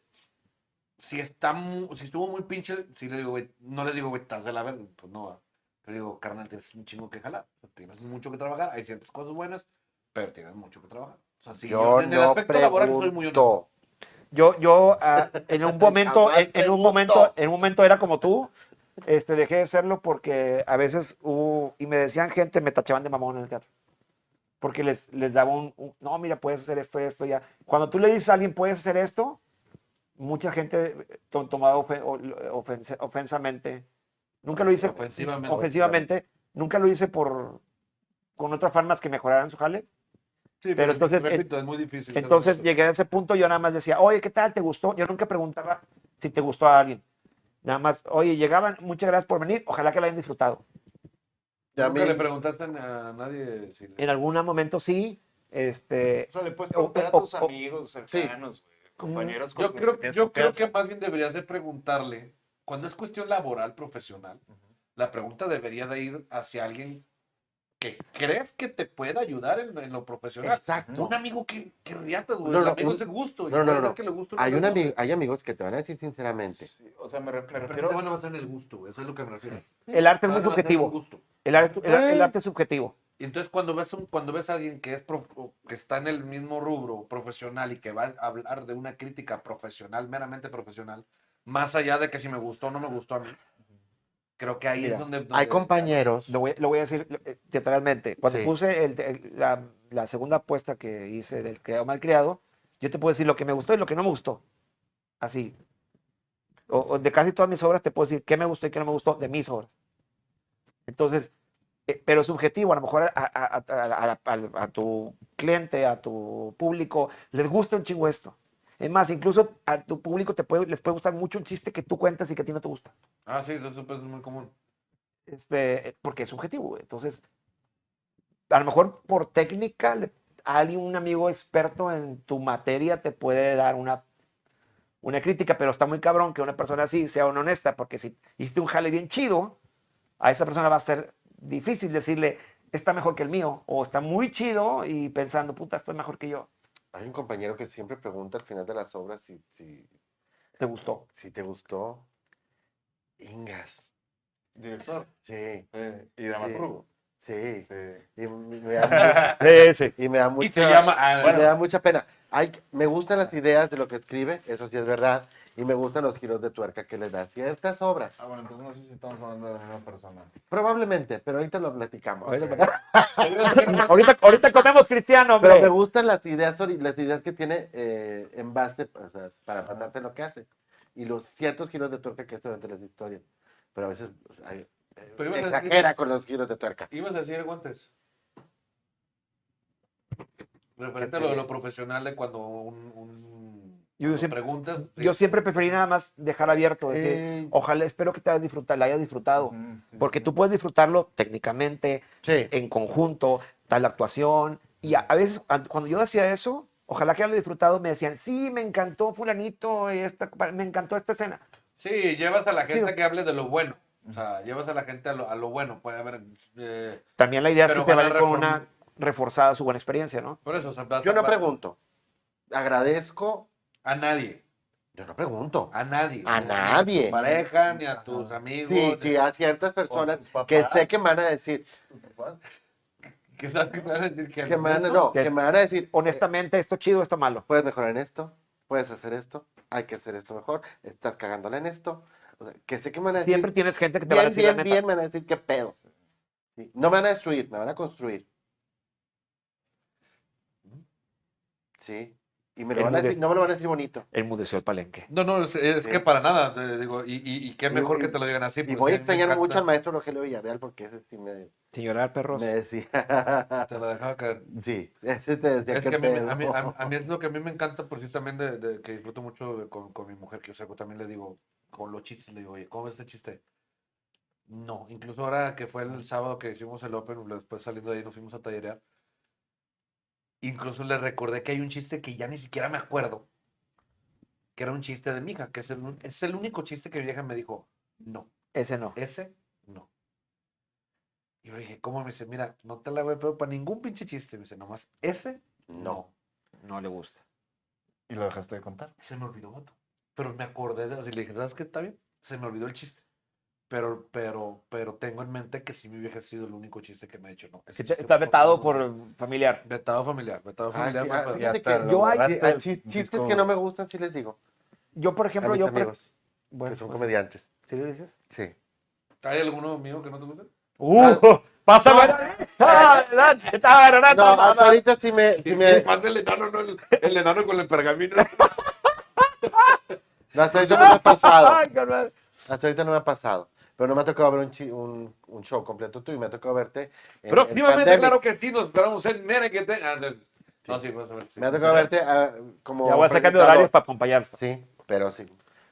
S4: Si, está mu- si estuvo muy pinche, sí le digo, güey, no les digo, güey, estás de la verga, pues no. va. Pero digo, carnal, tienes un chingo que jalar, tienes mucho que trabajar, hay ciertas cosas buenas, pero tienes mucho que trabajar. O sea, sí, yo,
S3: yo
S4: en
S3: no
S4: el aspecto laboral soy muy honesto.
S3: pregunto.
S2: Yo, yo, ah, en un momento,
S3: Jamás
S2: en, en un
S3: pregunto.
S2: momento, en un momento era como tú, este, dejé de serlo porque a veces hubo, y me decían gente, me tachaban de mamón en el teatro. Porque les, les daba un, un, no, mira, puedes hacer esto, esto, ya. Cuando tú le dices a alguien, puedes hacer esto, mucha gente eh, to- tomaba ofe- o- ofensa- ofensamente. Nunca lo hice
S4: Ofensivamente.
S2: ofensivamente, nunca lo hice por, con otra afán más que mejoraran su jale.
S4: Sí,
S2: pero entonces,
S4: repito, es muy difícil.
S2: Entonces llegué a ese punto, yo nada más decía, oye, ¿qué tal? ¿Te gustó? Yo nunca preguntaba si te gustó a alguien. Nada más, oye, llegaban, muchas gracias por venir, ojalá que la hayan disfrutado.
S3: Ya a
S4: Nunca
S3: mí-
S4: le preguntaste a nadie si le-
S2: En algún momento sí, este,
S1: O sea, le puedes
S2: O-
S1: preguntar a
S2: o-
S1: tus
S2: o-
S1: amigos cercanos, güey, compañeros.
S4: Mm, Yo
S1: con-
S4: creo,
S1: tienes
S4: yo creo
S1: confianza.
S4: que más bien deberías de preguntarle, cuando es cuestión laboral, profesional, la pregunta debería de ir hacia alguien que crees que te pueda ayudar en, en lo profesional.
S3: Exacto.
S4: Un amigo que, que riatas, güey.
S3: No,
S4: el
S3: no,
S4: amigo
S3: un-
S4: es de gusto. y
S3: no, no,
S4: puede
S3: no.
S4: ser que le guste o no
S3: Hay,
S4: le
S3: un
S4: guste,
S3: ami- hay amigos que te van a decir sinceramente.
S1: Sí, O sea, me, re- me
S4: Pero
S1: refiero.
S4: no te van a basar en el gusto, güey, Eso es lo que me refiero.
S2: el arte es
S4: Te
S2: muy
S4: van a basar en el
S2: subjetivo.
S4: gusto.
S2: El arte, el, el
S3: Eh.
S2: arte es subjetivo.
S4: Y entonces cuando ves, un, cuando ves a alguien que, es prof- o que está en el mismo rubro profesional y que va a hablar de una crítica profesional, meramente profesional, más allá de que si me gustó o no me gustó a mí, creo que ahí
S3: Mira,
S4: es donde...
S3: Hay
S4: donde-
S3: compañeros.
S2: Lo voy, lo voy a decir eh, teatralmente. Cuando
S3: Sí.
S2: puse el- el- la, la segunda apuesta que hice del creado mal creado, yo te puedo decir lo que me gustó y lo que no me gustó. Así. O, o de casi todas mis obras te puedo decir qué me gustó y qué no me gustó de mis obras. Entonces, eh, pero es subjetivo, a lo mejor a, a- a- a- a- a- a tu cliente, a tu público, les gusta un chingo esto. Es más, incluso a tu público te puede, les puede gustar mucho un chiste que tú cuentas y que a ti no te gusta
S4: Ah, sí, eso pues, es muy común.
S2: este, porque es subjetivo. güey. Entonces, a lo mejor por técnica, le- alguien, un amigo experto en tu materia te puede dar una, una crítica, pero está muy cabrón que una persona así sea una honesta, porque si hiciste un jale bien chido, a esa persona va a ser difícil decirle, está mejor que el mío, o está muy chido y pensando, puta, esto es mejor que yo.
S3: Hay un compañero que siempre pregunta al final de las obras si, si,
S2: ¿Te gustó?
S3: si te gustó. Ingas.
S1: Director.
S3: Sí,
S1: eh, y dramaturgo.
S3: sí.
S1: Sí.
S3: Y me, me da,
S2: Sí, sí.
S3: mu- y me da mucha,
S4: Y se llama. ah,
S3: y
S4: bueno,
S3: me da mucha pena. Hay, me gustan las ideas de lo que escribe, eso sí es verdad. Y me gustan los giros de tuerca que le da ciertas obras.
S1: Ah, bueno, entonces no sé si estamos hablando de la misma persona.
S3: Probablemente, pero ahorita lo platicamos.
S2: Ahorita, ahorita comemos cristiano,
S3: Pero me
S2: hombre.
S3: gustan las ideas, ori- las ideas que tiene eh, en base o sea, para pasarte lo que hace. Y los ciertos giros de tuerca que hace durante las historias. Pero a veces o sea, hay- eh,
S4: Pero ibas a decir-
S3: exagera con los giros de tuerca.
S4: Ibas a decir guantes. Referente
S3: Que
S4: a lo de
S3: se-
S4: lo profesional de cuando un. un
S2: Yo
S4: cuando
S2: siempre-
S4: preguntas. sí.
S2: Yo siempre preferí nada más dejar abierto. decir,
S3: Eh,
S2: Ojalá, espero que te hayas disfrutado, la hayas disfrutado.
S1: Mm,
S2: Porque tú puedes disfrutarlo técnicamente,
S3: sí.
S2: en conjunto, tal actuación. Y a, a veces, a- cuando yo hacía eso, ojalá que haya disfrutado, me decían, sí, me encantó fulanito, esta, me encantó esta escena.
S4: Sí, llevas a la gente
S2: Sí.
S4: que hable de lo bueno. O sea, llevas a la gente a lo, a lo bueno. Puede haber. eh,
S2: También la idea
S4: Pero
S2: es que se
S4: ojalá
S2: vayan con
S4: reform-
S2: una reforzada su buena experiencia, ¿no?
S4: por eso, o sea, vas
S3: Yo
S4: a-
S3: no
S4: va-
S3: pregunto. Agradezco.
S4: A nadie.
S3: Yo no pregunto.
S4: A nadie.
S3: A
S4: Ni
S3: nadie.
S4: Ni a tu pareja, ni a tus amigos.
S3: Sí,
S4: ni-
S3: sí, a ciertas personas
S1: tus papás.
S3: que sé que me van a decir.
S4: ¿Qué sabes que te van a decir? Que
S3: Que me van a,
S4: Ernesto?
S3: no,
S2: ¿Qué?
S3: que me van a decir. eh,
S2: Honestamente, esto chido, esto malo.
S3: puedes mejorar en esto, puedes hacer esto, hay que hacer esto mejor, estás cagándola en esto. O sea, que sé que me van a decir,
S2: Siempre tienes gente que te va a
S3: bien,
S2: decir
S3: bien,
S2: la neta.
S3: bien, me van a decir qué pedo. Sí, No me van a destruir, me van a construir. Sí. Y me lo
S2: Es
S3: van a
S2: muy
S3: decir,
S2: de-
S3: no me lo van a decir bonito.
S2: Enmudeció el palenque.
S4: No, no, es, es
S3: Sí.
S4: que para nada. eh, digo, y, y, y qué mejor
S3: Y-
S4: que te lo digan así.
S3: y
S4: pues,
S3: voy a
S4: me- me
S3: extrañar
S4: encanta.
S3: mucho al maestro Rogelio Villarreal porque ese sí me,
S2: Sin llorar, perros.
S3: me decía.
S4: Te la dejaba caer.
S3: sí, ese te decía
S4: Es
S3: qué
S4: que a mí,
S3: pedo.
S4: a, mí, a- a mí es lo que a mí me encanta, por sí, también, de, de- que disfruto mucho de- con, con mi mujer, que o sea, también le digo, con los chistes, le digo, oye, ¿cómo ves este chiste? No, incluso ahora que fue el sábado que hicimos el Open, después saliendo de ahí nos fuimos a tallerear, incluso le recordé que hay un chiste que ya ni siquiera me acuerdo, que era un chiste de mi hija, que es el, un- es el único chiste que mi vieja me dijo, no,
S2: Ese no.
S4: ese no. Y yo le dije, ¿cómo? Me dice, mira, no te la voy a pedir para ningún pinche chiste, me dice, nomás ese
S3: No.
S2: No le gusta.
S1: Y lo dejaste de contar.
S4: se me olvidó, vato. Pero me acordé de, así le dije, ¿sabes qué? Está bien. Se me olvidó el chiste. Pero, pero, pero tengo en mente que si mi vieja ha sido el único chiste que me ha hecho, ¿no? ese
S2: Que te-
S4: chiste
S2: Está
S4: fue
S2: vetado
S4: cuando-
S2: por familiar.
S4: Vetado familiar, vetado
S3: Ah, sí,
S4: familiar.
S3: ah,
S4: pero-
S3: fíjate
S1: hasta
S3: que
S1: lo
S3: yo
S2: hay-
S1: borraste.
S3: hay chis- chistes
S1: Disco.
S3: que no me gustan, sí les digo.
S2: Yo, por
S3: A
S2: ejemplo,
S3: mis
S2: yo... pre-
S3: amigos,
S2: Bueno,
S3: que son
S2: pues,
S3: comediantes.
S2: ¿sí le dices?
S3: Sí.
S4: ¿Hay alguno mío que no te guste?
S2: ¡Uh! ¡Pásame!
S3: No, hasta ahorita sí me, sí me-
S4: Pasa el enano, no el, el enano con el pergamino.
S3: no, hasta ahorita no me ha pasado.
S2: Ay, carnal.
S3: Hasta ahorita no me ha pasado. Pero no me ha tocado ver un, chi- un, un show completo tuyo y me ha tocado verte. en- en
S4: Próximamente,
S3: pandemia.
S4: claro que sí, nos esperamos en Mere que te. ah, no. No, sí, vamos a ver. sí.
S3: Me ha tocado verte ah, como.
S2: Ya voy a sacar mi
S3: presentador.
S2: horario para acompañar.
S3: Sí, pero sí.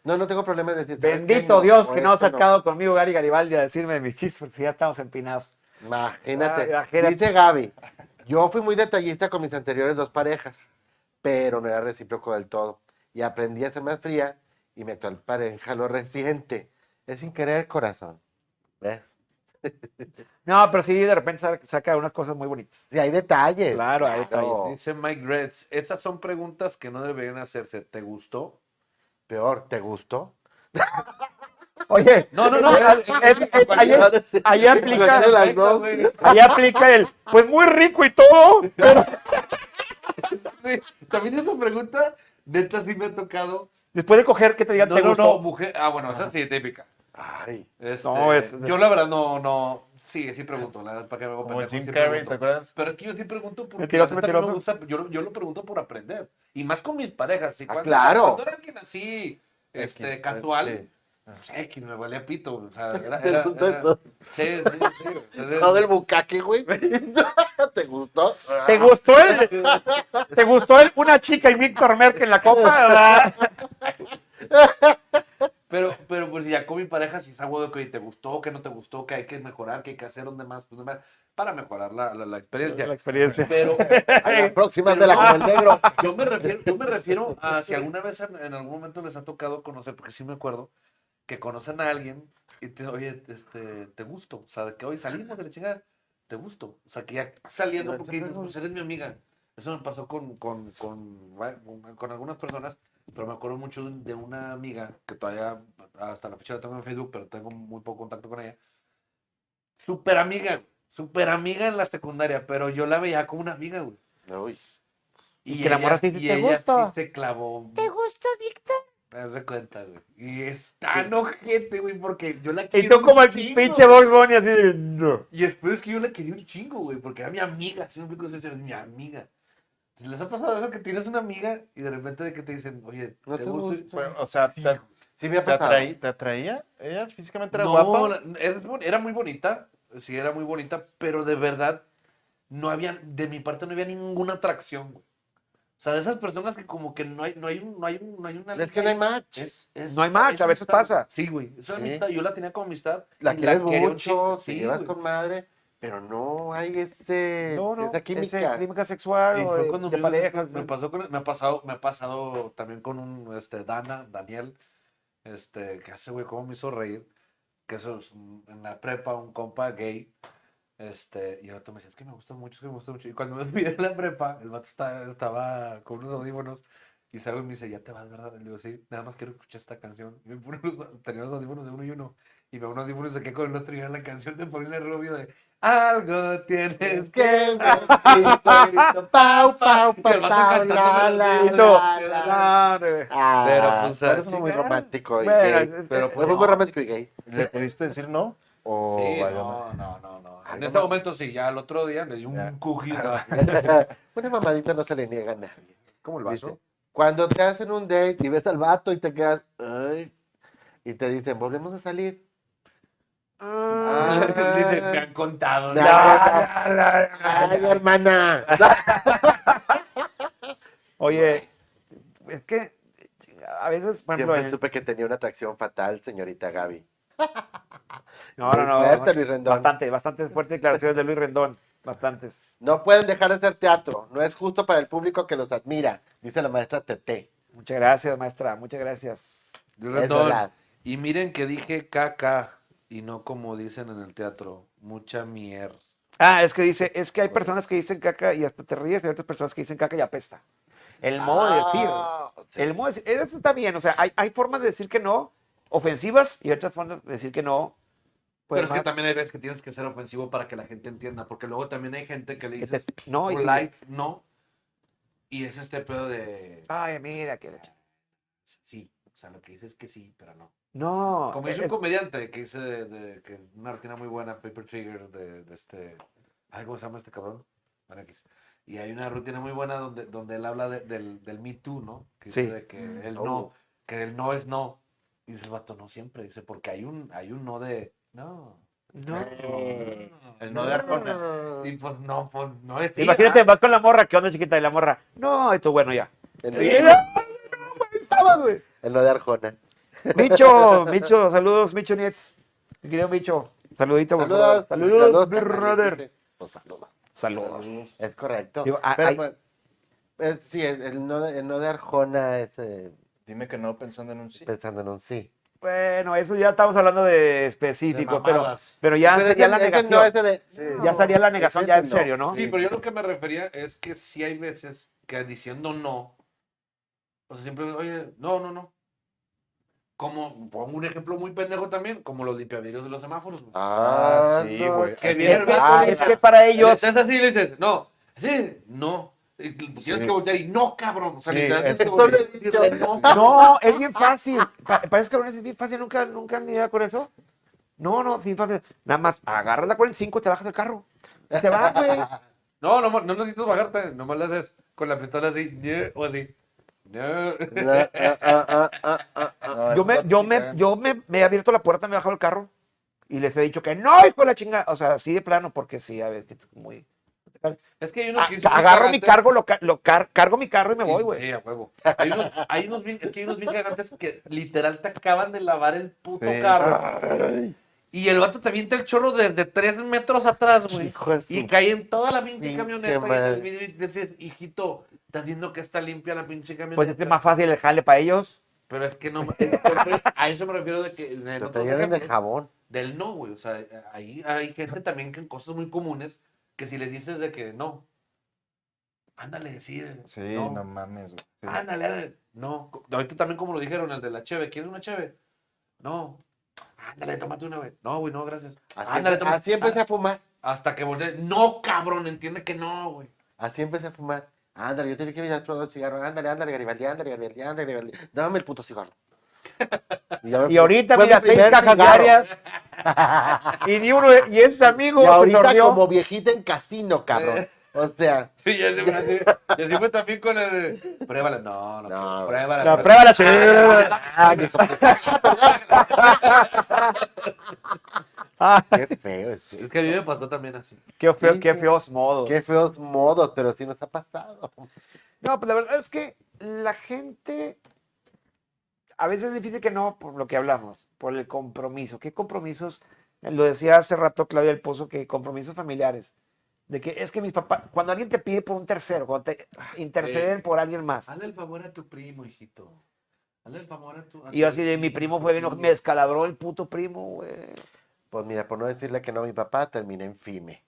S3: No, no tengo problema de decir. ¿sabes qué?
S2: Bendito Dios
S3: o
S2: que no ha
S3: esto
S2: sacado conmigo Gary Garibaldi a decirme de mis chistes, porque si ya estamos empinados.
S3: Imagínate.
S2: Ah, imagínate.
S3: Dice Gaby, yo fui muy detallista con mis anteriores dos parejas, pero no era recíproco del todo. Y aprendí a ser más fría y mi actual pareja lo resiente. Es sin querer, corazón. ¿Ves?
S2: No, pero sí, de repente sa- saca unas cosas muy bonitas.
S3: Sí, hay detalles.
S2: Claro, hay detalles.
S4: Dice Mike Reds, esas son preguntas que no deberían hacerse. ¿Te gustó?
S3: Peor, ¿te gustó?
S2: Oye,
S4: No, no, no.
S2: es- es- ahí, ahí aplica, ahí aplica el, pues muy rico y todo, pero
S4: Güey, También esa pregunta, neta, sí me ha tocado.
S2: después de coger, ¿qué te digan?
S4: no,
S2: ¿Te
S4: no,
S2: gustó?
S4: no, mujer. Ah, bueno, esa sí, típica.
S3: Ay,
S4: Este,
S2: No, es-
S4: Yo la verdad no, no. Sí, sí pregunto. La verdad, ¿para qué me hago
S1: Como
S4: pendejo? Sí
S1: Jim Carrey,
S4: pregunto.
S1: ¿te acuerdas?
S4: Pero es que yo sí pregunto porque
S2: Mentiroso,
S4: la neta, no me
S2: mentiroso.
S4: gusta- yo, yo lo pregunto por aprender. Y más con mis parejas. sí,
S3: Ah,
S4: cuando-
S3: claro.
S4: Cuando era alguien así, este,
S1: X,
S4: casual,
S1: sí.
S4: sé que me valía pito. O sea, era,
S3: ¿Te
S4: era-
S3: gustó
S4: era-
S3: todo?
S4: Sí, sí, sí. o sea,
S3: todo el bucaque, güey. ¿Te gustó?
S2: ¿Te gustó el, te gustó el una chica y Víctor Merck en la copa?
S4: Pero, pero pues ya con mi pareja, si es algo de que te gustó, que no te gustó, que hay que mejorar, que hay que hacer donde más, donde más, para mejorar la, la, la experiencia.
S2: La experiencia.
S4: Pero
S3: A la próxima
S4: Pero-
S3: de la como el negro.
S4: yo me refiero, yo me refiero a si alguna vez en, en algún momento les ha tocado conocer, porque sí me acuerdo, que conocen a alguien y te oye, este, te gusto. O sea, de que hoy salimos de la chingada, te gusto. O sea, que ya saliendo, porque dices, pues eres mi amiga. Eso me pasó con, con, con, con algunas personas Pero me acuerdo mucho de una amiga que todavía hasta la fecha la tengo en Facebook, pero tengo muy poco contacto con ella. Súper amiga, güey, súper amiga en la secundaria, pero yo la veía como una amiga, güey.
S3: Uy.
S2: Y que la morra te dice,
S4: y
S2: "¿Te
S4: ella
S2: gusta?"
S4: sí se clavó.
S2: ¿Te gusta, Víctor?
S4: Me das de cuenta, güey. Y es tan ojete, güey, porque yo la
S2: Y
S4: quería.
S2: tú como el
S4: chingo,
S2: pinche
S4: güey.
S2: Box Bunny así de... "No".
S4: Y después es que yo la quería un chingo, güey, porque era mi amiga. Siempre que es mi amiga. Entonces, ¿Les ha pasado eso que tienes una amiga y de repente de que te dicen, oye,
S3: No
S4: te
S3: te
S4: gusta?
S3: gusta.
S1: Bueno, o sea, ¿te,
S3: Sí me ha
S1: te
S3: pasado.
S1: atraí- te atraía? ¿Ella físicamente era
S4: no,
S1: guapa?
S4: la- es bon- era muy bonita, sí, era muy bonita, pero de verdad, no había, de mi parte no había ninguna atracción, güey. O sea, de esas personas que como que no hay, no hay, un- no hay, un- no hay una...
S3: Es que no hay match.
S4: Es- es-
S2: No hay match,
S4: es
S2: a veces
S4: amistad.
S2: pasa.
S4: Sí, güey, es una
S3: Sí.
S4: amistad, yo la tenía como amistad.
S3: La
S4: y
S3: quieres
S4: quería un
S3: mucho,
S4: chingo,
S3: te
S4: sí,
S3: llevas
S4: güey.
S3: con madre, pero no hay ese,
S2: No, no,
S3: esa
S2: ese
S3: química.
S2: química sexual
S4: Y
S2: o
S4: fue
S2: de,
S4: cuando
S2: de
S4: me-
S2: parejas.
S4: Me, pasó con- me ha pasado, me ha pasado también con un este, Dana, Daniel, este, que hace, güey, cómo me hizo reír. Que eso es un- en la prepa, un compa gay. Este, y el otro me decía, es que me gusta mucho, es que me gusta mucho. Y cuando me olvidé de la prepa, el vato estaba, estaba con unos audífonos y salgo y me dice, ya te vas, ¿verdad? Y le digo, sí, nada más quiero escuchar esta canción. Y me pone unos, tenía los audífonos de uno y uno. Y me unos audífonos de que con el otro y era la canción de ponerle rubio de Algo tienes
S3: Es que necesito, pau, pau, pau,
S4: Y
S3: pau,
S4: el vato
S3: la,
S4: cantando
S3: la,
S4: así,
S2: Y
S3: la,
S2: tú,
S4: no,
S3: la.
S2: Ah, güey.
S3: Ah,
S4: Pero, pues,
S3: pero
S4: a
S3: eso fue muy
S4: chingar.
S3: romántico y
S2: Bueno,
S3: gay.
S2: es- es-
S3: Pero,
S2: es-
S3: pues, fue muy romántico y gay.
S1: ¿Le pudiste decir no? O
S4: Sí,
S1: valió
S4: no, no, no, no.
S3: Ay,
S4: En
S3: no
S4: este
S3: mames.
S4: momento sí, ya al otro día le di
S1: Ya.
S4: un cookie.
S3: Una mamadita no se le niega a nadie.
S4: ¿Cómo el
S3: Dice, cuando te hacen un date y ves al vato y te quedas, ay, y te dicen, volvemos a salir.
S4: Ah,
S3: Ah,
S4: Dice, me han contado.
S3: Ya,
S4: ¿no?
S2: La, la, la, la.
S3: Ay, hermana.
S2: Oye, es que a veces, por ejemplo,
S3: Siempre
S2: el-
S3: supe que tenía una atracción fatal, señorita Gaby.
S2: no, no,
S3: Muy
S2: no,
S3: fuerte, Luis Rendón.
S2: bastante, bastante fuerte declaraciones de Luis Rendón, bastantes.
S3: No pueden dejar de hacer teatro. No es justo para el público que los admira, dice la maestra Tete.
S2: Muchas gracias, maestra, muchas gracias.
S4: Yo
S3: Es
S4: ratón.
S3: verdad.
S4: Y miren que dije caca y no como dicen en el teatro, mucha mierda.
S2: Ah, es que dice, es
S4: Pues.
S2: que hay personas que dicen caca y hasta te ríes, y hay otras personas que dicen caca y apesta. El modo de decir.
S3: Ah, sí.
S2: El modo de decir, eso está bien, o sea, hay, hay formas de decir que no, ofensivas, y otras formas de decir que no. pues,
S4: Pero es que
S2: más-
S4: también hay veces que tienes que ser ofensivo para que la gente entienda, porque luego también hay gente que le
S2: que te-
S4: dices
S2: no, y-
S4: polite, no, y es este pedo de
S2: ay, mira, que la ch-
S4: sí, o sea, lo que dices es que sí, pero no.
S2: No.
S4: Como dice un
S2: Ah, es-
S4: comediante que dice de, de- que una rutina muy buena, Paper Trigger, de, de este. Ay, ¿cómo se llama este cabrón? Bueno, X. Y hay una rutina muy buena donde, donde él habla de- del, del Me Too, ¿no? Que dice
S2: Sí.
S4: de que el
S3: Oh.
S4: no, que el no es no. Y dice el vato, no siempre. Dice, porque hay un, hay un no de. No.
S2: no.
S1: Eh, El no de Arcona.
S4: Y pues no, pues no es. sí,
S2: Ah. Imagínate,
S4: ¿verdad?
S2: vas con la morra, ¿qué onda, chiquita? Y la morra, no, esto bueno ya.
S3: El,
S2: Sí, no, no, güey, estaba, güey.
S3: el no de Arjona.
S2: Micho, Micho, saludos, Micho Nietz. Mi querido Micho, saludito. por favor.
S3: Saludos.
S2: saludos, Big
S3: carnal,
S2: Brother.
S3: dice. Pues saludos.
S2: Saludos.
S3: Es correcto.
S2: Digo, ah,
S3: Pero,
S2: hay-
S3: bueno, es- sí, el, el no de, el no de Arjona es eh,
S1: Dime que no pensando en un sí.
S3: pensando en un sí.
S2: Bueno, eso ya estamos hablando de específicos,
S4: ah, De
S2: pero,
S4: mamadas.
S2: pero ya
S3: Pero Pues, es
S2: sería
S3: el-
S2: la
S3: es el
S2: negación.
S3: no ese de-
S2: Ya estaría la negación,
S3: es
S2: ya en
S3: ese no.
S2: serio, ¿no?
S4: Sí, pero yo lo que me refería es que sí hay veces que diciendo no, o sea, siempre, oye, no, no, no. Como, pongo un ejemplo muy pendejo también, como los limpiavidrios de los semáforos. güey.
S3: Ah,
S1: Ah, sí,
S3: no,
S1: güey.
S3: sí.
S4: Que viene el vato
S2: Ah,
S4: y
S2: es
S4: la-
S2: que para
S4: Le
S2: ellos,
S4: estás así y le dices, no, sí, no. Y tú Tienes
S1: Sí.
S4: que voltear y no, cabrón. O sea,
S1: Sí,
S4: literalmente
S1: eso
S4: voltear
S3: lo he
S4: y decirle,
S3: dicho.
S4: no,
S2: no, es bien fácil. Pa- Parece que es bien fácil, nunca, nunca han lidiado con eso. No, no, sin fácil. Nada más agarras la 45 y te bajas del carro. Y Se va, güey.
S4: No, no, no necesitas bajarte, nomás le haces con la pistola así, "Nie", o así. "Nie".
S3: Ah, ah, ah, ah, ah, ah.
S1: No,
S2: Yo
S1: eso
S2: me,
S1: está
S2: yo me,
S1: chingón.
S2: yo me, me he abierto la puerta, me he bajado el carro y les he dicho que no, hijo de la chinga. O sea, así de plano, porque sí, a ver, que es muy.
S4: Es que hay unos
S2: Ah,
S4: que dicen,
S2: Agarro mi
S4: "Cagante".
S2: cargo, lo, ca- lo car- cargo mi carro y me voy,
S4: Sí,
S2: güey.
S4: Sí, a huevo. Hay unos, hay unos bien, es que hay unos bien cagantes que literal te acaban de lavar el puto
S1: Sí.
S3: Ah.
S4: carro. Y el vato te avienta el chorro desde tres metros atrás, güey.
S3: Hijo de su-
S4: Y cae en toda la pinche
S3: Pinche
S4: camioneta y en
S3: madre.
S4: el vidrio y dices, hijito, estás viendo que está limpia la pinche
S2: Pues
S4: camioneta.
S2: este es más fácil el jale para ellos.
S4: Pero es que no, pero a eso me refiero de que en
S3: Lo
S4: otros
S3: tenían en el
S4: ejemplos,
S3: jabón.
S4: del no, güey. O sea, ahí hay gente también que en cosas muy comunes que si les dices de que no, ándale, sí.
S1: Sí, no,
S4: no,
S1: mames, güey. Sí.
S4: Ándale, ándale. No, co- ahorita también como lo dijeron, el de la cheve. ¿Quieres una cheve? No. Ándale, tómate una, güey. No, güey, no, gracias.
S3: Así,
S4: ándale, tómate.
S3: así empecé a fumar.
S4: Hasta que volteé. No, cabrón, entiende que no, güey.
S3: Así empecé a fumar. Ándale, yo tenía que haber probado el cigarro. Ándale, ándale, Garibaldi, ándale, Garibaldi, ándale, Garibaldi. Dame el puto cigarro. Y, ya me
S2: Y
S3: fumé.
S2: ahorita,
S3: Fue mi
S2: mira, seis
S3: primer
S2: cajas
S3: cigarro.
S2: diarias. y ni uno, y ese amigo
S3: Y
S2: se
S3: ahorita
S2: sordió.
S3: como viejita en casino, cabrón. O sea,
S4: Sí, ya se me hace- Y así fue también con el. de, Pruébala. No, no,
S3: No, güey.
S4: pruébala.
S2: La prueba la
S3: ay, hijo de-
S2: Ah,
S3: qué feo es.
S4: Es que a mí me pasó también así.
S2: qué feo,
S3: Sí,
S2: qué
S3: sí.
S2: feos modos.
S3: Qué feos modos, pero sí nos ha pasado.
S2: No, pues la verdad es que la gente a veces es difícil que no, por lo que hablamos, por el compromiso. ¿Qué compromisos? Lo decía hace rato Claudia del Pozo, que compromisos familiares. De que es que mis papás, cuando alguien te pide por un tercero, cuando te
S4: Ah,
S2: interceden por alguien más.
S4: Hazle el favor a tu primo, hijito. Hazle el favor a tu. a
S2: Y yo
S4: tu
S2: así de mi primo fue bien, me descalabró el puto primo, güey.
S3: Pues mira, por no decirle que no a mi papá, terminé en FIME.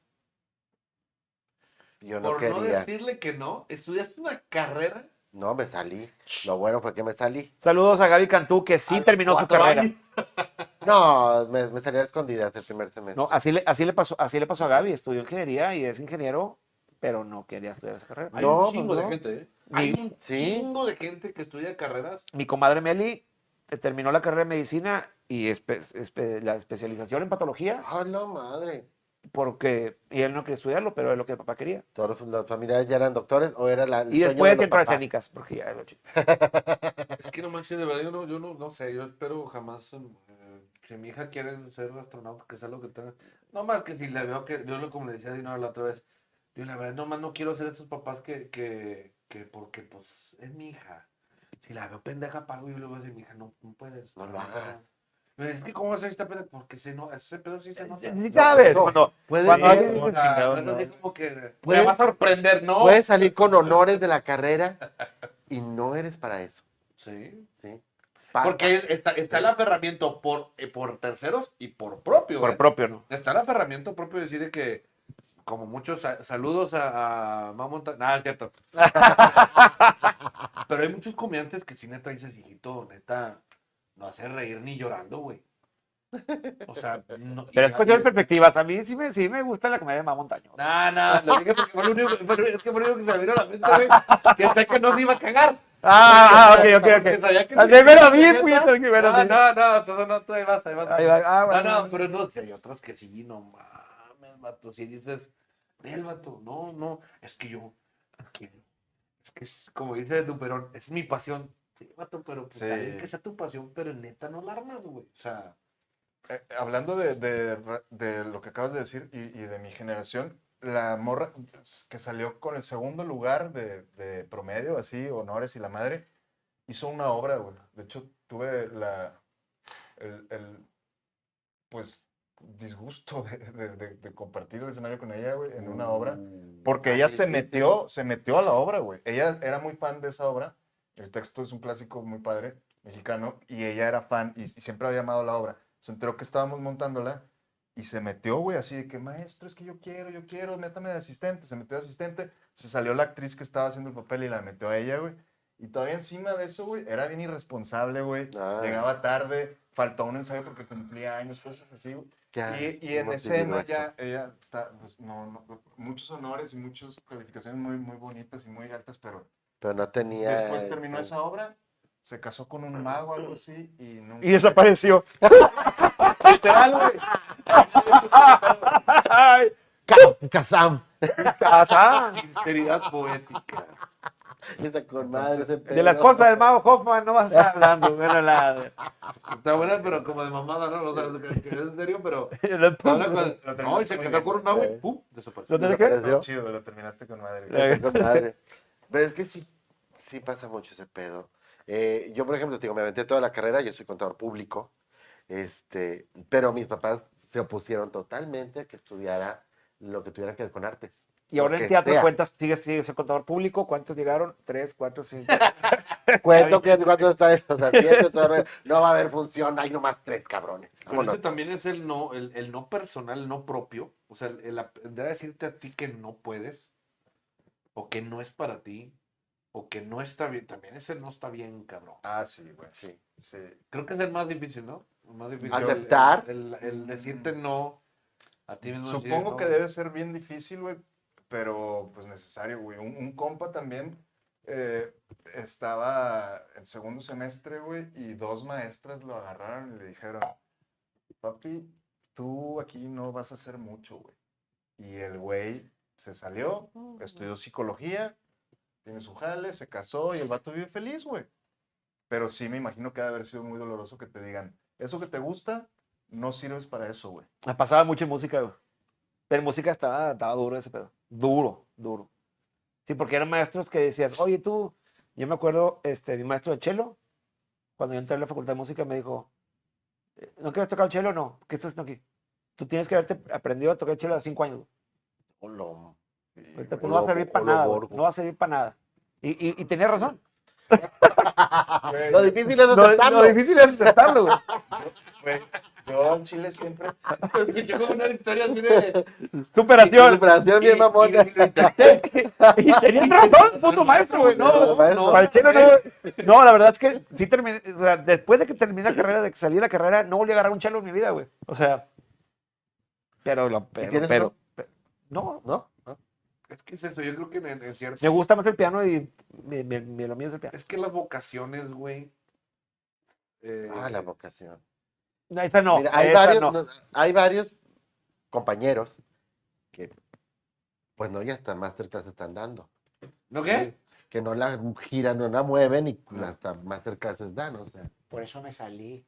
S3: Yo no
S4: Por no
S3: quería.
S4: decirle que no, estudiaste una carrera.
S3: No, me salí. Lo bueno fue que me salí.
S2: Saludos a Gaby Cantú, que sí
S4: a los
S2: terminó su
S4: cuatro
S2: carrera.
S4: años.
S3: No, me, me salí a escondidas el primer semestre.
S2: No, así le, así le pasó, así le pasó a Gaby, estudió ingeniería y es ingeniero, pero no quería estudiar esa carrera.
S4: Hay
S3: No,
S4: un chingo
S3: pues
S4: de
S3: no.
S4: gente, ¿eh? Hay un
S3: sí.
S4: chingo de gente que estudia carreras.
S2: mi comadre Meli eh, terminó la carrera de medicina y espe- espe- la especialización en patología
S3: Ah, no, madre.
S2: porque y él no quería estudiarlo, pero es lo que el papá quería.
S3: Todos los, los familiares ya eran doctores o era la. el
S2: Y
S3: sueño
S2: después
S3: los
S2: entró a
S3: papás.
S2: escénicas, porque ya lo chico.
S4: Es que no manches, de verdad, yo no, yo no, no sé, yo espero jamás. eh, si mi hija quiere ser astronauta, que sea lo que tenga. No más que si le veo que. Yo lo como le decía a Dinora la otra vez. Yo la verdad, no más no quiero ser estos papás que, que, que porque pues es mi hija. Si la veo pendeja, pago yo le voy a decir, mi hija, no, no puedes.
S3: No lo
S4: no
S3: hagas.
S4: Me dice, Es que, ¿cómo vas a ser esta pendeja? Porque se no, ese pedo Eh, sí se nota.
S2: Ni sabes,
S3: no.
S2: cuando
S3: Puede-
S2: pues, Cuando
S3: puede-
S2: alguien-
S4: O sea, no, pues, así como que
S3: Puedes-
S4: me va a sorprender, ¿no?
S3: puedes salir con honores de la carrera y no eres para eso.
S4: Sí.
S3: ¿sí? Pasa.
S4: Porque él- está, está el aferramiento por, eh, por terceros y por propio.
S2: por
S4: ¿eh?
S2: propio no.
S4: Está el aferramiento propio de decir de que, como muchos sa- saludos a, a Mamonta. Nada, es cierto. Pero hay muchos comediantes que si neta dices, hijito, neta, no hace reír ni llorando, güey. O sea, no.
S2: Pero
S4: y-
S2: es cuestión de
S4: y-
S2: perspectivas. A mí sí me, sí me gusta la comedia de Mamá Montaño.
S4: No, no, lo dije porque fue lo único, fue- es que fue lo único que se me vino a la mente, güey. Que hasta que no se iba a cagar.
S2: Ah, ah, ok,
S4: Porque-
S2: ok,
S4: porque
S2: ok.
S4: sabía que
S2: Así
S4: sí,
S2: me lo
S4: sí,
S2: vi,
S4: neta.
S2: puñetas, que me lo
S4: No,
S2: vi.
S4: no, no, eso no, tú ahí vas, ahí vas.
S2: Ahí va, ah, bueno.
S4: No, no, pero no, si hay otros que sí, no mames, vato. Si dices, el vato, no, no, es que yo quiero. Es que es, como dice Duperón, es mi pasión. Sí, vato, pero pues,
S1: Sí.
S4: está bien que sea tu pasión, pero neta no la armas, güey. O sea,
S1: Eh, hablando de, de ra- de lo que acabas de decir y, y de mi generación, la morra que salió con el segundo lugar de, de promedio, así, honores y la madre, hizo una obra, güey. De hecho, tuve la, el, el, pues, disgusto de, de- de- de compartir el escenario con ella, güey, en una obra. Porque ella se metió, se metió a la obra, güey. Ella era muy fan de esa obra. El texto es un clásico muy padre, mexicano, y ella era fan y, y siempre había amado la obra. Se enteró que estábamos montándola y se metió, güey, así de que, maestro, es que yo quiero, yo quiero, métame de asistente. Se metió de asistente, se salió la actriz que estaba haciendo el papel y la metió a ella, güey. Y todavía encima de eso, güey, era bien irresponsable, güey.
S3: Ah.
S1: Llegaba tarde, faltó un ensayo porque cumplía años, cosas así, güey.
S3: Ya,
S1: Y, y en
S3: hemos vivido
S1: escena
S3: eso.
S1: ya ella está, pues, no, no, muchos honores y muchas calificaciones muy, muy bonitas y muy altas, pero
S3: Pero no tenía.
S1: después terminó
S3: sí.
S1: esa obra, se casó con un mago algo así y nunca...
S2: Y desapareció.
S1: Literal, güey.
S2: Ay,
S3: Ca- Kazam.
S2: casa.
S4: Sinceridad poética.
S3: Esa con madre, ese
S2: De la
S3: pedo.
S2: esposa del mago Hoffman no vas a estar hablando. Bueno, la,
S4: Está buena, pero como de mamada, ¿no? O sea, que- que es en serio, pero.
S2: la-
S4: Ahora cuando-
S1: Lo terminaste
S4: No, y se
S1: muy
S4: quedó
S1: bien.
S4: con un agua y
S3: Sí.
S4: pum,
S2: ¿Lo
S4: desapareció.
S2: tenés
S3: ¿Qué?
S2: que?
S1: No, chido, lo terminaste con madre. güey.
S2: Eh.
S3: Esa con madre. Pero es que sí, sí pasa mucho ese pedo. Eh, yo, por ejemplo, te digo, me aventé toda la carrera, yo soy contador público, este, pero mis papás se opusieron totalmente a que estudiara lo que tuviera que ver con artes.
S2: Y ahora
S3: Lo que
S2: en teatro
S3: sea.
S2: cuentas, sigues sigue siendo contador público. ¿Cuántos llegaron? Tres, cuatro, cinco.
S3: Cuento que cuando está en los asientos, todo, no va a haber función, hay nomás tres cabrones.
S4: Pero
S3: Vámonos.
S4: ese también Pues es el no, el, el no personal, el no propio. O sea, el, el aprender a decirte a ti que no puedes. o que no es para ti, o que no está bien. También ese no está bien, cabrón.
S1: Ah, sí, güey.
S3: Sí.
S1: sí.
S4: Creo que es el más difícil, ¿no? El más difícil.
S3: Aceptar.
S4: El, el- el decirte no a ti mismo. decir,
S1: Supongo
S4: no,
S1: que
S4: güey.
S1: debe ser bien difícil, güey, pero pues necesario, güey. Un, un compa también eh, estaba en segundo semestre, güey, y dos maestras lo agarraron y le dijeron, papi, tú aquí no vas a hacer mucho, güey. Y el güey se salió, estudió psicología, tiene su jale, se casó y el vato vive feliz, güey. Pero sí me imagino que ha de haber sido muy doloroso que te digan, eso que te gusta, no sirves para eso, güey.
S2: Me pasaba mucho en música, güey. Pero en música estaba, estaba duro ese pedo. Duro, duro. Sí, porque eran maestros que decías, oye tú, yo me acuerdo, este, mi maestro de chelo, cuando yo entré a la facultad de música, me dijo, "Eh, ¿no quieres tocar el chelo? No, ¿qué estás haciendo aquí? Tú tienes que haberte aprendido a tocar el chelo a los cinco años. güey.
S3: O lo-
S2: Ahorita tú
S3: O
S2: no vas a
S3: lo-
S2: servir
S3: o
S2: para
S3: lo
S2: nada, güey,
S3: borgo.
S2: no vas a servir para nada. Y, y, y tenía razón.
S1: Güey,
S3: Lo difícil es
S2: Lo,
S3: aceptarlo.
S2: lo difícil es aceptarlo, güey.
S1: Güey, yo al chile siempre.
S4: Se escuchó como una historia así de.
S2: Superación.
S3: Vibración bien
S4: y-
S3: mamona.
S4: y- y-
S2: Y tenían razón, puto maestro, güey. No,
S3: Maestro.
S2: para el chino no. No, la verdad es que sí terminé, o sea, después de que terminé la carrera, de que salí de la carrera, no volví a agarrar un chelo en mi vida, güey. O sea, pero lo pero,
S3: tienes
S2: pero,
S3: uno?
S2: pero- no,
S3: ¿No?
S4: Es que es eso, yo creo que en, en cierto.
S2: me gusta más el piano y mi- mi- mi- lo mío es el piano.
S4: Es que las vocaciones, güey. eh,
S3: Ah, la vocación.
S2: No, esa no,
S3: Mira, hay,
S2: esa
S3: varios,
S2: no.
S3: no, hay varios compañeros que, pues no, ya hasta masterclass están dando.
S4: ¿No qué?
S3: Que no la giran, no la mueven y hasta masterclasses dan. O sea,
S5: Por eso me salí.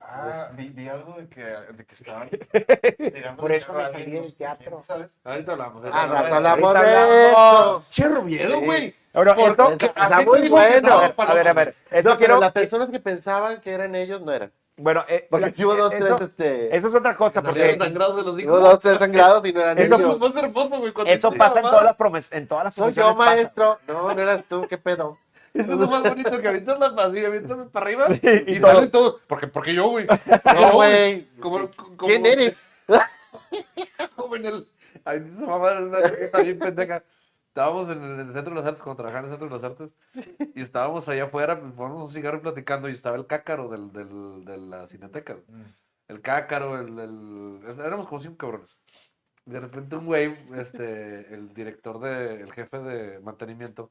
S1: Ah, vi, vi algo de que, de que estaban.
S5: Por eso me salí del teatro.
S1: ¿Sabes?
S4: Ahorita hablamos.
S3: ah,
S4: ahorita
S3: rato
S4: hablamos.
S3: hablamos
S2: ahorita
S3: de
S2: hablamos.
S3: eso.
S4: Che, Rubiedo,
S3: Sí.
S4: güey.
S2: Ahora,
S4: Porque
S2: esto,
S3: está-
S4: ¿a
S3: está
S4: quién
S3: muy
S4: digo que
S3: bueno.
S4: no,
S2: a ver, a ver, a ver, esto
S3: No, pero
S2: quiero-
S3: las personas que pensaban que eran ellos no eran.
S2: bueno, eh,
S3: Porque
S2: la-
S3: sí hubo dos,
S2: eso,
S3: tres, este,
S2: eso es otra cosa,
S4: Nos
S2: porque
S4: dieron sangrados de los
S3: hubo
S4: hijos.
S3: dos, tres sangrados y no eran
S2: Eso
S3: ellos.
S4: más hermoso, güey. cuando
S2: eso
S4: te-
S2: pasa en
S4: mamá,
S2: todas las promesas, en todas las
S3: Soy yo,
S2: profesiones pasa.
S3: maestro. No, no eras tú, qué pedo.
S4: Eso "Ah, es lo más bonito que avientas la pasilla, avientas para arriba
S2: Y
S4: y,
S2: todo.
S4: salen todos. Porque, porque yo, güey.
S3: No,
S4: No,
S3: güey.
S4: Como- como-
S3: ¿Quién eres?
S4: Como en el. Ay, esa mamá era una está bien pendeja. Estábamos en el Centro de las Artes, cuando trabajaba en el Centro de las Artes, y estábamos allá afuera, pues, fumamos un cigarro y platicando, y estaba el cácaro del, del, de la cineteca. güey.
S2: Mm.
S4: El cácaro, el, el- Éramos como cinco cabrones. De repente un güey, este, el director de, el jefe de mantenimiento,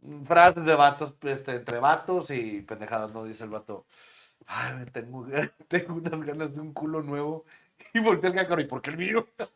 S4: mm, frases de vatos, este, entre vatos y pendejadas, ¿no? Dice el vato, ay, güey, tengo, tengo unas ganas de un culo nuevo. Y volteé al cácaro, ¿y por qué el mío?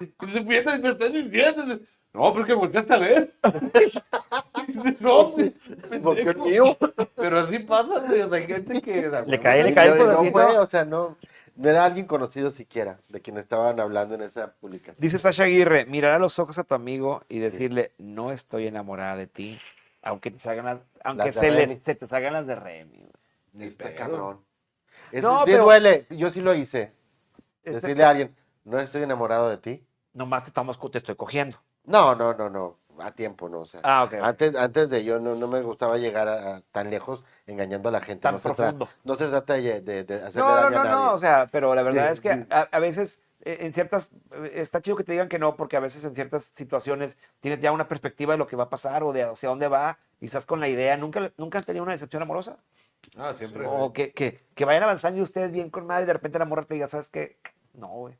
S4: Y Dice, fíjate, te estás diciendo. Dice, No, pero es que volteaste a ver. Dice, no,
S3: ¿Por qué el
S4: pendejo".
S3: mío?
S4: Pero así pasa, güey. O sea, hay gente que.
S2: Le cae, le
S3: Y
S2: cae el
S3: no- y no
S4: pues,
S2: podercito.
S3: fue, o sea, no, no era alguien conocido siquiera de quien estaban hablando en esa publicación.
S2: Dice Sasha Aguirre, mirar a los ojos a tu amigo y decirle, no estoy enamorada de ti, aunque te salgan las, aunque
S3: Las de
S2: se, le-
S3: Remy.
S2: se te salgan las de Remy. güey.
S4: Ni
S3: Está
S4: pedo.
S3: cabrón. Eso
S2: No,
S3: sí
S2: pero-
S3: duele. Yo sí lo hice.
S2: Este-
S3: Decirle a alguien, no estoy enamorado de ti.
S2: nomás te, estamos, co- te estoy cogiendo.
S3: No, no, no, no. A tiempo, no. O sea,
S2: Ah, ok.
S3: antes, antes de yo no, no me gustaba llegar a- a tan lejos engañando a la gente.
S2: Tan
S3: no, se tra-
S2: profundo.
S3: no se trata de, de- de hacerle
S2: no, no,
S3: daño
S2: no,
S3: a nadie.
S2: no, o sea, pero la verdad
S3: Sí,
S2: es que
S3: sí.
S2: a, a veces, eh, en ciertas, eh, está chido que te digan que no, porque a veces en ciertas situaciones tienes ya una perspectiva de lo que va a pasar o de hacia dónde va, y estás con la idea, ¿nunca, nunca han tenido una decepción amorosa?
S4: Ah, siempre.
S2: O que, que, que vayan avanzando y ustedes bien con madre y de repente la morra te diga, ¿sabes qué? No, güey.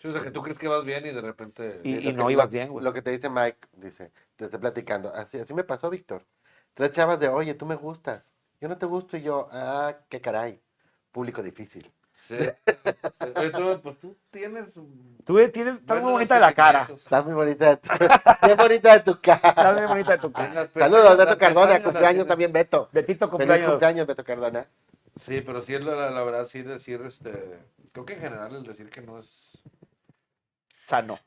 S4: Sí, o sea, que tú crees que vas bien y de repente.
S3: lo
S2: Y- no
S3: que-
S2: ibas
S3: lo-
S2: bien, güey.
S3: Lo que te dice Mike, dice, te estoy platicando. Así, así me pasó, Víctor. Tres chavas de, oye, tú me gustas. Yo no te gusto y yo, ah, qué caray. Público difícil.
S4: Sí. Oye, tú, pues tú tienes.
S2: Tú eh, tienes, estás muy bonita de la cara.
S3: Estás muy bonita de tu, qué bonita de tu cara.
S2: Estás bien bonita de tu cara.
S3: Saludos, Beto Cardona. Cumpleaños también, Beto.
S2: Betito
S3: Feliz
S2: cumpleaños.
S3: cumpleaños, Beto Cardona.
S4: Sí, pero sí, la, la- la verdad, sí decir, este. Creo que en general el decir que no es.
S2: Sano.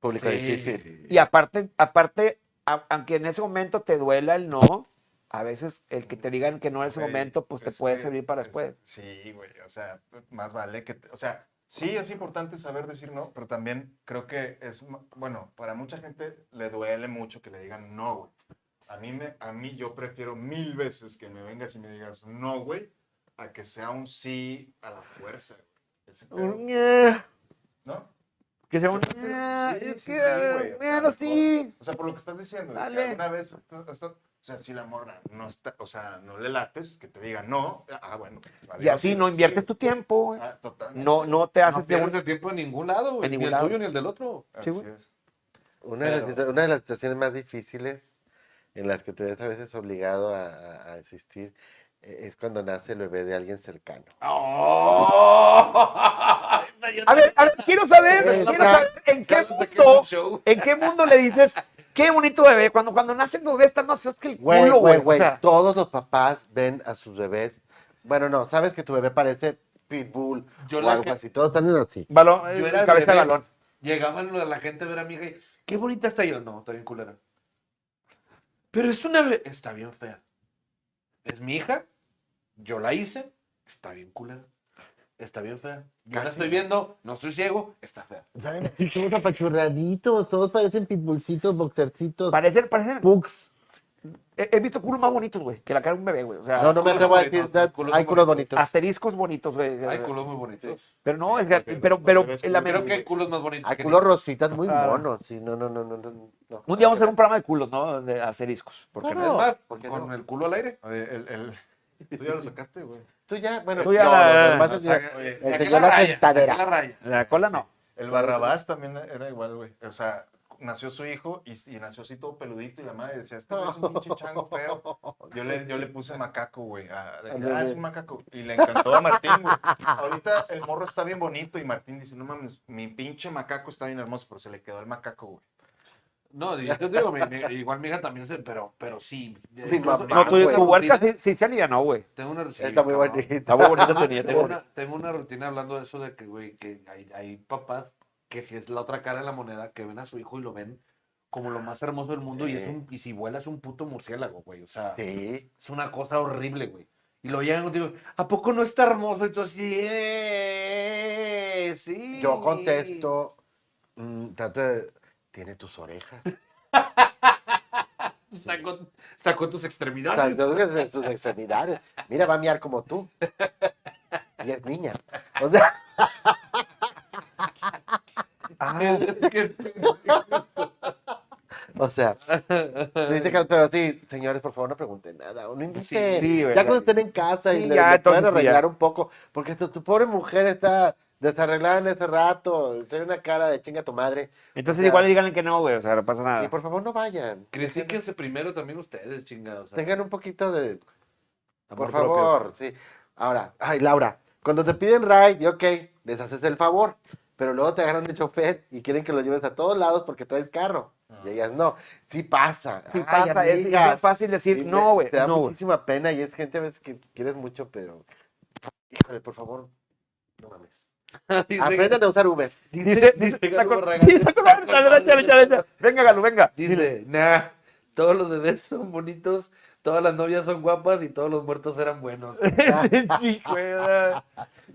S3: Público
S4: Sí.
S3: difícil.
S2: Y aparte, aparte, a- aunque en ese momento te duela el no, a veces el que te digan que no en ese
S1: Güey,
S2: momento, pues te
S1: Eh, es
S2: puede
S1: que-
S2: servir para
S1: es-
S2: después.
S1: Sí, güey, o sea, más vale que. te- o sea, sí es importante saber decir no, pero también creo que es. ma- Bueno, para mucha gente le duele mucho que le digan no, güey. A mí, me, a mí yo prefiero mil veces que me vengas y me digas no, güey, a que sea un sí a la fuerza. güey. Ese pedo,
S2: Un, eh,
S1: ¿No?
S2: Que sea un.
S1: Sí, sí,
S2: "Ah,
S1: sí,
S2: es
S1: sí,
S2: que,
S1: sí, güey, o sea,
S2: bueno, sí.
S1: O sea, por lo que estás diciendo, de que
S2: Dale.
S1: alguna vez, esto- esto- o sea, si la morra no está, o sea, no le lates, que te diga no, ah, bueno.
S2: Y así no inviertes tu tiempo, güey.
S1: Ah, totalmente.
S2: No, no te
S4: No
S2: haces de
S4: pierdes
S2: un.
S4: el tiempo en ningún lado, güey.
S2: En ningún
S4: ni
S2: lado.
S4: el tuyo ni el del otro.
S1: Así
S2: Sí, güey.
S1: es.
S3: Una, de las,
S4: Pero-
S3: situa- una de las situaciones más difíciles en las que te ves a veces obligado a, a- a asistir eh, es cuando nace el bebé de alguien cercano.
S4: ¡Oh!
S2: A ver, a ver, quiero saber,
S3: Exacto.
S2: quiero saber en qué
S4: ¿Sabes de qué
S2: mundo,
S4: show?
S2: en qué mundo le dices, qué bonito bebé. Cuando, cuando nacen los bebés están más feos que el
S3: Güey,
S2: culo,
S3: güey,
S2: güey.
S3: güey.
S2: O sea,
S3: Todos los papás ven a sus bebés. Bueno, no, sabes que tu bebé parece pitbull
S4: Yo
S3: o
S4: la
S3: algo
S4: que-
S3: así. Todos están en así.
S2: balón,
S4: Yo
S2: eh,
S4: era
S2: cabeza de
S4: bebé.
S2: balón.
S4: Llegaban lo de la gente a ver a mi hija y, qué bonita está yo. No, está bien culera. Pero es una be- Está bien fea. Es mi hija. Yo la hice. Está bien culera. Está bien fea. Yo la
S3: Casi.
S4: estoy viendo. No estoy ciego. Está fea.
S3: ¿Saben? Así todos apachurraditos, todos parecen pitbullcitos, boxercitos,
S2: Parecen, parecen.
S3: pugs.
S2: He, he visto culos más bonitos, güey, que la cara de un bebé, güey. O sea,
S3: No, no me
S4: Ah, culos
S3: atrevo a
S4: bonitos,
S3: decir, that-
S4: culos
S3: hay culos
S4: bonitos.
S3: bonitos.
S2: asteriscos bonitos, güey.
S4: Hay culos muy bonitos.
S2: Pero no,
S1: Sí,
S2: es que,
S1: porque
S2: pero,
S1: los
S2: pero,
S1: bebés
S2: en la
S4: Creo
S2: men-
S4: que hay culos más bonitos.
S3: Hay
S4: Pues que
S3: culos
S4: ni-
S3: rositas muy
S2: Ah.
S3: monos, sí, no, no, no, no, no. no.
S2: Un día vamos a hacer un programa de culos, ¿no? De asteriscos. Porque
S3: Claro.
S4: Es
S2: no.
S4: más,
S3: ¿Por qué
S4: con
S3: no?
S4: el culo al aire.
S1: Oye, el, el- Tú ya lo sacaste, güey.
S3: Tú ya, bueno,
S2: Tú ya
S3: no,
S2: la-
S3: no, no, más-
S4: Saca-
S1: oye,
S4: saqué
S3: enseñó la
S4: raya,
S3: sentadera.
S4: saqué la raya.
S2: La cola no.
S1: El Barrabás también era igual, güey. O sea, nació su hijo y, y nació así todo peludito y la madre decía, este güey es un pinche chango feo. Yo le, yo le puse macaco, güey. a- de que,
S3: Al
S1: ah, es
S3: bebé.
S1: un macaco. Y le encantó a Martín, güey. Ahorita el morro está bien bonito y Martín dice, no mames, mi pinche macaco está bien hermoso, pero se le quedó el macaco, güey.
S4: No, yo te digo, mi- mi- igual mi hija también se, pero, pero sí.
S3: Mi
S4: Incluso-
S3: mamá,
S2: No,
S3: Ah,
S2: tu,
S3: güey.
S4: una
S2: tu huerca
S4: rutina-
S2: sí, sí se alivianó, güey.
S4: Tengo una sí,
S3: Está muy
S4: cabrón.
S3: bonita.
S2: Está muy bonito tu nieto,
S4: Tengo
S2: güey.
S4: una, tengo una rutina hablando de eso de que, güey, que hay, hay papás que si es la otra cara de la moneda, que ven a su hijo y lo ven como lo más hermoso del mundo y, es
S3: Sí.
S4: un, y si vuela es un puto murciélago, güey. O sea,
S3: Sí.
S4: es una cosa horrible, güey. Y lo llegan contigo, ¿a poco no está hermoso? Y tú así, "Eh, sí.
S3: Yo contesto, mm, trato de- tiene tus orejas.
S4: Sacó, sacó tus extremidades.
S3: Tanto de tus extremidades. Mira, va a miar como tú. Y es niña. O sea,
S2: Ah,
S3: o sea. tuviste que- Pero sí, señores, por favor, no pregunten nada. o No inviten.
S2: Sí, sí,
S3: ya
S2: ¿verdad?
S3: cuando estén en casa y
S2: Sí,
S3: le,
S2: ya,
S3: le puedan
S2: entonces sí,
S3: arreglar
S2: ya.
S3: un poco. Porque tu, tu pobre mujer está desarreglada en ese rato. Tiene una cara de chinga tu madre.
S2: entonces
S3: Ya.
S2: igual díganle que no, güey. O sea, no pasa
S3: Sí,
S2: nada.
S3: por favor, no vayan.
S4: Critíquense primero también ustedes, chingados.
S3: Tengan un poquito de. Por
S4: Amor propio.
S3: favor, sí. Ahora, ay, Laura, cuando te piden ride, y ok, les haces el favor, pero luego te agarran de chofer y quieren que lo lleves a todos lados porque traes carro. Y ellas no. Ah. Sí pasa.
S2: Sí
S3: Ay,
S2: pasa, es- es
S3: amigas.
S2: bien fácil
S3: Sí,
S2: decir,
S3: me-
S2: no, güey.
S3: Te da
S2: No, güey.
S3: muchísima pena y es gente a veces que quieres mucho, pero. Híjole, por favor, no mames.
S4: Dice-
S3: Aprendan a usar Uber.
S2: Dice, dice,
S4: dice que
S2: está
S4: algo
S2: con-
S4: regaña.
S2: sí, está con-
S4: Está con
S2: dale,
S4: madre.
S2: dale, dale, dale. Venga, Galo, venga.
S4: Dice, nah, todos los bebés son bonitos, todas las novias son guapas y todos los muertos eran buenos.
S2: sí, güey. ah.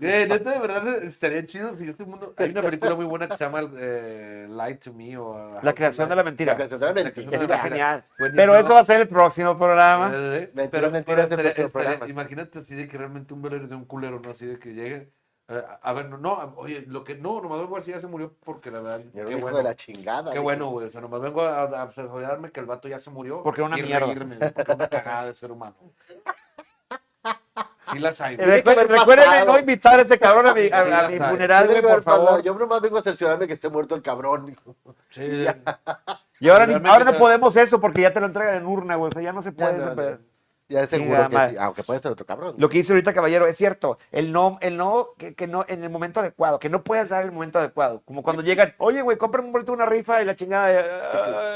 S4: Eh, neta, de verdad, estaría chido si este mundo... Hay una película muy buena que se llama eh, Lie to Me o...
S2: La creación de la mentira.
S3: La creación de la
S4: La
S2: Está
S4: creación
S3: mentira.
S4: de
S2: genial.
S4: Buenísimo.
S2: Pero eso va a ser el próximo programa.
S4: Eh, eh,
S3: Mentiras,
S4: pero-
S3: mentiras
S4: pero
S3: del
S4: estaría-
S3: próximo
S4: estaría-
S3: programa.
S4: Imagínate así de que realmente un velero de un culero, ¿no? Así de que llegue... eh, A ver, no, no, a- oye, lo que no, nomás vengo a decir, ya se murió porque la verdad.
S3: Era
S4: qué
S3: un hijo
S4: bueno.
S3: de la chingada.
S4: Qué
S3: dije.
S4: bueno, güey. O sea, nomás vengo a, a observarme que el vato ya se murió.
S2: Porque era una
S4: y
S2: mierda.
S4: reírme, güey, porque era una cagada de ser humano. Sí las hay,
S2: Eh,
S4: güey.
S2: recuer-
S3: haber
S2: Recuerden
S3: pasado.
S2: no invitar a ese cabrón a mi, a- a mi
S4: Sí, la
S3: Tiene
S2: funeral, güey,
S3: que haber
S2: por favor.
S3: pasado. Yo nomás vengo a cerciorarme que esté muerto el cabrón. hijo.
S4: Sí.
S2: Y ahora, ni-
S4: Realmente
S2: ahora no
S4: esa-
S2: podemos eso porque ya te lo entregan en urna, güey. O sea, ya no se
S3: Ya,
S2: puede.
S3: no,
S2: ese
S3: no.
S2: pedo.
S3: Ya es seguro
S2: Chingada
S3: que
S2: madre.
S3: sí, aunque puede ser otro cabrón.
S2: Lo que dice ahorita Caballero es cierto. El no, el no, que, que no, en el momento adecuado, que no puedes dar el momento adecuado. Como cuando llegan, oye, güey, cómprame un boleto de una rifa y la chingada.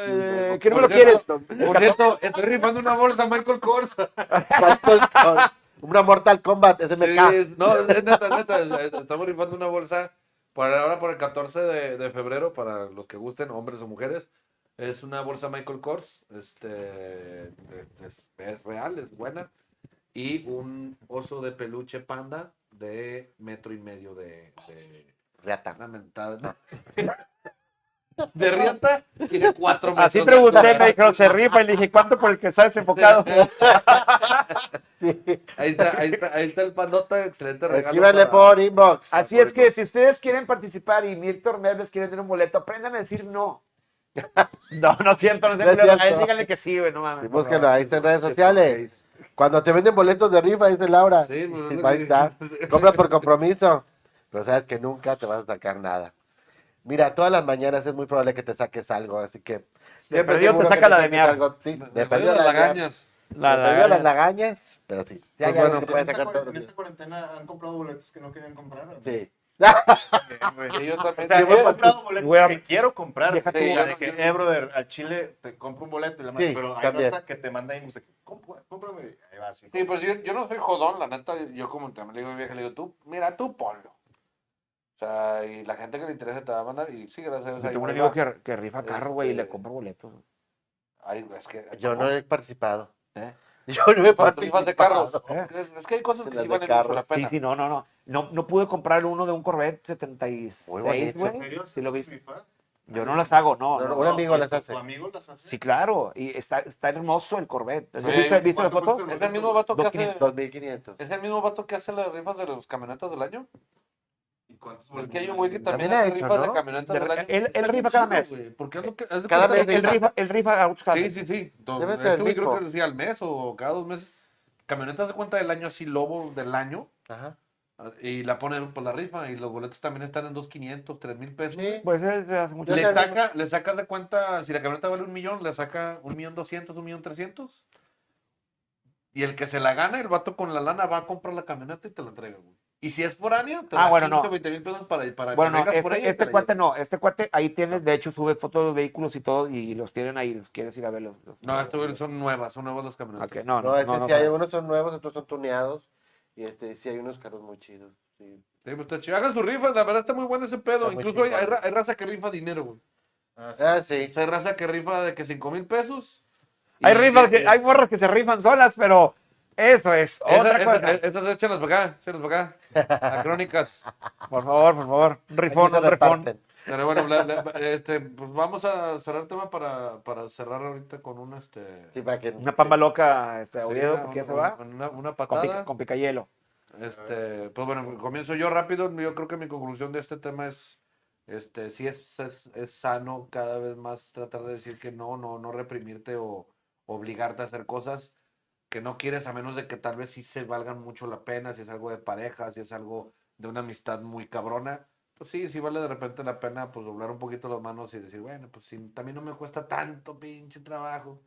S2: eh, que no me lo
S4: Por cierto,
S2: quieres.
S4: Por cierto, estoy rifando una bolsa Michael Kors.
S3: Mortal Kombat. pues, Una Mortal Kombat SMK.
S4: Sí, no, es neta, neta. Estamos rifando una bolsa para ahora por el 14 de, de febrero, para los que gusten, hombres o mujeres. Es una bolsa Michael Kors, este, es, es real, es buena. Y un oso de peluche panda de metro y medio de... de
S3: Reata.
S4: lamentada. De Riata tiene cuatro metros.
S2: Así
S4: de
S2: pregunté,
S4: altura.
S2: me dijeron, se rifa. Y le dije, ¿cuánto por el que está desenfocado?
S4: Ahí está, ahí está, ahí está el pandota, excelente regalo.
S3: Escríbanle
S4: para-
S3: por inbox.
S2: Así es que si ustedes quieren participar y Milton Mer les quiere dar un boleto, aprendan a decir no. No, no es cierto, no es
S3: No es
S2: cierto. A él
S3: cierto.
S2: díganle que sí, güey, no mames.
S3: Sí,
S2: por
S3: búsquenlo,
S2: favor.
S3: ahí está en redes sociales. Cuando te venden boletos de rifa, dice Laura.
S4: Sí, pues, es lo
S3: ahí
S4: que-
S3: está. Compras por compromiso. Pero sabes que nunca te vas a sacar nada. Mira, todas las mañanas es muy probable que te saques algo, así que. siempre
S2: perdido te
S3: seguro que
S2: saca la de
S3: saques
S2: miau.
S3: algo, sí,
S4: Me-
S3: de
S4: me
S3: perdido
S4: perdió
S3: la
S4: las
S3: de miau.
S4: lagañas.
S2: La,
S3: Te
S2: la-
S3: digo las lagañas, pero sí. Sí, hay
S4: Pues
S3: algo
S4: bueno,
S3: que puedes
S1: esta
S3: sacar
S1: cuaren-
S3: todos los
S1: en
S3: días.
S1: esta cuarentena han comprado boletos que no querían comprar. ¿no?
S3: Sí.
S1: Bien, Ah, güey.
S4: Que yo también.
S1: O sea, he comprado boletos
S2: Güey,
S1: que quiero comprar.
S2: deja
S1: O sea,
S4: tú.
S1: de que, eh, brother, al Chile te compro un boleto y la
S3: Sí,
S1: madre, pero hay
S3: también.
S1: raza que te manda y cómprame. Ahí va, sí.
S4: Sí, pues yo, yo no soy jodón, la neta. Yo como también le digo a mi vieja, le digo, tú, mira, tú ponlo. O sea, y la gente que le interese te va a mandar y sí, gracias a Dios.
S2: Yo
S4: ahí
S2: tengo un
S4: me
S2: amigo
S4: va. Este,
S2: que, que rifa carro, güey, y le compro boletos.
S4: Ay, es que,
S3: Yo no he participado.
S4: ¿Eh?
S3: Yo no he
S4: ¿Cuántas rifas
S3: participado.
S4: de carros?
S2: ¿Eh?
S4: Es, es que hay cosas que
S3: Las
S4: sí
S3: de
S4: valen mucho
S3: carros,
S4: la
S2: Sí,
S4: pena.
S2: sí, no, no, no. No, no pude comprar uno de un Corvette 76,
S3: bonito.
S1: ¿En
S2: güey.
S1: serio?
S2: Sí lo viste.
S1: ¿Rifas?
S2: Yo no las hago, no.
S3: No,
S2: no.
S3: Un amigo
S1: ¿Tu-
S3: las hace.
S1: ¿Tu amigo las hace?
S2: Sí, claro. Y está, está hermoso el Corvette.
S4: Sí.
S2: ¿Viste, viste la
S1: ¿Cuánto
S2: foto?
S1: cuesta
S4: Es el mismo vato que hace.
S3: 2500.
S4: Es el mismo vato que hace las rifas de los camionetas del año.
S1: ¿Y cuántos
S4: Es
S1: boletos
S4: que hay un
S1: hay?
S4: güey que
S3: Pues
S4: también,
S3: También ha
S4: hace
S3: hecho,
S4: rifas
S3: ¿no?
S4: de camionetas
S2: De-
S4: del año.
S2: él-
S4: Está
S2: él
S4: bien
S2: rifa cada
S4: chido,
S2: mes.
S4: güey, Porque es lo que. haz de
S3: Cada
S4: cuenta
S3: mes
S4: que-
S2: El rifa, el rifa ah, Gaucho Carro.
S4: Sí, sí, sí. Do-
S3: Debe ser
S4: este
S3: el
S4: güey creo
S3: mismo.
S4: que sí, al mes o cada dos meses. Camionetas de cuenta del año así, lobo del año.
S3: Ajá.
S4: Y la ponen por la rifa. Y los boletos también están en 2,500, 3,000 pesos.
S3: Sí.
S2: Pues es de hace mucho
S3: Yo
S4: Le,
S3: sé-
S2: tiempo.
S4: saca, le sacas de cuenta, si la camioneta vale un millón, le saca un millón doscientos, un millón trescientos. Y el que se la gana, el vato con la lana va a comprar la camioneta y te la entrega, güey. Y si es foráneo, te
S2: Ah,
S4: da
S2: bueno, no.
S4: 15, 20 mil pesos para, para
S2: Bueno,
S4: que
S2: no,
S4: vengas por
S2: este,
S4: ella y te
S2: este
S4: la
S2: cuate
S4: lleves.
S2: no, este cuate ahí tienes, de hecho sube fotos de los vehículos y todo y los tienen ahí, los quieres ir a verlos.
S4: No, este güey son nuevas, son nuevas las camionetas.
S2: Ok, no, no,
S3: No, este
S2: no, no,
S3: sí hay
S2: no.
S3: unos son nuevos, otros son tuneados. Y este sí hay unos carros muy chidos. sí.
S4: Sí, pues, está chido. Hagan sus rifas, la verdad está muy bueno ese pedo.
S3: Está muy
S4: Incluso hay,
S3: chingón.
S4: hay ra- hay raza que rifa dinero, güey.
S1: Ah, sí.
S3: Ah,
S4: O
S3: sí.
S4: sea, hay raza que rifa de que cinco mil pesos. y-
S2: Hay rifas,
S4: y-
S2: que, hay morras que se rifan solas, pero eso es
S4: Esa-
S2: otra
S4: esa- e,
S2: cosa.
S4: Esas échalas para acá, échalas para acá. A crónicas.
S2: por favor, por favor, un
S3: Aquí
S2: rifón,
S3: se
S2: un rifón.
S3: reparten.
S4: Pero bueno, la- la- este, pues vamos a cerrar el tema para, para cerrar ahorita con un este.
S3: Sí, para que-
S2: Una pamba loca, este,
S4: sí,
S2: Oviedo,
S4: una-
S2: porque ya se
S4: una-
S2: va.
S4: Una, una
S2: Con,
S4: patada.
S2: pica- con picayelo.
S4: Este, pues bueno, comienzo yo rápido. Yo creo que mi conclusión de este tema es, este, sí es, es, es sano cada vez más tratar de decir que no, no, no reprimirte o obligarte a hacer cosas que no quieres a menos de que tal vez sí se valgan mucho la pena, si es algo de pareja, si es algo de una amistad muy cabrona. Pues sí, sí vale de repente la pena pues doblar un poquito las manos y decir, bueno, pues si también no me cuesta tanto pinche trabajo.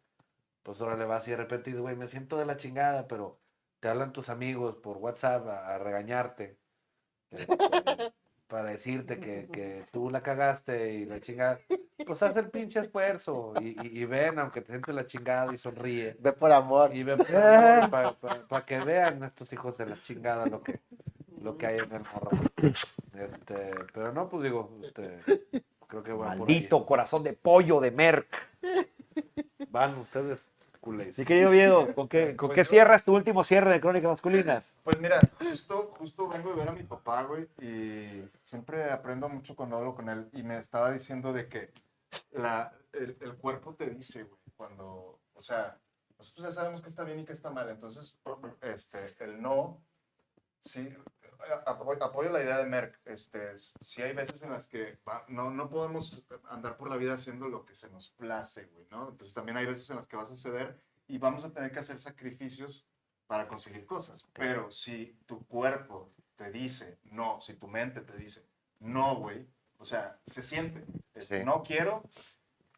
S4: Pues ahora le vas y de repente dices, güey, me siento de la chingada, pero te hablan tus amigos por WhatsApp a, a regañarte este, para decirte que, que tú la cagaste y la chingada. Pues haz el pinche esfuerzo y, y- y ven, aunque te sientes la chingada y sonríe.
S3: Ve por amor.
S4: Y ven para que vean estos hijos de la chingada lo que, lo que hay en el morro. Este, pero no, pues digo, este, creo que va por ahí.
S2: Maldito corazón de pollo de Merck.
S4: Van ustedes, culés.
S2: Sí, querido Oviedo, ¿con qué, con qué
S1: Pues yo-
S2: cierras tu último cierre de Crónicas Masculinas?
S1: Pues mira, justo, justo vengo de ver a mi papá, güey, y siempre aprendo mucho cuando hablo con él. Y me estaba diciendo de que la, el, el cuerpo te dice, güey, cuando, o sea, nosotros ya sabemos que está bien y que está mal. Entonces, este, el no, sí, a- apo- apoyo la idea de Merck. Este, s- sí hay veces en las que va- no, no podemos andar por la vida haciendo lo que se nos place, güey, ¿no? Entonces también hay veces en las que vas a ceder y vamos a tener que hacer sacrificios para conseguir cosas. Pero si tu cuerpo te dice no, si tu mente te dice no, güey, o sea, se siente, es,
S3: Sí.
S1: no quiero,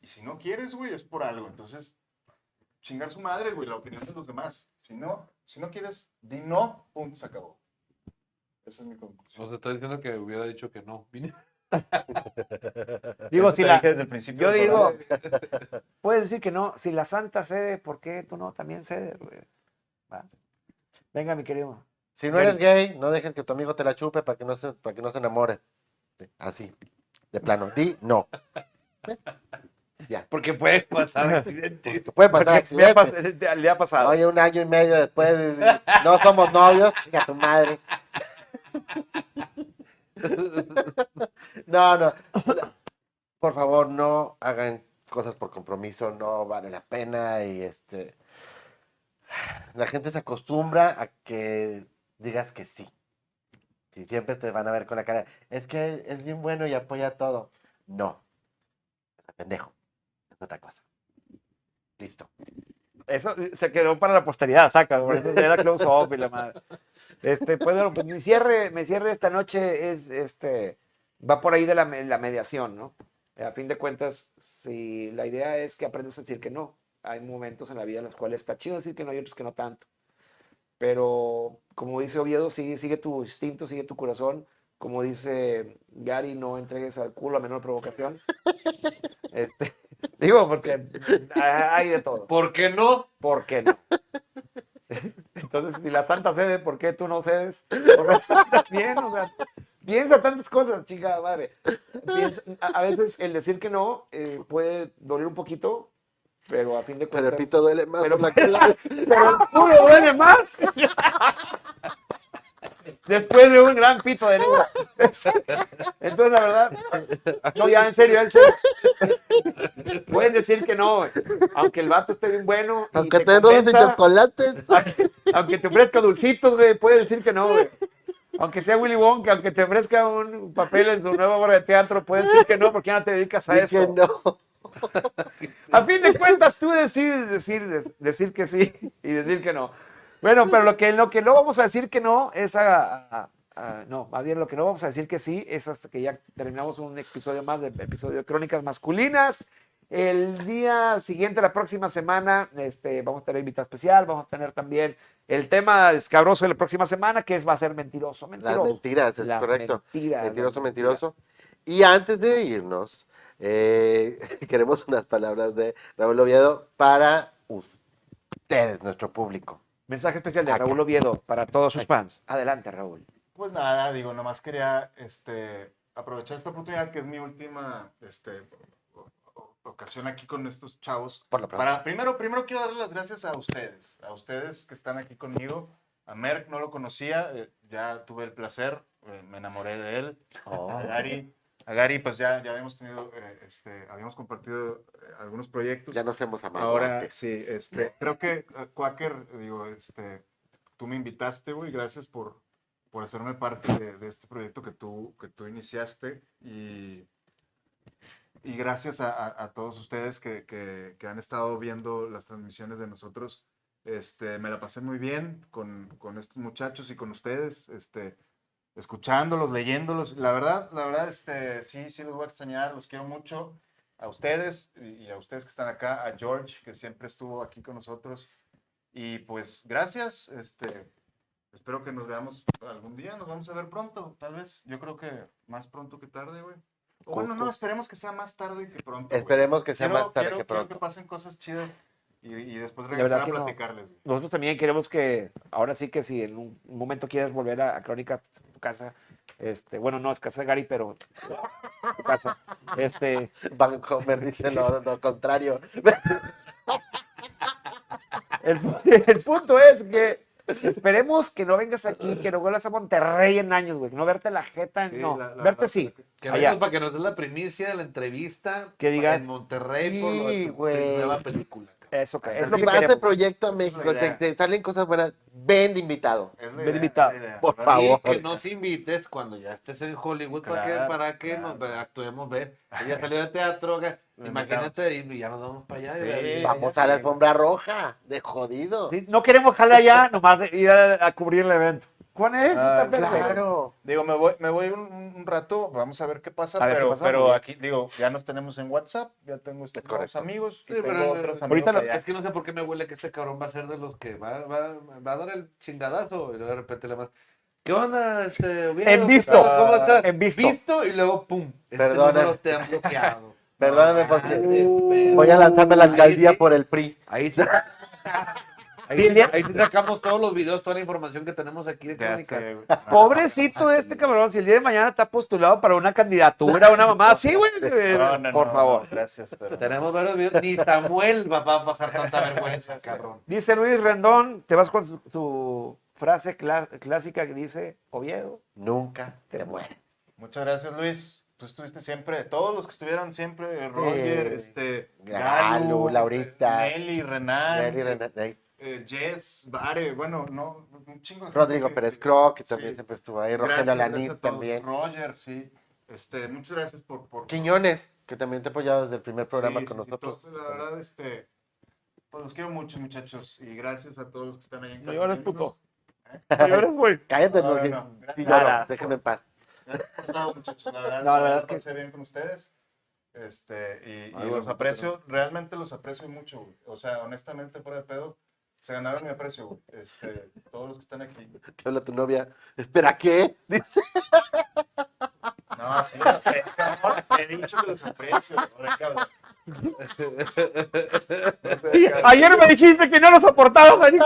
S1: y si no quieres, güey, es por algo. Entonces, chingar su madre, güey, la opinión de los demás. Si no, si no quieres, di no, punto, se acabó. Esa es mi conclusión.
S4: Nos está diciendo que hubiera dicho que no. Vine-
S2: Digo,
S1: Eso
S2: si
S1: te
S2: la,
S1: dije desde el principio
S2: yo
S1: del
S2: digo,
S1: programa.
S2: puedes decir que no, si la santa cede, ¿por qué tú no también cedes? güey? ¿Va? Venga, mi querido.
S3: Si no eres gay, no dejes que tu amigo te la chupe para que no se, para que no se enamore. Sí, Así, de plano. Di no.
S4: Porque puede pasar accidente.
S3: Te puede pasar
S2: Porque me ha
S3: accidente.
S2: pas- le ha pasado.
S3: Oye, un año y medio después, de- de- no somos novios, chica tu madre. No, no. por favor, no hagan cosas por compromiso, no vale la pena y este la gente se acostumbra a que digas que sí. Si siempre te van a ver con la cara, es que es bien bueno y apoya todo. No. Pendejo. Es otra cosa. Listo.
S2: Eso se quedó para la posteridad, saca, por eso era close up y la madre. Este, pues bueno, pues mi cierre, mi cierre esta noche es este va por ahí de la, me- la mediación, ¿no? Eh, A fin de cuentas, si la idea es que aprendas a decir que no, hay momentos en la vida en los cuales está chido decir que no y otros que no tanto. Pero como dice Oviedo, sigue, sigue tu instinto, sigue tu corazón. Como dice Gary, no entregues al culo a menor provocación. Este, digo, porque hay de todo.
S4: ¿Por qué no?
S2: ¿por qué no? Entonces, si la santa cede, ¿por qué tú no cedes? Bien, o sea, piensa tantas cosas, chingada madre. Piensa- a, a veces el decir que no eh, puede doler un poquito, pero a fin de
S3: Pero
S2: cuentas...
S3: el pito duele más
S2: Pero-
S3: por la cola.
S2: pero el culo duele más. Después de un gran pito de negro. Entonces, la verdad, no, ya en serio, en serio. Pueden decir que no, güey. aunque el vato esté bien bueno. y
S3: Aunque
S2: te
S3: te den rosas de
S2: compensa,
S3: chocolate.
S2: aunque- Aunque te ofrezca dulcitos, güey, puede decir que no, güey. Aunque sea Willy Wonka, aunque te ofrezca un papel en su nueva obra de teatro, puede decir que no, porque ya no te dedicas a
S3: di
S2: eso.
S3: que no.
S2: A fin de cuentas, tú decides decir, de- decir que sí y decir que no. Bueno, pero lo que, lo que no vamos a decir que no es a, a- a- No, más bien lo que no vamos a decir que sí es hasta que ya terminamos un episodio más del episodio de Crónicas Masculinas. El día siguiente, la próxima semana, este, vamos a tener invitado especial, vamos a tener también el tema escabroso de la próxima semana, que es va a ser mentiroso,
S3: Las
S2: mentiroso.
S3: mentiras, es
S2: Las
S3: correcto.
S2: mentiras,
S3: Mentiroso,
S2: las
S3: mentiroso. Y antes de irnos, eh, queremos unas palabras de Raúl Oviedo para ustedes, nuestro público.
S2: Mensaje especial
S4: Ah,
S2: de Raúl Oviedo para todos sus fans. Adelante, Raúl.
S1: Pues nada, digo, nomás quería este, aprovechar esta oportunidad que es mi última este, o- o- ocasión aquí con estos chavos.
S3: Por lo pronto.
S1: Para, primero, primero quiero darle las gracias a ustedes, a ustedes que están aquí conmigo. A Merck no lo conocía, eh, ya tuve el placer, eh, me enamoré de él.
S3: Oh.
S1: A Gary, a Gary, pues ya, ya habíamos tenido, eh, este, habíamos compartido eh, algunos proyectos.
S3: Ya nos hemos amado.
S1: Ahora
S3: antes.
S1: sí, este, creo que eh, Quaker, digo, este, tú me invitaste, güey, gracias por, por hacerme parte de, de este proyecto que tú, que tú iniciaste y, y gracias a, a- a todos ustedes que, que- que han estado viendo las transmisiones de nosotros. Este, me la pasé muy bien con, con estos muchachos y con ustedes, este, escuchándolos, leyéndolos. La verdad, la verdad, este, sí, sí los voy a extrañar, los quiero mucho a ustedes y y a ustedes que están acá, a George, que siempre estuvo aquí con nosotros. Y pues gracias, este, espero que nos veamos algún día, nos vamos a ver pronto, tal vez. Yo creo que más pronto que tarde, güey. O bueno, no, esperemos que sea más tarde que pronto. pues, güey.
S3: Esperemos que sea
S1: Quiero-
S3: más tarde
S1: quiero-
S3: que
S1: quiero
S3: pronto.
S1: que pasen cosas chidas y, y después
S2: La verdad
S1: regresar a
S2: que no.
S1: platicarles. güey.
S2: nosotros también queremos que, ahora sí que si en un momento quieres volver a, a Crónica, tu casa, este, bueno, no es casa de Gary, pero tu casa, este,
S3: Van Homer dice lo, lo contrario.
S1: Pues,
S2: el, pu- el punto es que esperemos que no vengas aquí, que no vuelvas a Monterrey en años, güey, no verte la jeta,
S1: Sí,
S2: Eh, no,
S1: la- la
S2: verte
S1: verdad
S2: sí,
S4: Que
S2: Allá.
S4: vengas para que nos des la primicia de la entrevista
S2: Que digas,
S4: en Monterrey por lo de
S3: "Sí,
S4: tu
S3: güey".
S4: nueva película. cabrón.
S2: eso, ca- es lo
S3: Si
S2: que
S3: vas de
S2: queremos.
S3: este proyecto a
S1: Es
S3: México,
S1: la
S3: te,
S1: idea.
S3: te salen cosas buenas. Ven de invitado.
S1: Es
S2: Ven
S1: la idea, es la
S2: invitado,
S1: idea,
S3: por
S1: ¿verdad?
S3: favor.
S4: Y que nos invites cuando ya estés en Hollywood para que,
S1: Claro,
S4: para que
S1: claro.
S4: nos actuemos, ve. Ella salió de teatro, ga-
S1: Nos
S4: imagínate, y ya nos vamos para allá.
S1: Sí.
S4: güey.
S3: Vamos a la alfombra roja, de jodido.
S2: Sí, no queremos jalar allá, nomás de ir a, a cubrir el evento. Con eso,
S1: Ah,
S2: tan pendejo.
S3: claro.
S1: Digo, me voy, me voy un, un rato, vamos a ver qué pasa,
S2: A ver qué
S1: pero,
S2: pasa, muy
S1: pero
S2: bien.
S1: aquí, digo, ya nos tenemos en WhatsApp, ya tengo estos
S3: Es correcto.
S1: nuevos amigos, y
S4: Sí,
S1: tengo
S4: pero-
S1: otros amigos
S2: Ahorita lo-
S1: que ya-
S4: Es que no sé por qué me huele que este cabrón va a ser de los que va, va, va a dar el chingadazo y luego de repente le más. ¿Qué onda? Este, Oviedo?
S2: En visto, ah,
S4: ¿Qué tal? ¿Cómo estás?
S2: en visto.
S4: y luego pum. Este
S3: Perdona.
S4: número te han bloqueado.
S3: Perdóname
S4: No,
S3: porque-
S4: madre,
S3: Voy a lanzarme a la
S4: Ahí
S3: alcaldía
S4: sí.
S3: por el PRI.
S4: Ahí sí. Ahí,
S2: Sí,
S4: sí-
S2: ya-
S4: ahí sí sacamos todos los videos, toda la información que tenemos aquí de
S1: Ya
S4: Crónicas.
S1: sé, güey.
S2: Pobrecito de este cabrón, si el día de mañana está postulado para una candidatura, una mamá así, güey.
S1: No, no,
S2: por
S1: no,
S2: favor.
S1: no, gracias, pero.
S4: Tenemos varios videos. Ni Samuel va, va a pasar tanta vergüenza, cabrón.
S2: Dice Luis Rendón, te vas con su, su frase cla- clásica que dice, Oviedo,
S3: Nunca
S2: te
S3: te mueres.
S2: mueres.
S1: Muchas gracias, Luis. tú estuviste siempre, todos los que estuvieron siempre, Roger, este,
S3: Galo,
S1: Galo,
S3: Laurita,
S1: Nelly, Renan,
S3: Nelly Renan- ahí.
S1: eh, Jess, Vare, bueno, no, un chingo. de
S3: Rodrigo
S1: gente
S3: Pérez
S1: que-
S3: Croc, que
S1: sí.
S3: también siempre estuvo ahí.
S1: Gracias,
S3: Rogelio
S1: gracias a
S3: Alaniz
S1: todos.
S3: también.
S1: Roger, sí. Este, muchas gracias por... por
S3: Quiñones, que también te ha apoyado desde el primer programa
S1: Sí,
S3: con
S1: sí, sí,
S3: nosotros.
S1: todos, la verdad, este, pues los quiero mucho, muchachos, y gracias a todos los que están ahí. en
S2: No
S1: casa,
S2: llores,
S1: amigos.
S2: puto. No llores, güey.
S3: Cállate,
S1: No, no,
S3: porque
S1: no.
S3: sí
S1: Gracias.
S3: lloro,
S2: Nada.
S3: déjame en paz.
S1: Gracias por todo, muchachos, la verdad,
S2: No, la
S1: la
S2: verdad
S1: verdad
S2: que-
S1: pasé bien con ustedes. Este, y, y
S4: bueno,
S1: los
S4: no,
S1: aprecio, realmente los aprecio mucho, güey. O sea, honestamente, por el pedo, se ganaron mi aprecio, güey. Este, todos los que están aquí.
S3: Te habla tu novia. Espera, ¿qué? Dice.
S1: No, sí, los aprecio, cabrón. Te he dicho que los aprecio, güey, cabrón.
S2: Ayer me dijiste que no los soportabas, Dani.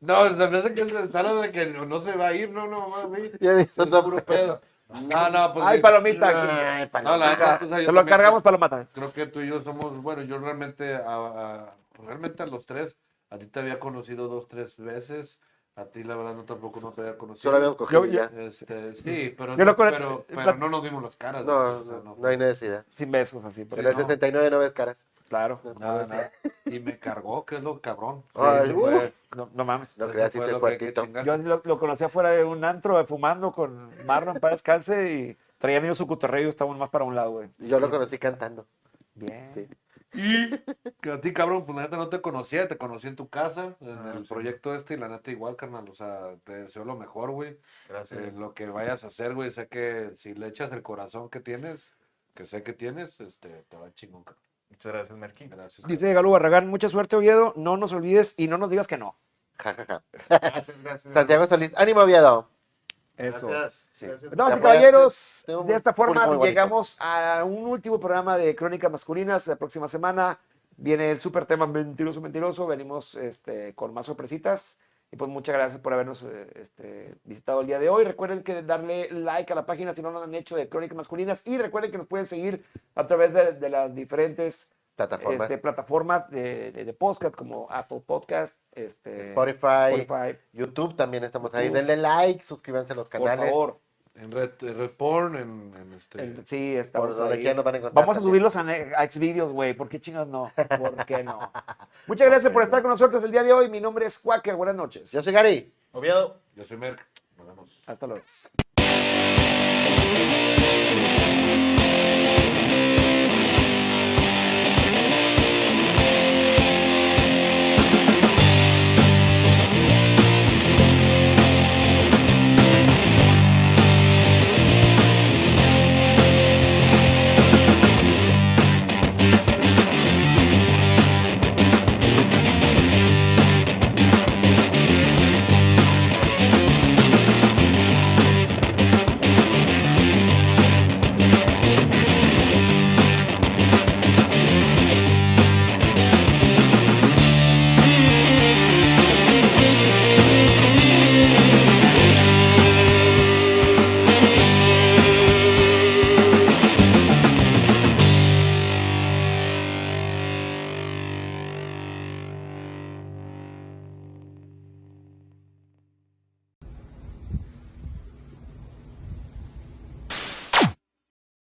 S4: No, se me hace que se está lo de que no, no se va a ir, no, no, mamá, sí.
S3: Ya
S4: Es
S3: dice otra
S4: puro pedo. No, no, pues.
S2: Ay,
S4: sí.
S2: palomita.
S3: Ay,
S4: No, la neta, tú
S2: Te
S4: sabes, yo
S2: lo
S4: también pues.
S2: cargamos, palomata.
S4: Creo que tú y yo somos, bueno, yo realmente a, a- pues, realmente a los tres, a ti te había conocido dos, tres veces, a ti la verdad no tampoco no te había conocido.
S3: Solo habíamos cogido
S2: Yo-
S3: ya.
S4: Este, sí, pero,
S2: Yo lo con-
S4: pero, pero
S2: la-
S4: no nos vimos las caras.
S3: No,
S4: o sea,
S3: no, no hay necesidad.
S2: Sin besos, así.
S3: En
S2: pero-
S4: Sí.
S3: el
S4: no.
S3: 79 no ves caras.
S2: Claro.
S4: Nada, nada. Y me cargó, que es lo cabrón.
S3: Ay,
S4: ese
S3: uh.
S4: fue-
S2: No, no mames.
S3: No
S4: ese
S3: creas, sí,
S4: fue
S3: fue
S4: lo que hay que
S3: fuertito.
S4: chingar.
S2: Yo lo, lo conocí afuera de un antro eh, fumando con Marlon para descanse y traían ellos su cotorreo y estábamos más para un lado, güey.
S3: Yo lo conocí cantando.
S2: Bien.
S3: Sí.
S4: Y que a ti, cabrón, pues la neta no te conocía, te conocí en tu casa, en
S1: Ah,
S4: el
S1: sí.
S4: proyecto este, y la neta igual, carnal, o sea, te deseo lo mejor, güey.
S1: Gracias.
S4: eh, lo que vayas a hacer, güey, sé que si le echas el corazón que tienes, que sé que tienes, este, te va el chingón, cabrón.
S1: Muchas gracias, Merquín.
S4: Gracias.
S2: Dice Galo Barragán, mucha suerte, Oviedo. No nos olvides y no nos digas que no.
S3: Ja, ja, ja.
S1: Gracias, gracias.
S3: Santiago Solís, ánimo, Oviedo.
S2: Eso.
S1: Gracias.
S3: Sí.
S1: gracias.
S2: Damas y
S3: Te
S2: caballeros,
S3: apoyaste, estuvo
S2: de
S3: muy-
S2: esta forma
S3: muy, muy bonito.
S2: llegamos a un último programa de Crónicas Masculinas. La próxima semana viene el super tema Mentiroso, Mentiroso. Venimos este, con más sorpresitas. Y pues muchas gracias por habernos eh, este, visitado el día de hoy. Recuerden que darle like a la página si no lo han hecho de Crónicas Masculinas. Y recuerden que nos pueden seguir a través de, de las diferentes
S3: Plataforma.
S2: este, plataformas de, de- de podcast como Apple Podcast, este,
S3: Spotify,
S2: Spotify.
S3: YouTube también estamos ahí.
S2: YouTube.
S3: Denle like, suscríbanse a los
S2: Por
S3: canales.
S2: favor.
S4: En Red, en Red Porn, en, en este...
S2: El- sí, estamos
S3: Por donde
S2: ahí.
S3: quiera nos van a encontrar.
S2: Vamos a
S3: también.
S2: subirlos a, ne- a Xvideos, güey. ¿Por qué chingados no? ¿Por qué no? Muchas gracias por estar con nosotros el día de hoy. Mi nombre es Quaker. Buenas noches.
S3: Yo soy Gary.
S1: Oviedo.
S4: Yo soy Merck. Nos vemos.
S2: Hasta luego.